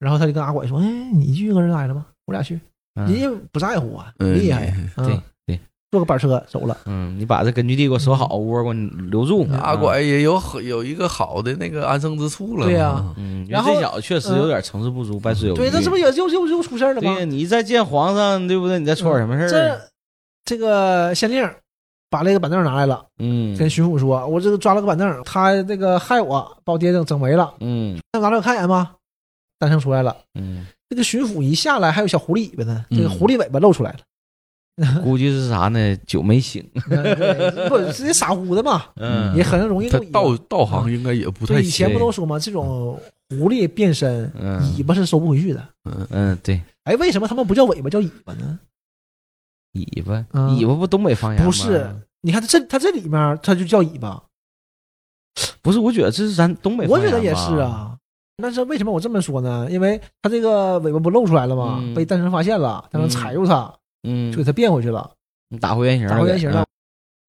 Speaker 3: 然后他就跟阿拐说，哎，你去跟人来了吗？我俩去，人
Speaker 5: 嗯
Speaker 3: 家不在乎啊，
Speaker 4: 嗯
Speaker 3: 厉害呀，嗯
Speaker 5: 对对，
Speaker 3: 坐个板车走了，
Speaker 5: 嗯，你把这根据地给我守好，窝给我留住。
Speaker 3: 啊
Speaker 4: 阿
Speaker 3: 哎
Speaker 4: 拐也有好有一个好的那个安生之处了嘛。
Speaker 3: 对呀
Speaker 5: 嗯，
Speaker 3: 然后
Speaker 5: 这小子确实有点成事不足，败事有余。
Speaker 3: 对，那这不也就又又出事儿了吗
Speaker 5: 对？呀？你再见皇上，对不对？你再出点什么事儿？啊
Speaker 3: 这这个县令把这个板凳拿来了，
Speaker 5: 嗯
Speaker 3: 跟巡抚说：“我这个抓了个板凳，他这个害我，把我爹整整没了。
Speaker 5: 嗯
Speaker 3: 那完了，我看一眼吧。”单声出来了，
Speaker 5: 嗯，
Speaker 3: 这个巡抚一下来，还有小狐狸尾巴呢，
Speaker 4: 嗯
Speaker 3: 这个狐狸尾巴露出来了，
Speaker 5: 嗯估计是啥呢？酒没醒，
Speaker 3: 对不直接傻乎的嘛，
Speaker 5: 嗯
Speaker 3: 也很容易
Speaker 4: 他
Speaker 3: 露尾巴。
Speaker 4: 道道行应该也不太
Speaker 3: 对，以
Speaker 4: 行。
Speaker 3: 前不都说吗？这种狐狸变身，
Speaker 5: 嗯
Speaker 3: 尾巴是收不回去的。
Speaker 5: 嗯，对，
Speaker 3: 哎，为什么他们不叫尾巴，叫尾巴呢？
Speaker 5: 尾巴
Speaker 3: 嗯
Speaker 5: 尾巴不东北方言吗
Speaker 3: 不是，你看它这它这里面它就叫尾巴，
Speaker 5: 不是，我觉得这是咱东北，
Speaker 3: 我觉得也是。啊。但是为什么我这么说呢？因为它这个尾巴不露出来了吗？
Speaker 5: 嗯
Speaker 3: 被诞生发现了，诞生踩住它，
Speaker 5: 嗯
Speaker 3: 就，给它变回去了，
Speaker 5: 你打回原形，
Speaker 3: 打回原形
Speaker 5: 哎
Speaker 3: 了。。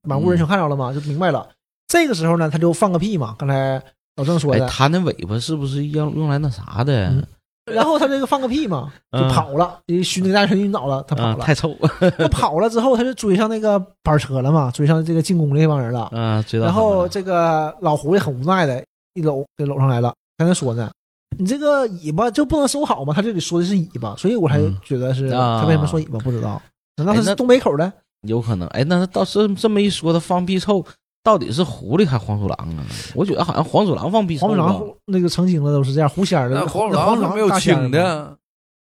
Speaker 3: 满
Speaker 5: 嗯
Speaker 3: 屋人全看着了嘛，就明白了。这个时候呢，他就放个屁嘛，刚才老郑说
Speaker 5: 哎，
Speaker 3: 的。
Speaker 5: 他那尾巴是不是要用来那啥的？
Speaker 3: 嗯然后他这个放个屁嘛，就
Speaker 5: 嗯
Speaker 3: 跑了，因为熏那大神晕倒了，他跑
Speaker 5: 啊，
Speaker 3: 了。
Speaker 5: 太 臭了。
Speaker 3: 他跑了之后，他就追上那个板车了嘛，追上这个进宫的那帮人了。
Speaker 5: 啊，追到
Speaker 3: 然
Speaker 5: 他们
Speaker 3: 后
Speaker 5: 了
Speaker 3: 这个老狐狸很无奈的一搂给搂上来了，跟他说呢：“你这个尾巴就不能收好吗？”他这里说的是尾巴，所以我才
Speaker 5: 嗯
Speaker 3: 觉得是
Speaker 5: 啊
Speaker 3: 他为什么说尾巴不知道？难道他
Speaker 5: 哎那
Speaker 3: 是东北口的？
Speaker 5: 有可能。哎，那他到这这么一说，他放屁臭到底是狐狸还是黄鼠狼啊？我觉得好像黄鼠狼放屁臭
Speaker 3: 黄
Speaker 5: 吧。
Speaker 3: 鼠狼那个成精了都是这样，狐仙儿的
Speaker 4: 那黄鼠
Speaker 3: 黄
Speaker 4: 狼
Speaker 3: 鼠
Speaker 4: 它
Speaker 3: 狼
Speaker 4: 没有
Speaker 3: 大仙儿
Speaker 4: 青
Speaker 3: 嘛。
Speaker 4: 的，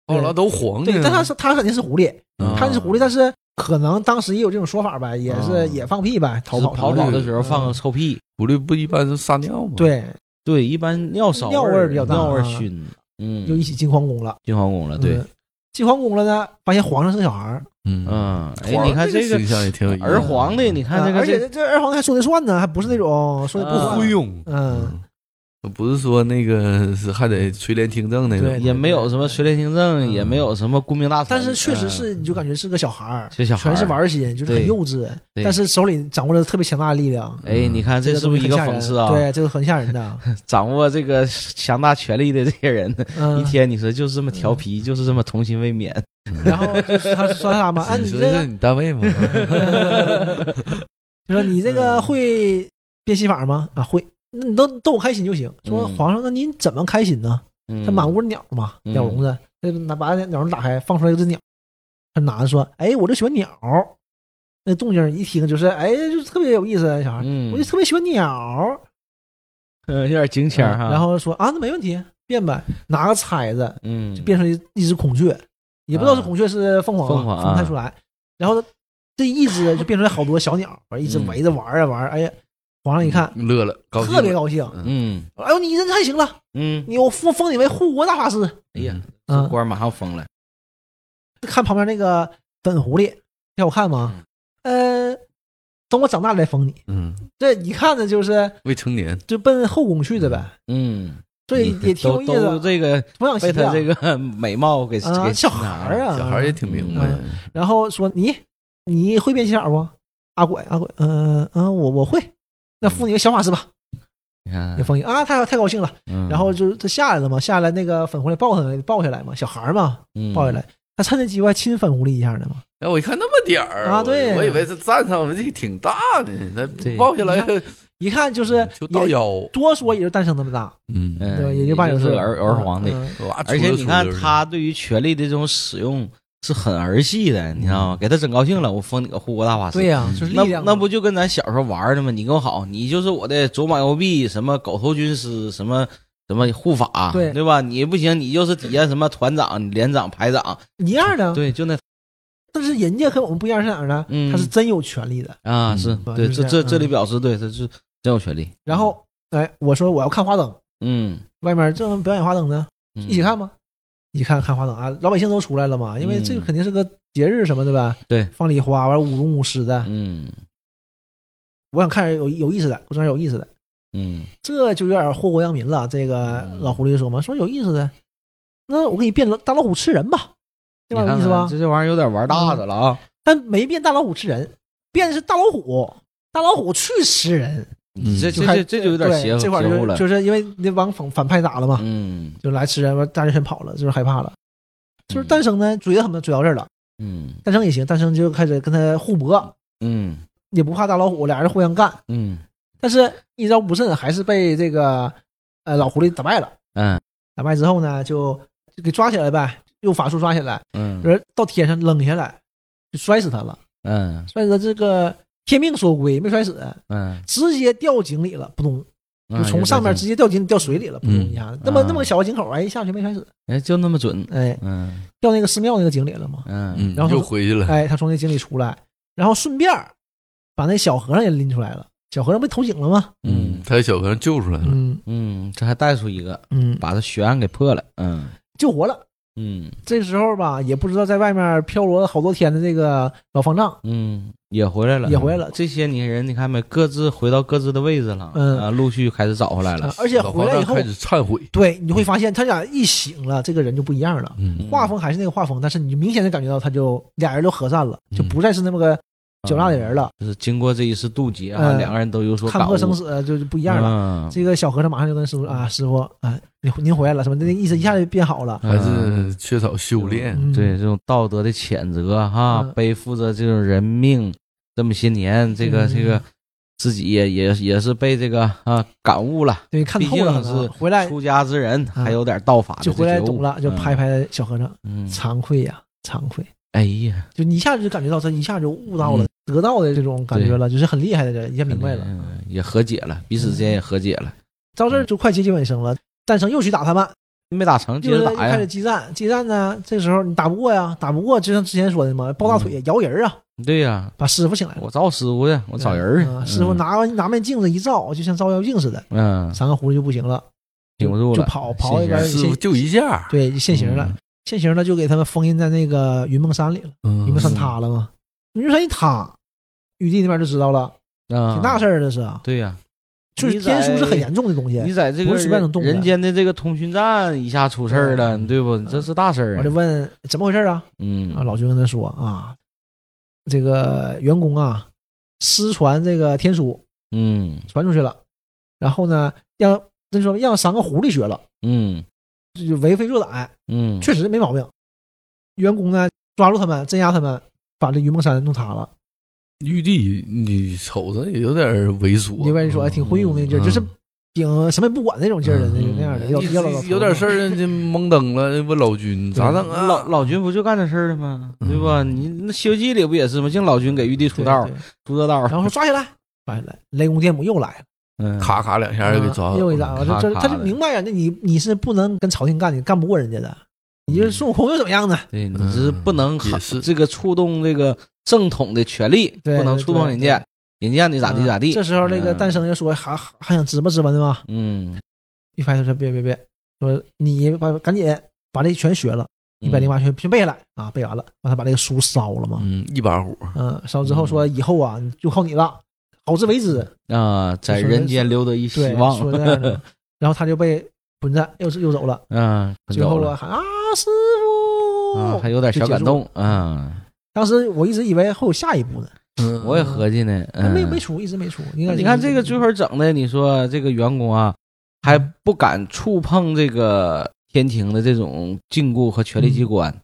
Speaker 4: 黄鼠狼都黄的。
Speaker 5: 啊
Speaker 3: 对，但他是他肯定是狐狸，
Speaker 4: 嗯
Speaker 3: 他是狐狸，但是可能当时也有这种说法呗，也是、
Speaker 5: 啊
Speaker 3: 也放屁呗，逃
Speaker 5: 是
Speaker 3: 跑
Speaker 5: 逃跑的时候
Speaker 3: 嗯
Speaker 5: 放个臭屁，
Speaker 4: 狐狸不一般是撒尿吗？，
Speaker 3: 对，
Speaker 5: 对，一般尿骚
Speaker 3: 尿味
Speaker 5: 儿
Speaker 3: 儿比较大
Speaker 5: 尿味儿
Speaker 3: 啊
Speaker 5: 熏。
Speaker 3: 就一
Speaker 5: 嗯，
Speaker 3: 起进皇宫了。
Speaker 5: 进皇宫了，啊对
Speaker 3: 嗯，，进皇宫了呢，发现皇上生小孩儿，
Speaker 4: 嗯，
Speaker 5: 嗯，哎，
Speaker 4: 黄
Speaker 5: 你看
Speaker 4: 这
Speaker 5: 这个
Speaker 4: 形象也挺有意思。
Speaker 5: 儿皇的，你看这
Speaker 3: 啊
Speaker 5: 个
Speaker 3: 而
Speaker 5: 这
Speaker 3: 且这二皇太说的算呢，还不是那种说的不
Speaker 5: 啊
Speaker 3: 算
Speaker 4: 不
Speaker 5: 忽
Speaker 4: 会
Speaker 5: 悠
Speaker 4: 用，
Speaker 3: 嗯，
Speaker 4: 不是说那个是还得垂帘听政那
Speaker 3: 对
Speaker 4: 种。
Speaker 5: 也没有什么垂帘听政，
Speaker 4: 嗯
Speaker 5: 也没有什么功名大臣，
Speaker 3: 但是确实
Speaker 5: 嗯
Speaker 3: 是，你就感觉是个小孩儿，
Speaker 5: 这小孩
Speaker 3: 全
Speaker 5: 儿
Speaker 3: 是。玩心，就是很
Speaker 5: 对
Speaker 3: 幼稚，
Speaker 5: 对
Speaker 3: 但是手里掌握着特别强大的力量，
Speaker 5: 哎，你看这是不是一
Speaker 3: 嗯个
Speaker 5: 个
Speaker 3: 东西
Speaker 5: 讽
Speaker 3: 很吓人
Speaker 5: 刺啊？
Speaker 3: 对，，这个很吓人的。
Speaker 5: 掌握这个强大权力的这些人，
Speaker 3: 嗯
Speaker 5: 一，天你说就是这么调皮，就是这么童心未泯。
Speaker 3: 嗯然后他说 他嘛，哎，
Speaker 4: 你
Speaker 3: 你
Speaker 4: 说
Speaker 3: 这
Speaker 4: 这是
Speaker 3: 个，
Speaker 4: 你单 位吗？
Speaker 3: 就说你这
Speaker 5: 嗯
Speaker 3: 个会变戏法吗？啊，会。那你都逗我开心就行。说
Speaker 5: 嗯
Speaker 3: 皇上，那您怎么开心呢？他满屋鸟嘛，
Speaker 5: 嗯
Speaker 3: 鸟笼子，他就拿把那鸟笼打开，放出来一只鸟。他拿着说：“哎，我就喜欢鸟。”那动静一听就是，哎，就特别有意思。啊小孩，
Speaker 5: 嗯，
Speaker 3: 我就特别喜欢鸟。
Speaker 5: 嗯，有点京腔哈。
Speaker 3: 然，后说啊，那没问题，变呗。拿个钗子
Speaker 5: 嗯，
Speaker 3: 就变成一一只孔雀，也不知道是
Speaker 5: 啊
Speaker 3: 孔雀是凤凰吧，
Speaker 5: 凤凰啊
Speaker 3: 分不太出来。然后这一只就变出来好多小鸟，完一直
Speaker 5: 嗯
Speaker 3: 围着玩啊玩。哎呀，皇上一看
Speaker 4: 乐了，高兴了
Speaker 3: 特别高兴，
Speaker 5: 嗯
Speaker 3: 哎呦，你人太行了，
Speaker 5: 嗯，
Speaker 3: 你我封封你为护国大法师。
Speaker 5: 哎呀，
Speaker 3: 嗯
Speaker 5: 这官儿马上疯了。
Speaker 3: 看旁边那个粉狐狸，挺好看吗？
Speaker 5: 嗯
Speaker 3: 呃，等我长大了再封你。
Speaker 4: 嗯，
Speaker 3: 这一看呢，就是
Speaker 4: 未成年，
Speaker 3: 就奔后宫去的呗，
Speaker 5: 嗯，
Speaker 3: 所以也挺有
Speaker 5: 都
Speaker 3: 意思
Speaker 5: 都
Speaker 3: 的。
Speaker 5: 这个
Speaker 3: 童养媳
Speaker 5: 被他
Speaker 3: 啊，
Speaker 5: 这个 美貌给
Speaker 3: 啊
Speaker 5: 给
Speaker 3: 小孩儿啊，
Speaker 4: 小孩也挺明白。
Speaker 3: 然后说你你会变戏法不？阿鬼阿鬼，嗯、嗯、我我会。
Speaker 5: 嗯
Speaker 3: 那封你个小法师吧，
Speaker 5: 你看
Speaker 3: 也，封你啊！太太高兴了。
Speaker 5: 嗯
Speaker 3: 然后就是他下来了嘛，下来那个粉狐狸抱他，抱下来嘛，小孩儿嘛，
Speaker 5: 嗯
Speaker 3: 抱下，来。他趁这机会还亲粉狐狸一下呢嘛。
Speaker 4: 然后哎我一看那么点儿
Speaker 3: 啊
Speaker 4: 我
Speaker 3: 对
Speaker 4: 我以为是站上，我这挺大的，那
Speaker 5: 对
Speaker 4: 抱下来
Speaker 3: 一看就是
Speaker 4: 就到
Speaker 3: 也
Speaker 4: 腰，
Speaker 3: 多说也就诞生那么大，
Speaker 4: 嗯
Speaker 5: 嗯
Speaker 3: 对吧？也就八九
Speaker 5: 是
Speaker 3: 岁，
Speaker 5: 儿儿皇的。
Speaker 3: 嗯嗯
Speaker 4: 哇
Speaker 5: 而且你看
Speaker 4: 出溜出溜的
Speaker 5: 他对于权力的这种使用是很儿戏的，你知道吗？给他整高兴了，我封你个护国大法师。
Speaker 3: 嗯对呀、就
Speaker 5: 嗯
Speaker 3: 是力
Speaker 5: 那
Speaker 3: 量嘛啊
Speaker 5: 那不就跟咱小时候玩的吗？你跟我好，你就是我的走马右臂，什么狗头军师，什么什么护法，
Speaker 3: 对
Speaker 5: 吧？你不行，你就是底下什么团长、连长、排长，
Speaker 3: 一样的。
Speaker 5: 对，就那
Speaker 3: 但是人家和我们不一样是哪儿呢？
Speaker 5: 嗯
Speaker 3: 他是真有权利的。
Speaker 5: 啊，
Speaker 4: 嗯
Speaker 5: 是
Speaker 3: 吧
Speaker 5: 对，
Speaker 3: 就
Speaker 5: 这
Speaker 3: 是这
Speaker 5: 这
Speaker 3: 样
Speaker 5: 这里
Speaker 3: 嗯
Speaker 5: 表示对，他是真有权利。
Speaker 3: 然后，哎，我说我要看花灯，
Speaker 5: 嗯，
Speaker 3: 外面正表演花灯呢，
Speaker 5: 嗯
Speaker 3: 一起看吗？一看看花灯啊，老百姓都出来了嘛，因为
Speaker 5: 嗯
Speaker 3: 这个肯定是个节日什么的呗。
Speaker 5: 对
Speaker 3: 放礼花，完舞龙舞狮的，
Speaker 5: 嗯
Speaker 3: 我想看有有意思的，我想有意思的，
Speaker 5: 嗯
Speaker 3: 这就有点祸国殃民了。这个
Speaker 5: 嗯
Speaker 3: 老狐狸说嘛，说有意思的，那我给你变大老虎吃人吧，对吧？
Speaker 5: 你
Speaker 3: 有
Speaker 5: 看
Speaker 3: 意思
Speaker 5: 看
Speaker 3: 吧？
Speaker 5: 这这玩意儿有点玩大的了啊！
Speaker 3: 但没变大老虎吃人，变的是大老虎，大老虎去吃人。
Speaker 5: 你这这
Speaker 4: 嗯
Speaker 3: 就开
Speaker 5: 这这就有点
Speaker 3: 对
Speaker 5: 邪
Speaker 3: 这
Speaker 5: 邪
Speaker 3: 块儿
Speaker 5: 乎
Speaker 3: 就
Speaker 5: 了
Speaker 3: 是，就是因为那帮反反派打了嘛，
Speaker 5: 嗯
Speaker 3: 就来吃人，完大学全跑了，就是害怕了。就是诞生呢，追他们追到这儿了，
Speaker 5: 嗯
Speaker 3: 诞生也行，诞生就开始跟他互搏，
Speaker 5: 嗯
Speaker 3: 也不怕大老虎，俩人互相干，
Speaker 5: 嗯
Speaker 3: 但是一招不慎还是被这个呃老狐狸打败了。
Speaker 5: 嗯
Speaker 3: 打败之后呢，就就给抓起来呗，用法术抓起来，
Speaker 5: 嗯
Speaker 3: 人到天上扔下来，就摔死他了，
Speaker 5: 嗯
Speaker 3: 摔死他这个天命所归，没摔死，
Speaker 5: 嗯，
Speaker 3: 直接掉井里了，扑通，就从上面直接掉井掉水里了，扑通
Speaker 4: 嗯
Speaker 3: 一下，那么
Speaker 5: 啊
Speaker 3: 那么个小个井口，哎，一下去没摔死，
Speaker 5: 哎就那么准，
Speaker 3: 哎，
Speaker 5: 嗯
Speaker 3: 掉那个寺庙那个井里了嘛，
Speaker 5: 嗯
Speaker 4: 嗯，
Speaker 3: 然后
Speaker 4: 又回去 了，
Speaker 3: 哎，他从那井里出来，然后顺便儿把那小和尚也拎出来了，小和尚不投井了吗？
Speaker 5: 嗯
Speaker 4: 他给小和尚救出来了，
Speaker 3: 嗯
Speaker 5: 嗯，这还带出一个，
Speaker 3: 嗯，
Speaker 5: 把这悬案给破了，嗯
Speaker 3: 救活了。
Speaker 5: 嗯
Speaker 3: 这时候吧，也不知道在外面漂泊了好多天的这个老方丈，
Speaker 5: 嗯，也回来了，
Speaker 3: 也回来了
Speaker 5: 这些年人你看没，各自回到各自的位置了，
Speaker 3: 嗯
Speaker 5: 啊，陆续开始找回来了
Speaker 3: 啊，而且
Speaker 4: 老
Speaker 3: 回
Speaker 4: 方
Speaker 3: 来
Speaker 4: 丈
Speaker 3: 以后
Speaker 4: 开，始忏悔，
Speaker 3: 对，你会发现他俩一醒了，这个人就不一样了。
Speaker 4: 嗯，
Speaker 3: 画风还是那个画风，但是你明显的感觉到他就俩人都和善了，就不再是那么个
Speaker 5: 嗯
Speaker 3: 狡诈的人了，
Speaker 5: 就是经过这一次渡劫啊，
Speaker 3: 嗯
Speaker 5: 两个人都有所
Speaker 3: 看
Speaker 5: 感
Speaker 3: 破
Speaker 5: 悟，
Speaker 3: 生死就就不一
Speaker 5: 一
Speaker 3: 样了。
Speaker 5: 了
Speaker 3: 这个小和尚马上就跟师傅啊，师傅啊，您您回来了，什么那意思一下就变好了。
Speaker 4: 还是缺少修炼，
Speaker 3: 嗯
Speaker 5: 对这种道德的谴责哈，
Speaker 3: 嗯
Speaker 5: 背负着这种人命这么些年，这个、
Speaker 3: 嗯
Speaker 5: 这个自己也也也是被这个啊感悟了，
Speaker 3: 对，看透了
Speaker 5: 毕竟是
Speaker 3: 啊，回来
Speaker 5: 出家之人
Speaker 3: 嗯
Speaker 5: 还有点道法的
Speaker 3: 就回来
Speaker 5: 这啊觉悟哦
Speaker 3: 懂了，就拍，拍小和尚，
Speaker 5: 嗯，嗯
Speaker 3: 惭愧呀，惭愧。
Speaker 5: 哎呀，
Speaker 3: 就你一下子就感觉到他一下就悟到了得到的这种感觉了，就是很厉害的人，一下明白了。嗯
Speaker 5: 嗯，也和解了，彼此之间也和解了，
Speaker 3: 到这
Speaker 5: 嗯
Speaker 3: 儿就快接近尾声了，诞生又去打他们，
Speaker 5: 没打成，接
Speaker 3: 又
Speaker 5: 着
Speaker 3: 是
Speaker 5: 打
Speaker 3: 开始
Speaker 5: 呀，
Speaker 3: 激战。激战呢，这时候你打不过呀，打不过就像之前说的嘛，抱大
Speaker 5: 嗯
Speaker 3: 腿摇人啊，
Speaker 5: 对呀，
Speaker 3: 把师傅请来了。
Speaker 5: 我找师傅去，我找人儿去嗯
Speaker 3: 啊师傅，拿完拿面镜子一照，就像照妖镜似的，
Speaker 5: 嗯，嗯
Speaker 3: 三个狐狸就不行了，
Speaker 5: 顶不住
Speaker 3: 就
Speaker 5: 了，
Speaker 3: 跑跑一边
Speaker 5: 现
Speaker 4: 师傅
Speaker 3: 现
Speaker 4: 就一下，
Speaker 3: 对现形
Speaker 5: 嗯
Speaker 3: 了，现形了就给他们封印在那个云梦山里了。
Speaker 4: 嗯
Speaker 3: 云梦山塌了嘛，云梦山一塌，玉帝那边就知道了，
Speaker 5: 啊，
Speaker 3: 挺大事儿这是啊。
Speaker 5: 对呀，
Speaker 3: 就是
Speaker 5: 你在
Speaker 3: 天书是很严重的东西。
Speaker 5: 你在这个
Speaker 3: 不是随便能动的嗯
Speaker 5: 人间的这个通讯站一下出事儿了，对不？这是大事儿
Speaker 3: 我就
Speaker 5: 啊，
Speaker 3: 问怎么回事啊？
Speaker 5: 嗯
Speaker 3: 啊，老君跟他说啊，这个员工啊失传这个天书
Speaker 5: 嗯
Speaker 3: 传出去了，然后呢让那说让三个狐狸学了，
Speaker 5: 嗯
Speaker 3: 就为非作歹，
Speaker 5: 嗯，
Speaker 3: 确实没毛病。员工呢抓住他们，镇压他们，把这云梦山弄塌了。
Speaker 4: 玉帝，你瞅着也有点猥琐，
Speaker 3: 另外你说哎还挺昏庸那劲儿，
Speaker 4: 嗯
Speaker 3: 就是挺什么也不管那种劲儿的，那
Speaker 5: 嗯
Speaker 3: 那样的，
Speaker 5: 嗯
Speaker 3: 要要老
Speaker 4: 哎有有点事儿，这懵登了，问老君咋整啊？
Speaker 5: 老老君不就干这事儿了吗？对吧？
Speaker 3: 嗯
Speaker 5: 你那《西游记》里不也是吗？净老君给玉帝出
Speaker 3: 出
Speaker 5: 道，出这道
Speaker 3: 然后说抓起来，抓起来，雷公电母又来了。
Speaker 5: 嗯，
Speaker 4: 咔咔两下就给抓
Speaker 3: 啊
Speaker 4: 走
Speaker 3: 又
Speaker 4: 了
Speaker 3: 一打，
Speaker 5: 咔
Speaker 3: 这这
Speaker 5: 咔
Speaker 3: 他就
Speaker 5: 的
Speaker 3: 明白呀，那你你是不能跟朝廷干，你干不过人家的。你就是孙悟空又怎么样呢？
Speaker 5: 对，你是不能
Speaker 4: 嗯也是
Speaker 5: 这个触动这个正统的权利，
Speaker 3: 对
Speaker 5: 不能触碰人家，人家让你咋地
Speaker 3: 啊
Speaker 5: 咋地。
Speaker 3: 这时候那个
Speaker 5: 嗯
Speaker 3: 诞生就说还还还想直吧直吧的吗？
Speaker 5: 嗯，
Speaker 3: 一拍他说别别别，说你把赶紧把这全学了，一百零
Speaker 5: 八，
Speaker 3: 八全全背下来啊，背完了，完他把这个书烧了嘛，
Speaker 4: 嗯，一把火，
Speaker 3: 嗯，烧之后说以后啊你就靠你了，好自为之，
Speaker 5: 啊，在人间留得一希
Speaker 3: 对，
Speaker 5: 望，
Speaker 3: 说这 样的，然后他就被捆着又是又走了，
Speaker 5: 嗯，
Speaker 3: 最
Speaker 5: 走
Speaker 3: 后
Speaker 5: 了
Speaker 3: 啊喊啊师
Speaker 5: 啊，还
Speaker 3: 傅，
Speaker 5: 有点小感动
Speaker 3: 就结束了
Speaker 5: 啊，
Speaker 3: 当时我一直以为会有下一步呢。
Speaker 4: 嗯
Speaker 5: 我也合计呢，嗯啊
Speaker 3: 没没出，一直没出。应该是
Speaker 5: 你看这个最
Speaker 3: 一直嗯
Speaker 5: 后整的，你说这个员工啊，还不敢触碰这个天庭的这种禁锢和权力
Speaker 3: 嗯
Speaker 5: 机关、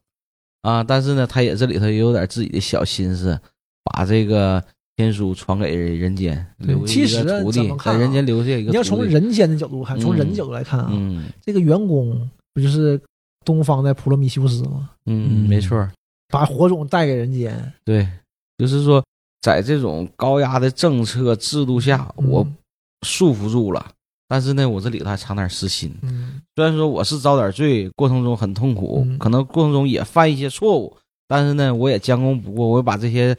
Speaker 5: 啊，但是呢，他也这里头也有点自己的小心思，把这个天书传给人间，
Speaker 3: 对
Speaker 5: 留下
Speaker 3: 嗯其
Speaker 5: 一
Speaker 3: 实
Speaker 5: 个徒
Speaker 3: 怎
Speaker 5: 弟，
Speaker 3: 么看
Speaker 5: 在
Speaker 3: 啊
Speaker 5: 人间留下一
Speaker 3: 没
Speaker 5: 个徒弟。
Speaker 3: 你要从人间的角度看，从
Speaker 5: 嗯
Speaker 3: 人的角度来看啊，
Speaker 5: 嗯
Speaker 3: 这个员工不就是东方的普罗米修斯吗？
Speaker 5: 嗯，
Speaker 4: 嗯
Speaker 5: 没错，
Speaker 3: 把火种带给人间，
Speaker 5: 对，就是说，在这种高压的政策制度下，我
Speaker 3: 嗯
Speaker 5: 束缚住了，但是呢，我这里头还藏点私心。
Speaker 3: 嗯
Speaker 5: 虽然说我是遭点罪，过程中很痛苦，
Speaker 3: 嗯
Speaker 5: 可能过程中也犯一些错误，但是呢，我也将功补过，我也把这些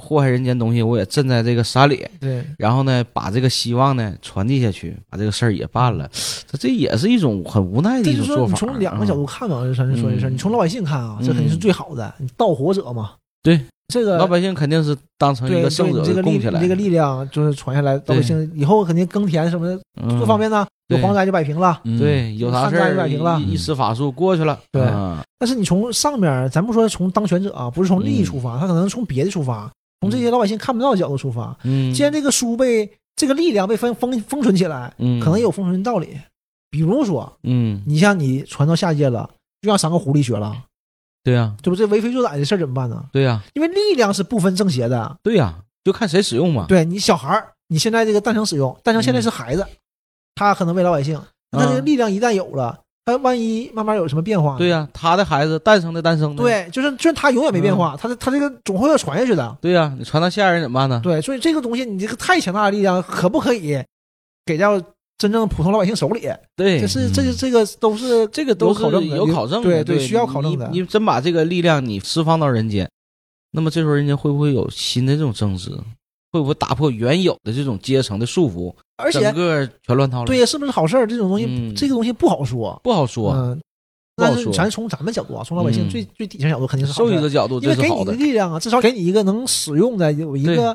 Speaker 5: 祸害人间东西，我也镇在这个山里，
Speaker 3: 对，
Speaker 5: 然后呢，把这个希望呢传递下去，把这个事儿也办了，这这也是一种很无奈的
Speaker 3: 这
Speaker 5: 一
Speaker 3: 就
Speaker 5: 种
Speaker 3: 是
Speaker 5: 做
Speaker 3: 说你
Speaker 5: 法。
Speaker 3: 从两个角度
Speaker 5: 嗯，
Speaker 3: 看嘛，就咱就说这事儿。
Speaker 5: 嗯
Speaker 3: 你从老百姓看啊，这肯定是最好的，你盗火者嘛。
Speaker 5: 对，
Speaker 3: 这个
Speaker 5: 老百姓肯定是当成
Speaker 3: 对
Speaker 5: 一
Speaker 3: 对
Speaker 5: 个圣
Speaker 3: 你
Speaker 5: 者
Speaker 3: 这个力
Speaker 5: 供起
Speaker 3: 你
Speaker 5: 来，
Speaker 3: 这个力量就是传下来，老百姓以后肯定耕田什么的
Speaker 5: 嗯
Speaker 3: 各方面呢，有
Speaker 5: 对
Speaker 3: 蝗灾就摆平了。
Speaker 4: 嗯，
Speaker 5: 对，有啥事
Speaker 3: 三大
Speaker 5: 儿
Speaker 3: 一百平了
Speaker 5: 一一施法术过去了，
Speaker 3: 对
Speaker 5: 啊
Speaker 3: 但是你从上面，咱不说从当权者啊，不是从利
Speaker 5: 嗯
Speaker 3: 益出发，他可能从别的出发，从这些老百姓看不到的角度出发。
Speaker 5: 嗯，
Speaker 3: 既然这个书被这个力量被封封封存起来，
Speaker 5: 嗯，
Speaker 3: 可能也有封存的道理。比如说，
Speaker 5: 嗯，
Speaker 3: 你像你传到下界了，就让三个狐狸学了，
Speaker 5: 对呀，
Speaker 3: 对不？这为非作歹的事儿怎么办呢？
Speaker 5: 对呀，
Speaker 3: 因为力量是不分正邪的。
Speaker 5: 对呀，就看谁使用嘛。
Speaker 3: 对你小孩儿，你现在这个诞生使用，诞生现在
Speaker 5: 嗯
Speaker 3: 是孩子，他可能为老百姓，那
Speaker 5: 啊
Speaker 3: 这个力量一旦有了，他万一慢慢有什么变化呢？
Speaker 5: 对呀，他的孩子诞生的诞生的，
Speaker 3: 对，就是虽然他永远没变
Speaker 5: 嗯
Speaker 3: 化，他这他这个总会要传下去的。
Speaker 5: 对呀，你传到下一人怎么办呢？
Speaker 3: 对，所以这个东西，你这个太强大的力量，可不可以给到真正普通老百姓手里？
Speaker 5: 对，
Speaker 3: 这是这是这个都是
Speaker 5: 这个都是
Speaker 3: 有考证的
Speaker 5: 有考证的，
Speaker 3: 对
Speaker 5: 对，
Speaker 3: 对需要考证的
Speaker 5: 你你真把这个力量你释放到人间，那么这时候人间会不会有新的这种政治？会不会打破原有的这种阶层的束缚？
Speaker 3: 而
Speaker 5: 整
Speaker 3: 且
Speaker 5: 个全乱套了。
Speaker 3: 对，呀，是不是好事儿？这种东西，
Speaker 5: 嗯
Speaker 3: 这个东西不好说。
Speaker 5: 不好说。
Speaker 3: 嗯，
Speaker 5: 不好
Speaker 3: 但是
Speaker 5: 说
Speaker 3: 咱从咱们角度啊，从老百姓
Speaker 5: 嗯
Speaker 3: 最最底层角度肯定是好
Speaker 5: 受益
Speaker 3: 事
Speaker 5: 者
Speaker 3: 儿，
Speaker 5: 角度
Speaker 3: 因
Speaker 5: 这
Speaker 3: 为
Speaker 5: 是
Speaker 3: 给
Speaker 5: 好
Speaker 3: 你的
Speaker 5: 的，
Speaker 3: 力量啊，至少给你一个能使用的，有一个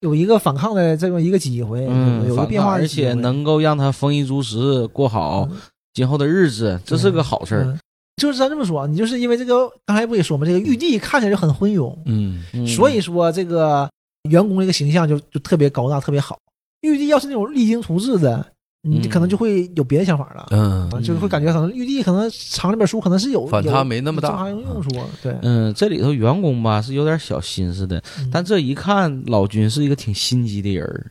Speaker 3: 有一个反抗的这么一个机会，
Speaker 5: 嗯，
Speaker 3: 有一个
Speaker 5: 反
Speaker 3: 变
Speaker 5: 抗
Speaker 3: 化的
Speaker 5: 而
Speaker 3: 机
Speaker 5: 且
Speaker 3: 会，
Speaker 5: 能够让他丰衣足食，过好
Speaker 3: 嗯
Speaker 5: 今后的日子，这是个好事儿。
Speaker 3: 嗯就是咱这么说，啊你就是因为这个，刚才不也说嘛，这个玉帝看起来就很昏庸，
Speaker 4: 嗯，
Speaker 5: 嗯
Speaker 3: 所以说这个员工这个形象就就特别高大，特别好。玉帝要是那种励精图治的，你
Speaker 5: 嗯
Speaker 3: 可能就会有别的想法了，
Speaker 4: 嗯，
Speaker 3: 啊就是会感觉可能玉帝可能藏那本书可能是有
Speaker 4: 反差
Speaker 3: 有
Speaker 4: 没那么
Speaker 3: 有
Speaker 4: 大
Speaker 3: 正常用处，啊对。
Speaker 5: 嗯，这里头员工吧是有点小心思的，
Speaker 3: 嗯
Speaker 5: 但这一看老君是一个挺心机的人儿。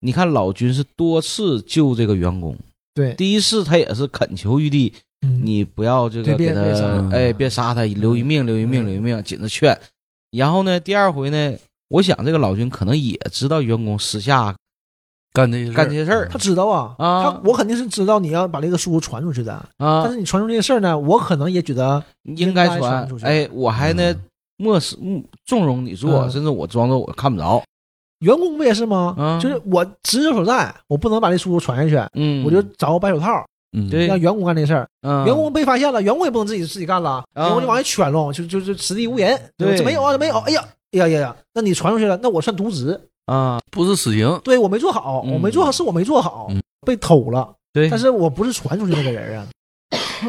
Speaker 5: 你看老君是多次救这个员工，
Speaker 3: 对
Speaker 5: 第一次他也是恳求玉帝，
Speaker 3: 嗯
Speaker 5: 你不要这
Speaker 3: 对
Speaker 5: 个给
Speaker 3: 别
Speaker 5: 他
Speaker 3: 别杀，嗯
Speaker 5: 哎，别杀他，留一命，留一命，留一命，紧着劝。然后呢，第二回呢，我想这个老君可能也知道员工私下
Speaker 4: 干这些
Speaker 5: 干这些事儿
Speaker 3: 他知道啊，
Speaker 5: 啊
Speaker 3: 他我肯定是知道你要把这个书传出去的，但
Speaker 5: 啊，
Speaker 3: 是你传出这个事儿呢，我可能也觉得
Speaker 5: 应该
Speaker 3: 应该传
Speaker 5: 传
Speaker 3: 出。去
Speaker 5: 哎，我还呢，漠视嗯纵容你做，
Speaker 3: 嗯
Speaker 5: 甚至我装作我看不着。
Speaker 3: 员工不也是吗？
Speaker 5: 嗯
Speaker 3: 就是我职责所在，我不能把这书传下去，
Speaker 5: 嗯，
Speaker 3: 我就找个白手套，
Speaker 4: 嗯
Speaker 5: 对
Speaker 3: 让员工干这事儿。
Speaker 5: 嗯
Speaker 3: 员工被发现了，员工也不能自己自己干了，
Speaker 5: 啊
Speaker 3: 员工就往外圈弄，就就就此地无银，
Speaker 5: 对
Speaker 3: 这没有啊，这没有，哎呀，哎呀呀呀，那你传出去了，那我算渎职，
Speaker 5: 啊，
Speaker 4: 不是死刑，
Speaker 3: 对我没做好，
Speaker 5: 嗯
Speaker 3: 我没做好是我没做好
Speaker 4: 嗯，
Speaker 3: 被偷了，
Speaker 5: 对，
Speaker 3: 但是我不是传出去那个人啊，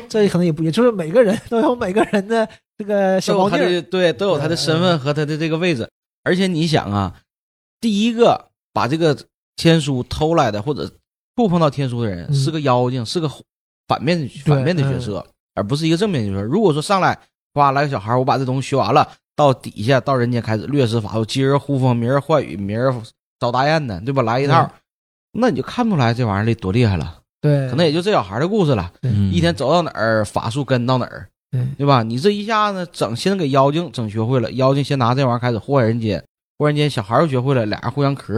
Speaker 3: 这可能也不，也就是每个人都有每个人的这个小
Speaker 5: 都有
Speaker 3: 毛
Speaker 5: 他
Speaker 3: 病儿，嗯
Speaker 5: 的对都有他的身份和他的这个位置。而且你想啊，第一个把这个天书偷来的或者触碰到天书的人、
Speaker 3: 嗯
Speaker 5: 是个妖精，是个反面反面的角色，而不是一个正面角色。如果说上来哗来个小孩，我把这东西学完了，到底下到人间开始略施法术，今儿呼风，明儿唤雨，明儿找大雁呢，对吧？来一
Speaker 3: 嗯
Speaker 5: 套，那你就看不出来这玩意儿多厉害了。
Speaker 3: 对，
Speaker 5: 可能也就这小孩的故事了。
Speaker 4: 嗯
Speaker 5: 一天走到哪儿，法术跟到哪儿
Speaker 3: 对，
Speaker 5: 对吧？你这一下子整，先给妖精整学会了，妖精先拿这玩意儿开始祸害人间，忽然间小孩儿又学会了，俩人互相磕，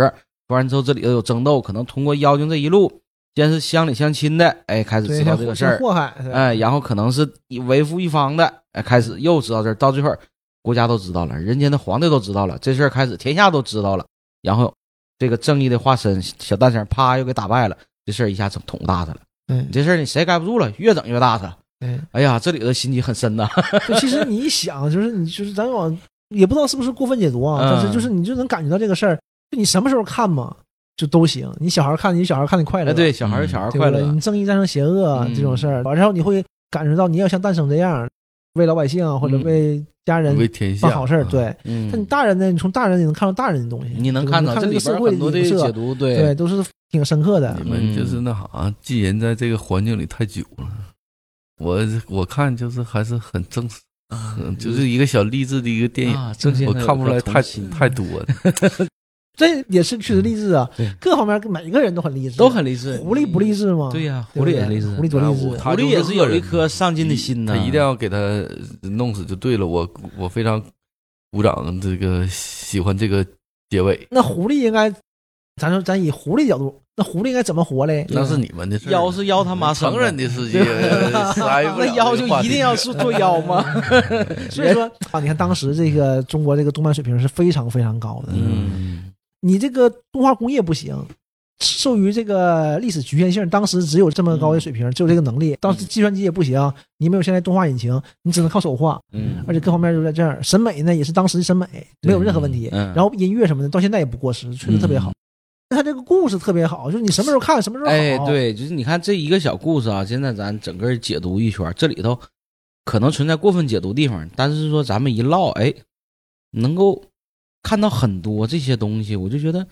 Speaker 5: 完然之后这里头有争斗，可能通过妖精这一路，先是乡里乡亲的，哎，开始
Speaker 3: 对
Speaker 5: 知道这个事儿，
Speaker 3: 祸害，对
Speaker 5: 哎，然后可能是以为富一方的，哎，开始又知道这儿，到最后国家都知道了，人间的皇帝都知道了，这事儿开始天下都知道了，然后这个正义的化身小蛋生啪又给打败了，这事儿一下整捅大他了。
Speaker 3: 嗯
Speaker 5: 你这事儿你谁盖不住了，越整越大他。
Speaker 3: 对，
Speaker 5: 哎呀，这里头心机很深呐。
Speaker 3: 就其实你一想，就是你就是咱往也不知道是不是过分解读啊，
Speaker 5: 嗯
Speaker 3: 但是就是你就能感觉到这个事儿，就你什么时候看嘛，就都行。你小孩看，你小孩看你快乐，
Speaker 5: 哎，对，小孩儿有
Speaker 4: 嗯
Speaker 5: 小孩儿
Speaker 3: 对
Speaker 5: 快
Speaker 3: 吧
Speaker 5: 乐，
Speaker 3: 你正义战胜邪恶、啊
Speaker 5: 嗯
Speaker 3: 这种事儿，然后你会感觉到你要像诞生这样，为老百姓啊或者
Speaker 5: 嗯
Speaker 3: 为家人
Speaker 4: 为天下啊
Speaker 3: 办好事儿，，对。
Speaker 5: 嗯
Speaker 3: 但你大人呢，你从大人也能看到大人的东西，
Speaker 5: 你能
Speaker 3: 对吧
Speaker 5: 看
Speaker 3: 你
Speaker 5: 到
Speaker 3: 看
Speaker 5: 这里
Speaker 3: 这个
Speaker 5: 边
Speaker 3: 社
Speaker 5: 儿
Speaker 3: 会
Speaker 5: 很多
Speaker 3: 的
Speaker 5: 的
Speaker 3: 影
Speaker 5: 解
Speaker 3: 射，
Speaker 5: 读，对
Speaker 3: 啊
Speaker 5: 嗯
Speaker 3: 对，都是挺深刻的
Speaker 4: 你。们就是那啥，寄人在这个环境里太久了，我我看就是还是很正，嗯就是一个小励志的一个电影，
Speaker 5: 啊，正
Speaker 4: 我看不出来太太多了，
Speaker 3: 这也是确实励志啊
Speaker 5: 嗯对，
Speaker 3: 各方面每个人都很励志，
Speaker 5: 都很励志。
Speaker 3: 狐狸不励志吗？
Speaker 5: 对呀，
Speaker 3: 对
Speaker 5: 狐
Speaker 3: 不
Speaker 5: 狸
Speaker 3: 对
Speaker 5: 也励志啊
Speaker 3: 狐狸，多励
Speaker 4: 我
Speaker 3: 志。
Speaker 4: 他
Speaker 5: 狐狸也是有一颗上进的 心呐。
Speaker 4: 他一定要给他弄死就对了。我我非常鼓掌，这个喜欢这个结尾，
Speaker 3: 那狐狸应该，咱说咱以狐狸角度，那狐狸应该怎么活嘞？
Speaker 4: 那是你们的事儿。
Speaker 5: 妖啊是妖他妈生
Speaker 4: 成
Speaker 5: 的
Speaker 4: 人的世界， 那
Speaker 5: 那妖就一定要是做妖 吗？
Speaker 3: 所以说啊，你看当时这个中国这个动漫水平是非常非常高的。
Speaker 4: 嗯，
Speaker 3: 你这个动画工业不行，受于这个历史局限性，当时只有这么高的水
Speaker 5: 嗯
Speaker 3: 平，只有这个能力。当时计算机也不行，你没有现在动画引擎，你只能靠手画，
Speaker 5: 嗯
Speaker 3: 而且各方面都在这样。审美呢也是当时的审美，没有任何问题。
Speaker 5: 嗯
Speaker 3: 然后音乐什么的，到现在也不过时，吹的特别好。他这个故事特别好，就是你什么时候看，什么时候好。
Speaker 5: 哎，对，就是你看这一个小故事啊，现在咱整个解读一圈儿，这里头可能存在过分解读地方，但是说咱们一唠，哎，能够看到很多这些东西，我就觉得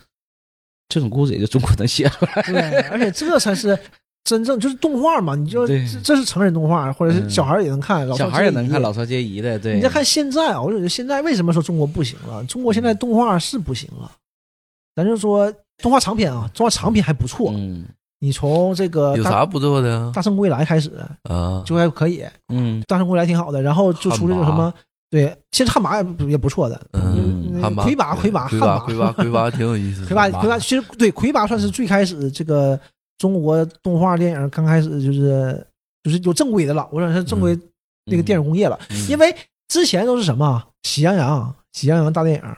Speaker 5: 这种故事也就中国能写出来。
Speaker 3: 对，而且这才是真正就是动画嘛，你就
Speaker 5: 对
Speaker 3: 这这是成人动画，或者是
Speaker 5: 嗯
Speaker 3: 小孩儿也能看，老少
Speaker 5: 小孩也能
Speaker 3: 皆宜
Speaker 5: 看，老少皆宜的，对。
Speaker 3: 你再看现在啊，我就觉得现在为什么说中国不行了？中国现
Speaker 5: 嗯
Speaker 3: 在动画是不行了，咱就说动画长片啊，动画长片还不错。
Speaker 5: 嗯
Speaker 3: 你从这个
Speaker 4: 有
Speaker 3: 大
Speaker 4: 啥不错的啊呀
Speaker 3: 大圣归来开始
Speaker 4: 啊？
Speaker 3: 就还可以，
Speaker 5: 嗯
Speaker 3: 大圣归来挺好的，然后就出这种什
Speaker 5: 啊
Speaker 3: 么对，其实悍马也不也不错的，
Speaker 4: 嗯，
Speaker 3: 嗯
Speaker 4: 悍马、
Speaker 3: 魁拔魁拔
Speaker 4: 魁
Speaker 3: 悍
Speaker 4: 拔、
Speaker 3: 马
Speaker 4: 魁拔、魁拔挺有意思的。
Speaker 3: 魁拔魁拔其实对魁拔算是最开始这个中国动画电影刚开始就是就是有正规的了，我想是正规
Speaker 4: 嗯
Speaker 3: 那
Speaker 5: 嗯
Speaker 3: 个电影工业了，因为之前都是什么喜羊羊、喜羊羊大电影。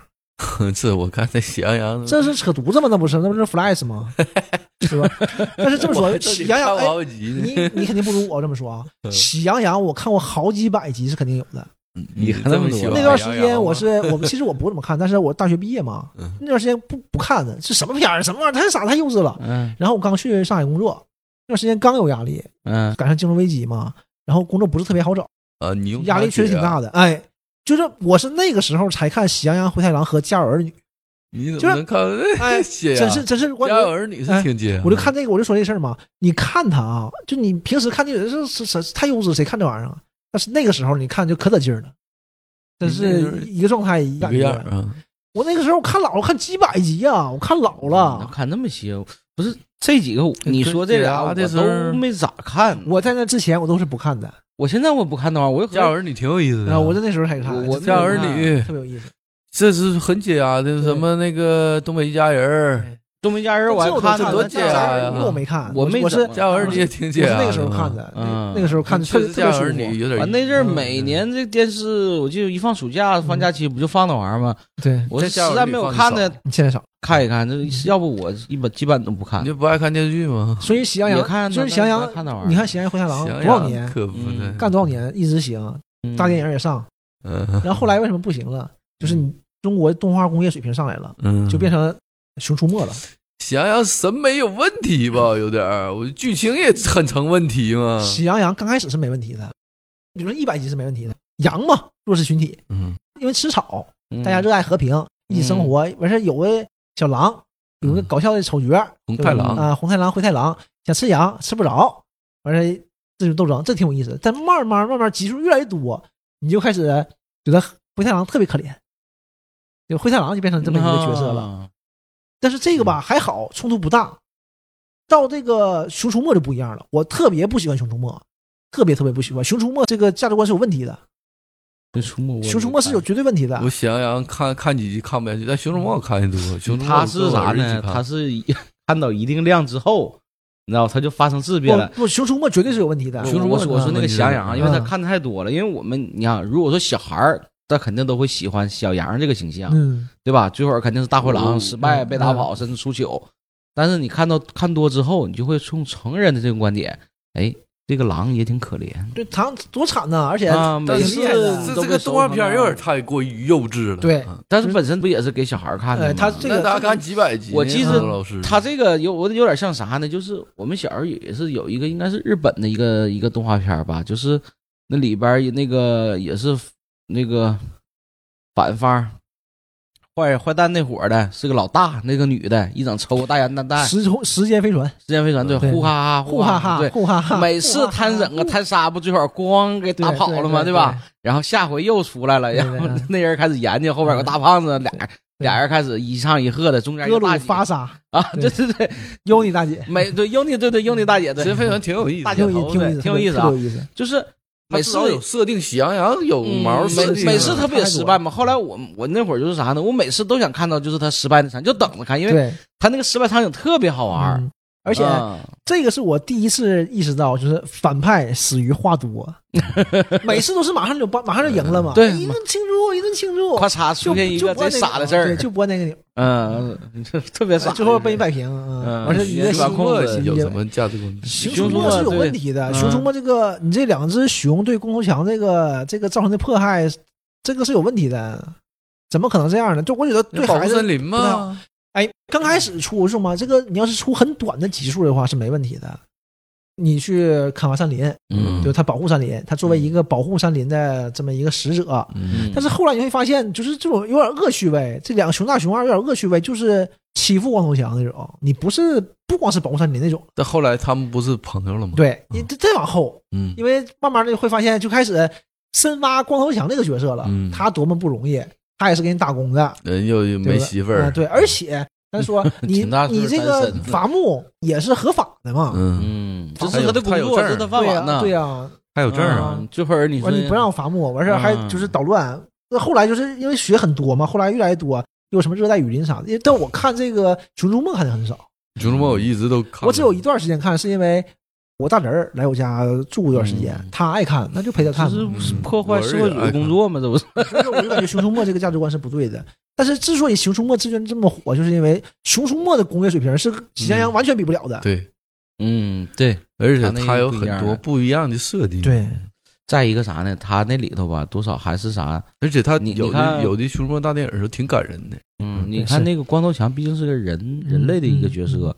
Speaker 4: 嗯这我看那喜羊羊，
Speaker 3: 这是扯犊子吗？那不是，那不是 Flash 吗？ 是吧？但是这么
Speaker 4: 我
Speaker 3: 说，
Speaker 4: 还到底
Speaker 3: 喜羊羊，
Speaker 4: 看过
Speaker 3: 哎，
Speaker 4: 好嗯几集呢
Speaker 3: 你你肯定不如我这么说 啊。喜羊羊我看过好几百集是肯定有的。
Speaker 5: 你看那么多
Speaker 4: 喜欢
Speaker 3: 那段时
Speaker 4: 喜羊羊
Speaker 3: 间我
Speaker 4: 吗
Speaker 3: 是我其实我不怎么看，但是我大学毕业嘛
Speaker 4: 嗯，
Speaker 3: 那段时间不不看的，是什么片儿？什么玩意儿？太傻太幼稚了。
Speaker 5: 嗯
Speaker 3: 然后我刚去上海工作，那段时间刚有压力，
Speaker 5: 嗯
Speaker 3: 赶上金融危机嘛，然后工作不是特别好找，
Speaker 4: 啊，你用
Speaker 3: 压力确实挺
Speaker 4: 它解啊。
Speaker 3: 大的。哎，就是我是那个时候才看《喜羊羊灰太狼》和《家有儿女
Speaker 4: 你怎
Speaker 3: 就
Speaker 4: 么
Speaker 3: 是
Speaker 4: 能看？
Speaker 3: 哎
Speaker 4: 写》，呀啊
Speaker 3: 真是真是我哎
Speaker 4: 家有儿女是挺嗯接，
Speaker 3: 我就看这个，我就说这事儿嘛。你看他啊，就你平时看这个是是是太幼稚，谁看这玩意儿啊？但是那个时候你看就可得劲儿了，真是一个状态一
Speaker 4: 一
Speaker 3: 感
Speaker 4: 个样
Speaker 3: 觉嗯
Speaker 4: 儿。啊。
Speaker 3: 我那个时候看老了，看几百集呀、我看老
Speaker 5: 那
Speaker 4: 嗯
Speaker 3: 了。
Speaker 5: 嗯
Speaker 3: 哎
Speaker 5: 看那么些，不是这几个，你说这俩我
Speaker 4: 这事儿
Speaker 5: 都没咋看。
Speaker 3: 啊我在那之前我都是不看的，
Speaker 5: 我现在我不看的话，我有可
Speaker 4: 家有
Speaker 5: 能
Speaker 4: 儿女挺有意思
Speaker 3: 然
Speaker 4: 的。啊
Speaker 3: 后啊我在那嗯啊时候才看，
Speaker 5: 我
Speaker 3: 真
Speaker 4: 家
Speaker 3: 的
Speaker 4: 有儿女
Speaker 3: 特别有意思。
Speaker 4: 这是很解压的，什么那个东北一家人
Speaker 3: 嗯
Speaker 4: 儿，
Speaker 3: 哎
Speaker 5: 东北家人我
Speaker 3: 这我
Speaker 5: 还看
Speaker 3: 都
Speaker 4: 得
Speaker 5: 的
Speaker 4: 多
Speaker 3: 了
Speaker 4: 解
Speaker 3: 家有
Speaker 4: 啊
Speaker 3: 儿女
Speaker 4: 呀
Speaker 3: 我没看，
Speaker 5: 我没
Speaker 3: 我是
Speaker 5: 怎么
Speaker 4: 家有儿女也挺解
Speaker 3: 我
Speaker 4: 压
Speaker 3: 是
Speaker 4: 的。
Speaker 3: 那个时候看的，
Speaker 5: 嗯
Speaker 3: 那那个时候看的特
Speaker 4: 确
Speaker 3: 别
Speaker 4: 实
Speaker 3: 啊特别
Speaker 4: 家有儿
Speaker 3: 舒
Speaker 4: 女
Speaker 3: 服。
Speaker 4: 有点意
Speaker 5: 啊
Speaker 4: 思。
Speaker 5: 那阵儿每
Speaker 4: 嗯
Speaker 5: 年这电视，我记得一放暑假、放
Speaker 3: 嗯
Speaker 5: 假期不就放那玩意儿吗？
Speaker 3: 对，
Speaker 5: 我
Speaker 4: 在
Speaker 5: 实
Speaker 4: 家有
Speaker 5: 在
Speaker 4: 儿女
Speaker 5: 没有
Speaker 4: 放
Speaker 5: 看
Speaker 4: 得
Speaker 5: 的
Speaker 4: 少，
Speaker 3: 你现在少。
Speaker 5: 看一看。这要不我一本基本都不看
Speaker 4: 你。就不爱看电视剧吗？
Speaker 3: 所以喜羊
Speaker 5: 也
Speaker 3: 羊，
Speaker 5: 看，
Speaker 3: 所以
Speaker 5: 但
Speaker 3: 喜羊
Speaker 5: 不爱看
Speaker 3: 羊，
Speaker 5: 那玩意儿，
Speaker 3: 你看喜羊羊灰太狼
Speaker 4: 喜羊
Speaker 3: 多少
Speaker 4: 羊
Speaker 3: 年，
Speaker 4: 可不
Speaker 5: 嗯
Speaker 4: 呢
Speaker 3: 干多少年一直行，
Speaker 5: 嗯
Speaker 3: 大电影也上，
Speaker 4: 嗯
Speaker 3: 然后后来为什么不行了？就是你中国动画工业水平上来了，
Speaker 4: 嗯，
Speaker 3: 就变成《熊出没》了。
Speaker 4: 喜羊羊审美有问题吧，有点儿，我剧情也很成问题嘛。
Speaker 3: 喜羊羊刚开始是没问题的，比如说一百集是没问题的。羊嘛，弱势群体，
Speaker 4: 嗯，
Speaker 3: 因为吃草，
Speaker 5: 嗯
Speaker 3: 大家热爱和平，一起生活。完事儿有个小狼，有个搞笑的丑角，
Speaker 4: 红太狼
Speaker 3: 啊，红太狼、灰太狼想吃羊吃不着，完事儿这种斗争，这挺有意思的。但慢慢慢慢集数越来越多，你就开始觉得灰太狼特别可怜，就灰太狼就变成这么一个角色了。
Speaker 5: 啊
Speaker 3: 但是这个吧还好，冲突不大。到这个《熊出没》就不一样了，我特别不喜欢《熊出没》，特别特别不喜欢《熊出没》这个价值观是有问题的，
Speaker 5: 熊出没，我
Speaker 3: 《
Speaker 5: 没
Speaker 3: 嗯熊出没》是有
Speaker 5: 看
Speaker 3: 绝对问题的
Speaker 4: 我。喜羊羊看看几集看不下去，但
Speaker 3: 嗯
Speaker 4: 熊出没我看的多。熊出
Speaker 5: 嗯
Speaker 4: 没
Speaker 5: 他是啥
Speaker 4: 我跟我儿子一
Speaker 5: 呢？
Speaker 4: 起看
Speaker 5: 他是一看到一定量之后，你知道，他就发生质变了。
Speaker 3: 不不，《熊出没》绝对是有问题的。
Speaker 5: 我
Speaker 4: 熊出没
Speaker 5: 我说我说那个喜羊羊啊，
Speaker 4: 嗯
Speaker 5: 因为他看的太多了。因为我们你看，如果说小孩儿，他肯定都会喜欢小羊这个形象，
Speaker 3: 嗯，
Speaker 5: 对吧？最后肯定是大灰狼
Speaker 4: 嗯
Speaker 5: 失败
Speaker 3: 嗯
Speaker 5: 被打跑，甚至输球。但是你看到看多之后，你就会从成人的这种观点，哎，这个狼也挺可怜
Speaker 3: 对，唐多惨呐，而且
Speaker 5: 啊。
Speaker 4: 但
Speaker 5: 每
Speaker 4: 是
Speaker 5: 次
Speaker 3: 挺厉害的
Speaker 4: 这
Speaker 5: 都
Speaker 4: 这个
Speaker 5: 被收
Speaker 4: 动画片儿有点
Speaker 5: 成了，
Speaker 4: 太过于幼稚了。
Speaker 3: 对
Speaker 4: 嗯
Speaker 5: 但是本身不也是给小孩儿看的
Speaker 3: 呃
Speaker 5: 吗？
Speaker 3: 他这个
Speaker 4: 那大家看几百集呢，
Speaker 5: 我记
Speaker 4: 得
Speaker 5: 得
Speaker 4: 老师
Speaker 5: 他这个有我有点像啥呢？就是我们小时候也是有一个，应该是日本的一个一个动画片儿吧，就是那里边儿那个也是那个反方儿坏坏蛋那伙儿的，是个老大，那个女的一整抽个大烟弹弹，时
Speaker 3: 时空时间飞船，
Speaker 5: 间飞船对，
Speaker 3: 对
Speaker 5: 呼哈哈
Speaker 3: 呼哈哈，
Speaker 5: 对。
Speaker 3: 呼哈 哈，
Speaker 5: 每次
Speaker 3: 呼哈哈
Speaker 5: 摊整个摊杀不，最后咣给 打
Speaker 3: 对
Speaker 5: 跑
Speaker 3: 对
Speaker 5: 了嘛，
Speaker 3: 对
Speaker 5: 吧？？然后下回又出来了，
Speaker 3: 对
Speaker 5: 然
Speaker 3: 对
Speaker 5: 后
Speaker 3: 对嗯
Speaker 5: 那人开始研究，后边有个大胖子，俩人俩人开始一唱一和的，中间一
Speaker 3: 各
Speaker 5: 个
Speaker 3: 路
Speaker 5: 大姐
Speaker 3: 发杀，
Speaker 5: 啊，对
Speaker 3: 对
Speaker 5: 对对，
Speaker 3: 优你大姐，
Speaker 5: 每对尤尼对对尤尼大姐
Speaker 4: 《
Speaker 5: 对
Speaker 4: 神，飞船》挺有意思
Speaker 5: 大
Speaker 4: 的，
Speaker 5: 姐
Speaker 3: 挺
Speaker 5: 头
Speaker 3: 有意挺有意
Speaker 5: 对
Speaker 3: 思，
Speaker 5: 挺有意思啊
Speaker 3: 特别有意思。
Speaker 5: 就是
Speaker 4: 它
Speaker 5: 每
Speaker 4: 至
Speaker 5: 次
Speaker 4: 少有设定，喜羊羊有
Speaker 5: 嗯
Speaker 4: 毛
Speaker 5: 每
Speaker 4: 设定啊，
Speaker 5: 每次
Speaker 3: 它
Speaker 5: 特别失败嘛。后来我我那会儿就是啥呢？我每次都想看到就是他失败那场景，就等着看，因为
Speaker 3: 对，
Speaker 5: 他那个失败场景特别好玩儿，
Speaker 3: 嗯而且
Speaker 5: 嗯
Speaker 3: 这个是我第一次意识到，就是反派死于 话多，每次都是马上就把马上就赢了嘛，
Speaker 5: 对
Speaker 3: 一顿庆祝一顿庆祝，
Speaker 5: 咔嚓
Speaker 3: 就
Speaker 5: 出现一
Speaker 3: 就
Speaker 5: 个
Speaker 3: 播
Speaker 5: 贼
Speaker 3: 那
Speaker 5: 傻的
Speaker 3: 钮
Speaker 5: 事儿
Speaker 3: 对，就哎播那个钮，
Speaker 5: 嗯，这特别 傻，
Speaker 3: 最后被人摆平，嗯，
Speaker 5: 嗯
Speaker 3: 完事儿你的
Speaker 5: 是
Speaker 4: 熊
Speaker 5: 吧
Speaker 3: 熊
Speaker 4: 出没有什么价值观？
Speaker 3: 熊出没是有问题的，
Speaker 5: 熊出
Speaker 3: 熊
Speaker 5: 没对
Speaker 3: 出没
Speaker 4: 嗯
Speaker 3: 这个你这两只熊对光头强这个这个造成的迫害，这个是有问题的，怎么可能这样呢？就我觉得对
Speaker 4: 保
Speaker 3: 孩
Speaker 4: 护
Speaker 3: 子
Speaker 4: 森林
Speaker 3: 不太
Speaker 4: 嘛
Speaker 3: 好，哎，刚开始出是吗？这个你要是出很短的集数的话是没问题的。你去砍伐山林，
Speaker 4: 嗯
Speaker 3: 就是他保护山林，他作为一个保护山林的这么一个使者。
Speaker 4: 嗯
Speaker 3: 但是后来你会发现，就是这种有点恶趣味，这两个熊大熊二有点恶趣味，就是欺负光头强那种，你不是不光是保护三林那种。
Speaker 4: 但后来他们不是朋友了吗？，
Speaker 3: 对，你这再往后，
Speaker 4: 嗯，
Speaker 3: 因为慢慢的会发现，就开始深挖光头强这个角色了。
Speaker 4: 嗯
Speaker 3: 他多么不容易，他也是给你打工的，
Speaker 4: 人又
Speaker 3: 对
Speaker 4: 又没
Speaker 3: 不对
Speaker 4: 媳妇
Speaker 3: 啊
Speaker 4: 儿，
Speaker 3: 对，而且咱说你
Speaker 5: 挺大岁数
Speaker 3: 你这
Speaker 5: 单
Speaker 3: 个
Speaker 5: 身
Speaker 3: 伐木也是合法的嘛？
Speaker 4: 嗯，
Speaker 5: 嗯，
Speaker 3: 他
Speaker 5: 这是
Speaker 4: 有
Speaker 5: 他的
Speaker 4: 他
Speaker 5: 工
Speaker 4: 有
Speaker 5: 作，
Speaker 4: 证儿
Speaker 5: 这是他饭
Speaker 3: 对呀、啊
Speaker 5: 碗呢。
Speaker 3: 对呀、
Speaker 4: 还有证儿啊，
Speaker 5: 嗯，这会儿你
Speaker 3: 我
Speaker 5: 说
Speaker 3: 说你不让伐木，完事儿还
Speaker 5: 嗯
Speaker 3: 就是捣乱。那后来就是因为学很多嘛，后来越来越多，又什么热带雨林啥的。因为但我看这个《群众梦》看的很少，
Speaker 4: 《熊出没》我一直都看，
Speaker 3: 我只有一段时间看，是因为我大侄儿来我家住过一段时间，
Speaker 5: 嗯
Speaker 3: 他爱看，那就陪他看
Speaker 5: 这
Speaker 3: 嘛。
Speaker 5: 是
Speaker 4: 嗯
Speaker 5: 破坏社会主义工作嘛？这不是？
Speaker 3: 但是我就感觉《熊出没》这个价值观是不对的。但是之所以《熊出没》之前这么火，就是因为《熊出没》的工业水平是喜羊羊完全比不了的。
Speaker 4: 对，
Speaker 5: 嗯，对。
Speaker 4: 而且
Speaker 5: 他那个
Speaker 4: 它有
Speaker 5: 不一
Speaker 4: 很
Speaker 5: 样啊
Speaker 4: 多
Speaker 5: 的
Speaker 4: 不一样的设定，，
Speaker 3: 对
Speaker 5: 嗯再一个啥呢？他那里头吧，多少还是啥？
Speaker 4: 而且它
Speaker 5: 你
Speaker 4: 有
Speaker 5: 你
Speaker 4: 的
Speaker 5: 看
Speaker 4: 有的《熊出没》大电影儿是挺感人的，
Speaker 5: 嗯，
Speaker 3: 对
Speaker 5: 你
Speaker 3: 是
Speaker 5: 看那个光头强毕竟是个人人类的一个角
Speaker 3: 嗯
Speaker 5: 色，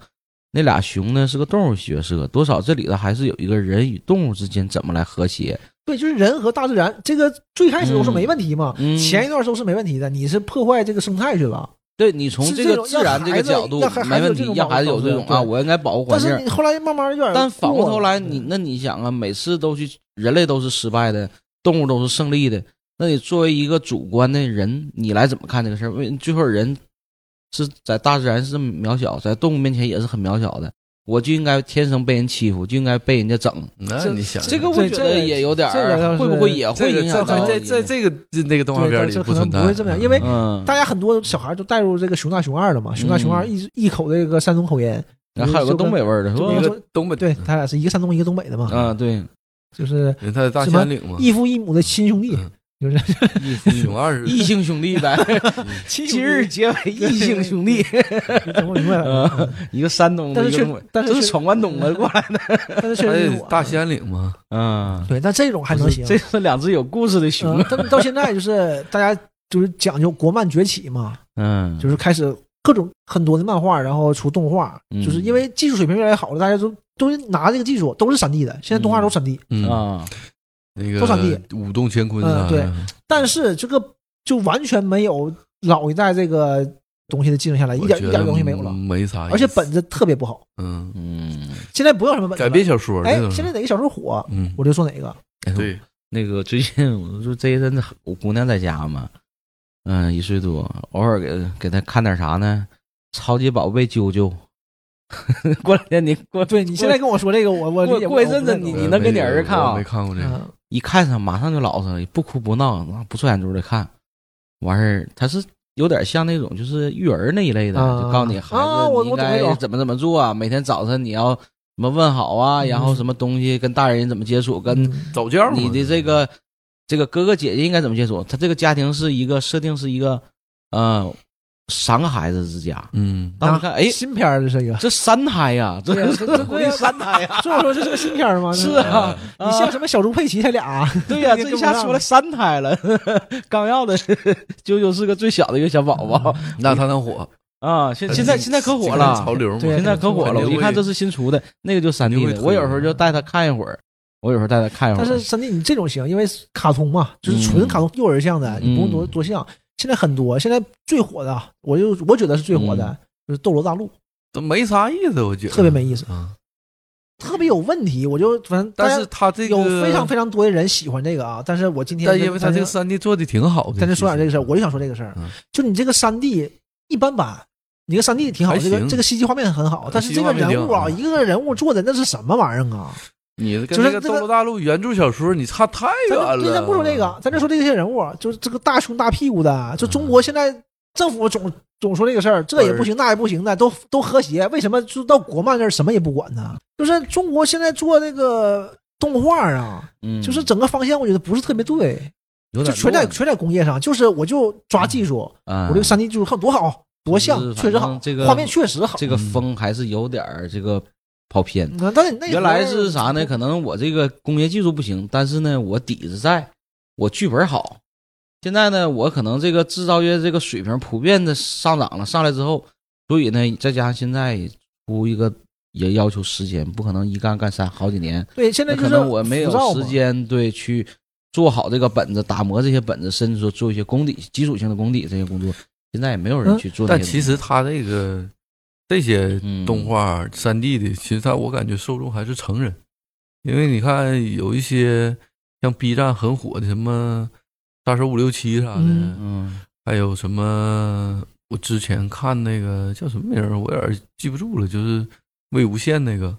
Speaker 5: 那俩熊呢是个动物角色，多少这里头还是有一个人与动物之间怎么来和谐。
Speaker 3: 对，就是人和大自然，这个最开始都是没问题嘛，
Speaker 5: 嗯嗯
Speaker 3: 前一段都是没问题的。你是破坏这个生态去了，
Speaker 5: 对你从
Speaker 3: 是
Speaker 5: 这
Speaker 3: 这
Speaker 5: 个
Speaker 3: 种
Speaker 5: 自然这个角度
Speaker 3: 让孩子
Speaker 5: 没问题，
Speaker 3: 让
Speaker 5: 让
Speaker 3: 孩
Speaker 5: 孩
Speaker 3: 子
Speaker 5: 子
Speaker 3: 有
Speaker 5: 有
Speaker 3: 这
Speaker 5: 这
Speaker 3: 种
Speaker 5: 种
Speaker 3: 保护
Speaker 5: 啊，
Speaker 3: 对
Speaker 5: 我应该保护环
Speaker 3: 但
Speaker 5: 境
Speaker 3: 是。你后来慢慢有点过了，
Speaker 5: 但反过头来，你
Speaker 3: 对
Speaker 5: 那你想啊，每次都去人类都是失败的，动物都是胜利的，那你作为一个主观的人，你来怎么看这个事儿？为最后人是在大自然是渺小，在动物面前也是很渺小的，我就应该天生被人欺负，就应该被人家整。
Speaker 4: 那
Speaker 3: 这
Speaker 4: 你想
Speaker 5: 这个
Speaker 4: 想
Speaker 5: 我觉得也有点
Speaker 3: 这个倒
Speaker 5: 儿，
Speaker 3: 是
Speaker 5: 会不会也会
Speaker 4: 这
Speaker 5: 影
Speaker 4: 个
Speaker 5: 响
Speaker 4: 在
Speaker 5: 到
Speaker 4: 在
Speaker 5: 你
Speaker 4: 在这个这那个动画片
Speaker 3: 但
Speaker 4: 里
Speaker 3: 是可
Speaker 4: 不存
Speaker 3: 能
Speaker 4: 在，
Speaker 3: 不会这么样，因为
Speaker 5: 嗯，
Speaker 3: 大家很多小孩都带入这个熊大熊二了嘛，熊大熊二一一口这个山东口音，
Speaker 5: 然后嗯还有个东北味儿的是
Speaker 3: 就
Speaker 5: 吧
Speaker 3: 跟
Speaker 4: 一？个东北
Speaker 3: 对他俩是一个山东一个东北的嘛，
Speaker 5: 啊，对，
Speaker 3: 就是
Speaker 4: 人，他在大
Speaker 3: 什么
Speaker 4: 兴安岭嘛，
Speaker 3: 异父异母的亲兄弟，
Speaker 4: 嗯
Speaker 3: 就是
Speaker 4: 熊二是
Speaker 5: 异性兄弟呗，
Speaker 3: 亲
Speaker 5: 今日结为异性兄 弟，
Speaker 3: 整不明白 了。嗯
Speaker 5: 一个山东
Speaker 3: 但
Speaker 5: 的，
Speaker 3: 是
Speaker 5: 一个
Speaker 3: 确
Speaker 5: 东北，
Speaker 3: 但是
Speaker 5: 这
Speaker 3: 确
Speaker 5: 是闯关东 的过来的，
Speaker 3: 但是
Speaker 4: 他
Speaker 3: 确实啊
Speaker 4: 也
Speaker 3: 是我
Speaker 4: 大兴安岭嘛，
Speaker 5: 嗯。
Speaker 3: 对，但这种还能行。
Speaker 5: 这是两只有故事的熊
Speaker 4: 啊
Speaker 3: 嗯，。但到现在就是大家就是讲究国漫崛起嘛，
Speaker 5: 嗯
Speaker 3: 就是开始各种很多的漫画，然后出动画，
Speaker 5: 嗯
Speaker 3: 就是因为技术水平越来越好了，大家都都拿这个技术都是三 D 的，现在动画都三 D，
Speaker 4: 嗯，
Speaker 5: 啊，
Speaker 4: 那
Speaker 3: 多少地
Speaker 4: 个舞动乾坤
Speaker 3: 嗯
Speaker 4: 啊，
Speaker 3: 对但是这个就完全没有老一代这个东西的继承下来，一
Speaker 4: 我
Speaker 3: 点
Speaker 4: 觉
Speaker 3: 一点
Speaker 4: 得嗯
Speaker 3: 东西没有了，
Speaker 4: 没啥意思，
Speaker 3: 而且本子特别不好。
Speaker 4: 嗯
Speaker 5: 嗯，
Speaker 3: 现在不要什么本子
Speaker 4: 改
Speaker 3: 了，
Speaker 4: 编小说，
Speaker 3: 哎
Speaker 4: 那，种
Speaker 3: 现在哪个小说火，
Speaker 4: 嗯，
Speaker 3: 我就说哪个。
Speaker 4: 对，
Speaker 5: 哎那个最近我就这一阵子我姑娘在家嘛，嗯，一岁多，偶尔给给她看点啥呢？超级宝贝啾 啾。过两天你过
Speaker 3: 对你现在跟我说这个，我我
Speaker 5: 过
Speaker 3: 理解不
Speaker 5: 过一
Speaker 3: 了
Speaker 5: 阵子
Speaker 3: 我不太
Speaker 5: 你
Speaker 3: 懂
Speaker 5: 你能给你儿子看啊
Speaker 4: 我没看过这个，
Speaker 3: 嗯
Speaker 5: 一看上马上就老实了，不哭不闹，不转眼珠的看。完事儿，他是有点像那种就是育儿那一类的，
Speaker 3: 啊
Speaker 5: 就告诉你孩
Speaker 3: 啊我
Speaker 5: 子你应
Speaker 3: 我懂那种
Speaker 5: 该怎么怎么做啊，每天早晨你要什么问好啊，
Speaker 3: 嗯
Speaker 5: 然后什么东西跟大人怎么接触，跟
Speaker 3: 嗯
Speaker 4: 早教嘛
Speaker 5: 你的这个这个哥哥姐姐应该怎么接触？他这个家庭是一个设定是一个呃三个孩子之家。
Speaker 4: 嗯，
Speaker 5: 当时看，哎，
Speaker 3: 新片儿这是一个，
Speaker 5: 这三胎呀，这
Speaker 3: 啊 对呀这这
Speaker 5: 国内三胎呀，
Speaker 3: 所以我 说这是个新片儿吗？
Speaker 5: 是啊，嗯
Speaker 3: 你像什么小猪佩奇才俩，
Speaker 5: 对呀，
Speaker 3: 你
Speaker 5: 这
Speaker 3: 跟
Speaker 5: 一
Speaker 3: 不上
Speaker 5: 下说了三胎了。 刚要的啾啾是个最小的一个小宝
Speaker 3: 嗯
Speaker 5: 宝
Speaker 4: 那他 能火，
Speaker 5: 啊，现现在现在可火了
Speaker 4: 潮，流嘛，
Speaker 3: 对
Speaker 5: 现在可火了。
Speaker 4: 肯定
Speaker 5: 我
Speaker 4: 会
Speaker 5: 一看这是新出的，那个就三 D
Speaker 4: 肯定
Speaker 5: 的。
Speaker 4: 会
Speaker 5: 我有时候就带他看一会儿，我有时候带他看一会
Speaker 3: 啊但是
Speaker 5: 儿。
Speaker 3: 三弟你这种行，因为卡通嘛，就是纯卡通幼儿向的，你不用多
Speaker 5: 嗯
Speaker 3: 多像。现在很多，现在最火的，我就我觉得是最火的
Speaker 5: 嗯，
Speaker 3: 就是《斗罗大陆
Speaker 4: 都没啥意思，我觉》，得
Speaker 3: 特别没意思，
Speaker 4: 啊，
Speaker 3: 特别有问题。我就反正大
Speaker 4: 但是
Speaker 3: 家
Speaker 4: 他这个
Speaker 3: 有非常非常多的人喜欢这个啊，但是我今天
Speaker 4: 但因为他这个
Speaker 3: 咱
Speaker 4: 三 D 做的挺好的，
Speaker 3: 咱就说点这个事儿，
Speaker 4: 其实
Speaker 3: 我就想说这个事儿
Speaker 4: 嗯，
Speaker 3: 就你这个三 D 一般般。你这个三 D 挺好，
Speaker 4: 还
Speaker 3: 这个
Speaker 4: 行
Speaker 3: 这个 CG 画面很好，但是
Speaker 4: CG
Speaker 3: 这个
Speaker 4: 画面挺
Speaker 3: 人物啊，
Speaker 4: 好
Speaker 3: 一个人物做的那是什么玩意儿啊？
Speaker 4: 你跟
Speaker 3: 就是
Speaker 4: 那个《
Speaker 3: 这个
Speaker 4: 斗罗大陆》原著小说你差太
Speaker 3: 咱
Speaker 4: 远
Speaker 3: 就
Speaker 4: 哎了，
Speaker 3: 咱不说这个，咱就说这些人物，啊就是这个大胸大屁股的，就中国
Speaker 4: 嗯
Speaker 3: 现在政府总总说这个事儿，这也不行，那也不行的，都都和谐，为什么就到国漫这儿什么也不管呢？就是中国现在做这个动画啊，
Speaker 5: 嗯
Speaker 3: 就是整个方向我觉得不是特别对，
Speaker 5: 有
Speaker 3: 就
Speaker 5: 点
Speaker 3: 全在
Speaker 5: 乱
Speaker 3: 全在工业上，就是我就抓技术，
Speaker 4: 嗯
Speaker 5: 啊
Speaker 3: 我这个三 D 技术看多好多像，
Speaker 5: 就是
Speaker 3: 确实好
Speaker 5: 反正，这个
Speaker 3: 画面确实好。
Speaker 5: 这个风还是有点儿这个跑偏。
Speaker 3: 嗯但是你那
Speaker 5: 原来是啥呢？可能我这个工业技术不行，但是呢，我底子在，我剧本好。现在呢，我可能这个制造业这个水平普遍的上涨了，上来之后，所以呢，再加上现在出一个也要求时间，不可能一干干三好几年，
Speaker 3: 对，现在
Speaker 5: 那
Speaker 3: 就是
Speaker 5: 可能我没有
Speaker 3: 浮躁嘛
Speaker 5: 时间对去做好这个本子，打磨这些本子，甚至说做一些功底基础性的功底这些工作。现在也没有人去做那
Speaker 4: 嗯但
Speaker 5: 些东西。
Speaker 4: 其实他这个这些
Speaker 5: 嗯
Speaker 4: 动画三 D 的，其实他我感觉受众还是成人，因为你看有一些像 B 站很火的什么《杀手五六七》啥的，
Speaker 2: 嗯
Speaker 5: 嗯，
Speaker 4: 还有什么我之前看那个叫什么名儿，我有点记不住了，就是魏无羡那个，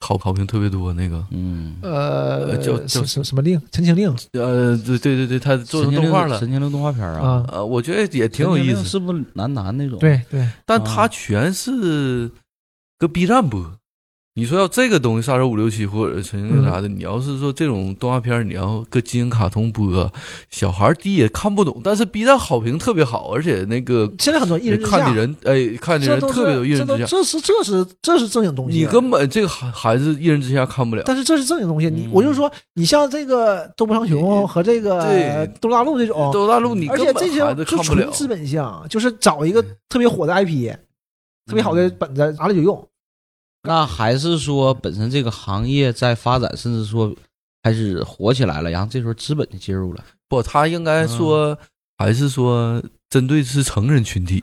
Speaker 4: 好好评特别多那个，
Speaker 5: 嗯嗯，
Speaker 3: 呃，
Speaker 4: 叫
Speaker 3: 什
Speaker 4: 叫
Speaker 3: 么什么什么令陈情令
Speaker 4: 呃，对对对对，他做成
Speaker 5: 神
Speaker 4: 动
Speaker 5: 经
Speaker 4: 画
Speaker 5: 六
Speaker 4: 了
Speaker 5: 神，经六动画片儿啊，
Speaker 3: 啊，
Speaker 4: 呃，我觉得也挺有
Speaker 5: 神
Speaker 4: 意
Speaker 5: 经六
Speaker 4: 思，
Speaker 5: 是不是男男那种？，嗯
Speaker 3: 对对，
Speaker 4: 但他全是搁 B 站播。你说要这个东西《杀手五六七》或者《陈
Speaker 3: 嗯
Speaker 4: 情令》啥的，你要是说这种动画片儿，你要搁金鹰卡通播，小孩儿第一也看不懂，但是 B 站好评特别好，而且那个
Speaker 3: 现在很多一人之下
Speaker 4: 看的人，哎，看的
Speaker 3: 这
Speaker 4: 人
Speaker 3: 都是
Speaker 4: 特别有一人
Speaker 3: 这
Speaker 4: 之
Speaker 3: 都
Speaker 4: 下。
Speaker 3: 这是这是这是正经东西，啊
Speaker 4: 你根本这个孩孩子一人之下看不了。
Speaker 3: 但是这是正经东西，你
Speaker 5: 嗯
Speaker 3: 我就说，你像这个周伯长雄和这个
Speaker 4: 对
Speaker 3: 东大陆这种，
Speaker 4: 都大陆你
Speaker 3: 哦而
Speaker 4: 根
Speaker 3: 且
Speaker 4: 本
Speaker 3: 这
Speaker 4: 孩
Speaker 3: 些
Speaker 4: 子
Speaker 3: 就
Speaker 4: 看不了
Speaker 3: 纯。资本项，就是找一个特别火的 IP，特别好
Speaker 5: 嗯
Speaker 3: 的本子拿来就用。
Speaker 5: 那还是说本身这个行业在发展，甚至说开始火起来了，然后这时候资本就介入了。
Speaker 4: 不，他应该
Speaker 3: 嗯
Speaker 4: 说还是说针对是成人群体，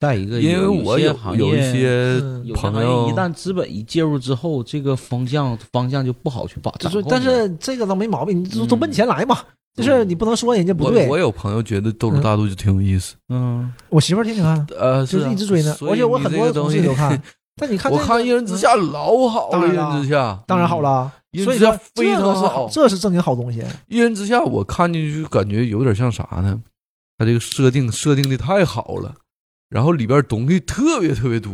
Speaker 5: 再一个，
Speaker 4: 因为我
Speaker 5: 有些
Speaker 4: 有
Speaker 5: 行业
Speaker 4: 有一些
Speaker 3: 嗯
Speaker 5: 有些行
Speaker 4: 朋
Speaker 5: 业
Speaker 4: 友
Speaker 5: 一旦资本一介入之后，这个风向方向就不好去把掌
Speaker 3: 就
Speaker 5: 控了。
Speaker 3: 是但是
Speaker 4: 啊
Speaker 3: 这个倒没毛病，你都都奔钱来嘛，这事儿你不能说人家不
Speaker 4: 我
Speaker 3: 对。嗯
Speaker 4: 嗯我有朋友觉得《斗罗大陆》就挺有意思，
Speaker 5: 嗯，
Speaker 3: 我媳妇儿天天看，
Speaker 4: 呃，
Speaker 3: 就是
Speaker 4: 啊
Speaker 3: 一直追呢，
Speaker 4: 所以
Speaker 3: 而且我
Speaker 4: 你
Speaker 3: 很
Speaker 4: 这
Speaker 3: 多
Speaker 4: 个
Speaker 3: 同
Speaker 4: 东
Speaker 3: 事
Speaker 4: 西
Speaker 3: 都看。。但你看
Speaker 4: 我
Speaker 3: 这个
Speaker 4: 看《一人之下》老好
Speaker 3: 当
Speaker 4: 了，《
Speaker 3: 然
Speaker 4: 一人之下》
Speaker 3: 当然好了，
Speaker 4: 一人
Speaker 3: 所以
Speaker 4: 之
Speaker 3: 说
Speaker 4: 下非常
Speaker 3: 这个是
Speaker 4: 好，
Speaker 3: 这是正经好东西。
Speaker 4: 一人之下，我看进去感觉有点像啥呢？他这个设定设定的太好了，然后里边东西特别特别多，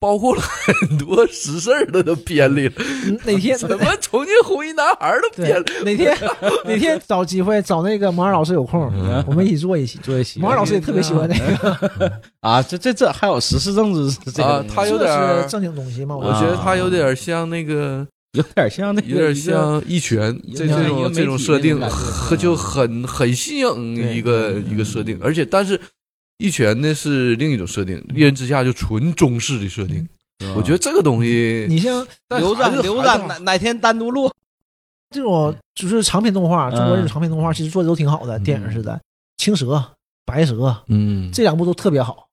Speaker 4: 包括了很多实事儿的都编里了，
Speaker 3: 嗯哪天
Speaker 4: 什么重庆红衣男孩 都编
Speaker 3: 对哦
Speaker 4: 了。
Speaker 3: 哪天哪天找机会找那个毛二老师有空，
Speaker 4: 嗯
Speaker 3: 我们一起做一期。
Speaker 5: 做一些
Speaker 3: 毛二老师也特别喜欢这个，
Speaker 5: 啊，这这这还有时事政治这
Speaker 4: 啊
Speaker 5: 个，
Speaker 4: 他有点
Speaker 3: 这
Speaker 4: 儿嗯
Speaker 3: 是正经东西嘛？
Speaker 4: 我
Speaker 3: 我
Speaker 4: 觉得他有点像那个，
Speaker 5: 有点像那个
Speaker 4: 有点像一拳
Speaker 5: 一个
Speaker 4: 这这
Speaker 5: 一个
Speaker 4: 种
Speaker 5: 媒体
Speaker 4: 这种嗯设定
Speaker 5: 那种感觉，
Speaker 4: 呵就很很新颖
Speaker 3: 对
Speaker 4: 一个一个设定，而且但是一拳呢是另一种设定，一人之下就纯中式的设定，我觉得这个东西
Speaker 3: 你像
Speaker 4: 但
Speaker 5: 刘
Speaker 4: 还
Speaker 5: 展
Speaker 4: 是
Speaker 5: 刘
Speaker 4: 还是
Speaker 5: 展哪哪天单独录？
Speaker 3: 这种就是长篇动画，
Speaker 5: 嗯
Speaker 3: 中国这种长篇动画其实做的都挺好的，
Speaker 4: 嗯
Speaker 3: 电影似的，《青蛇》《白蛇》
Speaker 4: 嗯，
Speaker 3: 这两部都特别好。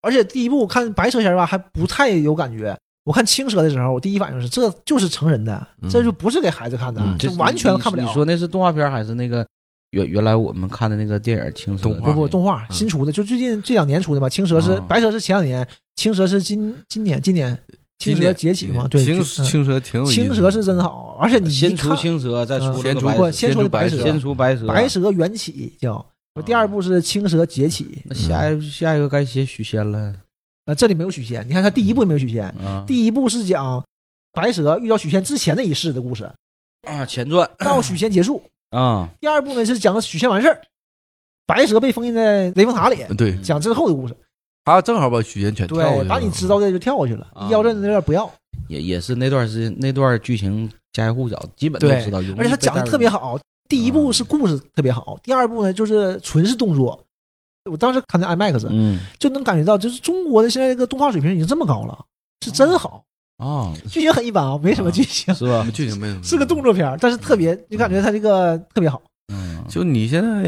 Speaker 3: 而且第一部我看白蛇前吧还不太有感觉，我看青蛇的时候，我第一反应是这就是成人的，
Speaker 4: 嗯
Speaker 3: 这就不是给孩子看的，
Speaker 4: 嗯
Speaker 3: 这
Speaker 5: 是
Speaker 3: 完全看不了。
Speaker 5: 你说那是动画片还是那个原原来我们看的那个电影《青蛇》
Speaker 4: 动画
Speaker 3: 不不，动画
Speaker 4: 嗯
Speaker 3: 新出的，就最近这两年出的嘛。青蛇是、
Speaker 5: 啊
Speaker 3: 白蛇是前两年，青蛇是今今年今年青蛇
Speaker 4: 今
Speaker 3: 崛
Speaker 4: 年
Speaker 3: 起嘛？对，
Speaker 4: 青
Speaker 3: 就嗯
Speaker 4: 青蛇挺有意思的
Speaker 3: 青蛇是真好，而且你一
Speaker 5: 先出
Speaker 3: 看
Speaker 5: 青蛇，再出
Speaker 3: 嗯
Speaker 5: 这个
Speaker 4: 先出
Speaker 5: 白
Speaker 3: 不
Speaker 5: 蛇先
Speaker 3: 先说的白
Speaker 4: 蛇
Speaker 5: 出白蛇，啊
Speaker 3: 白。蛇缘起叫，第二部是青蛇崛起。
Speaker 5: 那下一下一个该写许仙了
Speaker 3: 呃，这里没有许仙，你看他第一部也没有许仙，
Speaker 5: 啊！
Speaker 3: 第一部是讲白蛇遇到许仙之前的一世的故 事，
Speaker 5: 啊前传
Speaker 3: 到许仙结束。
Speaker 5: 啊，
Speaker 3: 第二部呢是讲许仙完事儿，白蛇被封印在雷峰塔里，
Speaker 4: 对
Speaker 3: 讲之后的故事。
Speaker 4: 他正好把许仙嗯全跳下去
Speaker 3: 嗯对，
Speaker 4: 了
Speaker 3: 把你知道的就跳过去了，
Speaker 5: 啊
Speaker 3: 腰阵的有点不要。
Speaker 5: 也也是那段时间那段剧情家喻户晓，基本都
Speaker 3: 对
Speaker 5: 知道。
Speaker 3: 而且他讲的特别
Speaker 5: 好，
Speaker 3: 好，第一部是故事特别
Speaker 4: 啊
Speaker 3: 好，第二部呢就是纯是动作。我当时看的 IMAX，
Speaker 5: 嗯
Speaker 3: 就能感觉到，就是中国的现在这个动画水平已经这么高了，是真好。
Speaker 4: 嗯
Speaker 5: 啊，
Speaker 3: 剧情很一般啊，没什么
Speaker 5: 啊
Speaker 3: 剧情，
Speaker 5: 是 吧？
Speaker 4: 剧情没有，
Speaker 3: 是个动作片儿，但是特别，你感觉它这个特别好。
Speaker 5: 嗯，
Speaker 4: 就你现在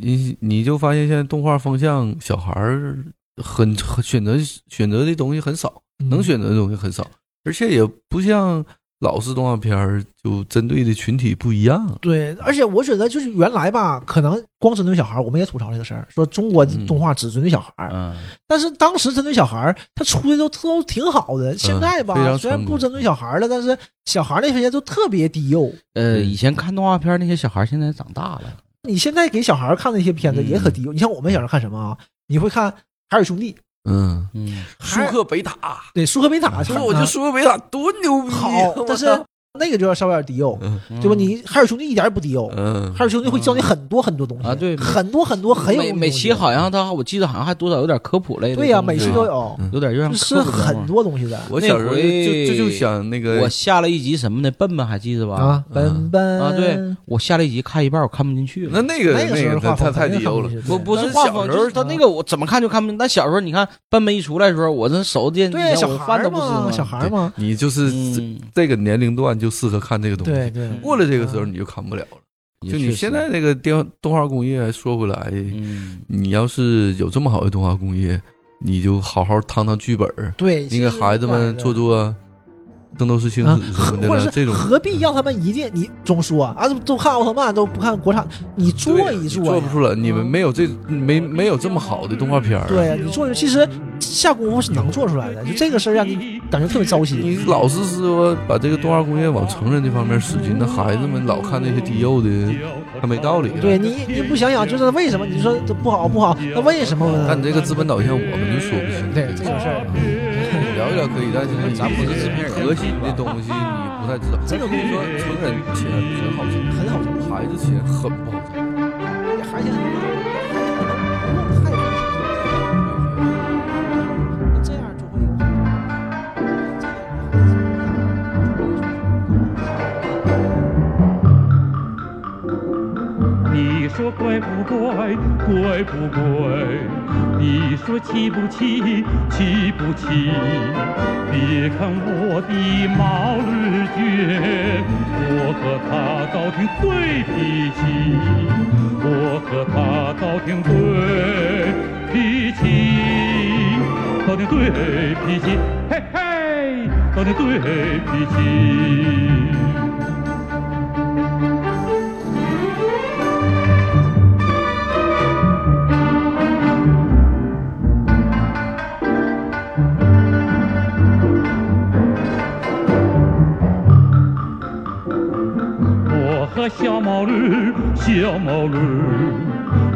Speaker 4: 你你就发现现在动画风向小孩儿很很选择选择的东西很少，
Speaker 3: 嗯
Speaker 4: 能选择的东西很少，而且也不像老式动画片儿就针对的群体不一样。
Speaker 3: 对，而且我觉得就是原来吧，可能光针对小孩儿，我们也吐槽这个事儿，说中国动画只针对小孩儿。
Speaker 5: 嗯
Speaker 3: 但是当时针对小孩儿，他出的都都挺好的。
Speaker 5: 嗯
Speaker 3: 现在吧，
Speaker 4: 非常
Speaker 3: 虽然
Speaker 4: 成功
Speaker 3: 不针对小孩儿了，但是小孩儿那些都特别低幼。
Speaker 5: 呃，
Speaker 4: 嗯
Speaker 5: 以前看动画片那些小孩现在长大了，
Speaker 3: 你现在给小孩儿看那些片子
Speaker 5: 嗯
Speaker 3: 也可低幼。你像我们小时候看什么啊？你会看《海尔兄弟》
Speaker 4: 嗯，
Speaker 5: 嗯
Speaker 4: 舒
Speaker 3: 还
Speaker 4: 克贝塔，
Speaker 3: 对《舒克贝塔》是吧，啊
Speaker 4: 说我就舒克贝塔多牛逼，啊
Speaker 3: 好， 但是那个就要稍微有点低幼，
Speaker 4: 嗯
Speaker 3: 对吧？你《海尔兄弟》一点也不低幼，
Speaker 4: 嗯
Speaker 3: 海尔兄弟会教你很多很多东西
Speaker 5: 啊对
Speaker 3: 很多很多很有
Speaker 5: 每
Speaker 3: 用的
Speaker 5: 每
Speaker 3: 东西
Speaker 5: 期好像他我记得好像还多少有点科普类的东
Speaker 3: 对
Speaker 5: 西
Speaker 3: 呀、
Speaker 5: 啊，
Speaker 3: 每期都有，
Speaker 5: 有点有点
Speaker 3: 是
Speaker 5: 科普节目
Speaker 3: 很。多东西的
Speaker 4: 我小时候
Speaker 5: 那回
Speaker 4: 就就就想那个
Speaker 5: 我下了一集什么的，笨笨还记得吧？
Speaker 3: 啊，奔
Speaker 4: 嗯
Speaker 3: 奔
Speaker 5: 啊对我下了一集看一半，我看不进去了。
Speaker 4: 那那个
Speaker 3: 那个时候
Speaker 4: 个
Speaker 3: 画
Speaker 4: 太
Speaker 3: 风
Speaker 4: 太
Speaker 3: 肯定
Speaker 4: 低
Speaker 3: 很
Speaker 4: 幼
Speaker 3: 不
Speaker 4: 了
Speaker 3: 是，
Speaker 5: 不不是
Speaker 4: 但是
Speaker 5: 画
Speaker 4: 小
Speaker 5: 风，
Speaker 4: 时
Speaker 5: 就
Speaker 4: 候
Speaker 5: 是他那个我怎么看就看不进。但小时候你看笨笨一出来的时候，我这手电
Speaker 3: 对
Speaker 5: 我
Speaker 3: 小孩
Speaker 5: 饭
Speaker 3: 儿
Speaker 5: 都不吃
Speaker 3: 嘛，
Speaker 5: 嘛
Speaker 3: 小孩儿嘛，
Speaker 4: 你就是这
Speaker 5: 嗯，
Speaker 4: 这个年龄段就适合看这个东西。
Speaker 3: 对嗯
Speaker 4: 过了这个时候你就看不了了。
Speaker 5: 也
Speaker 4: 就你
Speaker 5: 确
Speaker 4: 现
Speaker 5: 实
Speaker 4: 在，这个电动画工业，说回来，
Speaker 5: 嗯，
Speaker 4: 你要是有这么好的动画工业，你就好好趟趟剧本儿，
Speaker 3: 对，
Speaker 4: 你给孩子们做做《圣斗士星
Speaker 3: 啊
Speaker 4: 矢，》什
Speaker 3: 何
Speaker 4: 么的
Speaker 3: 或者
Speaker 4: 了，
Speaker 3: 是
Speaker 4: 这种
Speaker 3: 何必要他们一定你总说啊，啊都看奥特曼都不看国产，你做
Speaker 4: 对
Speaker 3: 一
Speaker 4: 你
Speaker 3: 做呀，
Speaker 4: 做不出来，你们
Speaker 3: 嗯
Speaker 4: 没有这没没有这么好的动画片儿。
Speaker 3: 对，你做其实下功夫是能做出来的，就这个事儿让你感觉特别糟
Speaker 4: 你
Speaker 3: 心。
Speaker 4: 老是说把这个动画工业往成人这方面使劲，那孩子们老看那些低幼的，他没道理。啊
Speaker 3: 对你，你不想想，就是为什么你说这不好不好？那为什么呢？
Speaker 4: 但你这个资本导向，我们就说不清。
Speaker 3: 对这
Speaker 4: 这
Speaker 3: 个事儿
Speaker 4: 儿，聊一聊可以，但是
Speaker 5: 咱不是制片人
Speaker 4: 核心的东西你不太知道。这个跟你说，成人钱很好挣，
Speaker 3: 很好挣
Speaker 4: 孩子钱很不好挣。
Speaker 3: 还是很好这样就会有这样
Speaker 6: 你说怪不怪？怪不怪？你说气不气？气不气？别看我的毛驴倔，我和他倒挺对脾气，我和他倒挺对脾气，倒挺对脾气，嘿嘿，倒挺对脾气。我和小毛驴，小毛驴，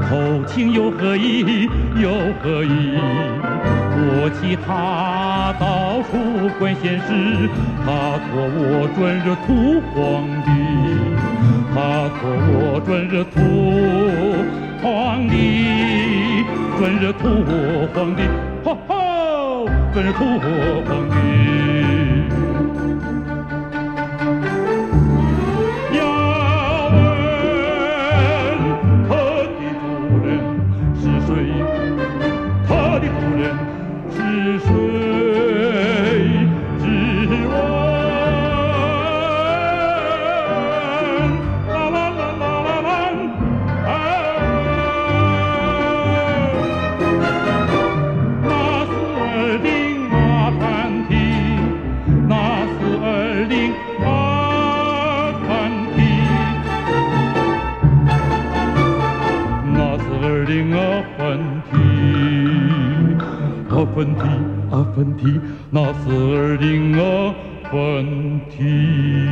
Speaker 6: 口琴又合一，又合一。我骑它到处管闲事，它驮我转着土皇帝，它驮我转着土皇帝，转着土皇帝，吼吼，转着土皇帝。要问它的主人是谁？它的主人是谁？只问啦啦啦啦啦啦啊！那是二零阿凡提，那是二零阿凡提，那是二零阿凡提，阿凡提阿凡提，那是二零阿凡提。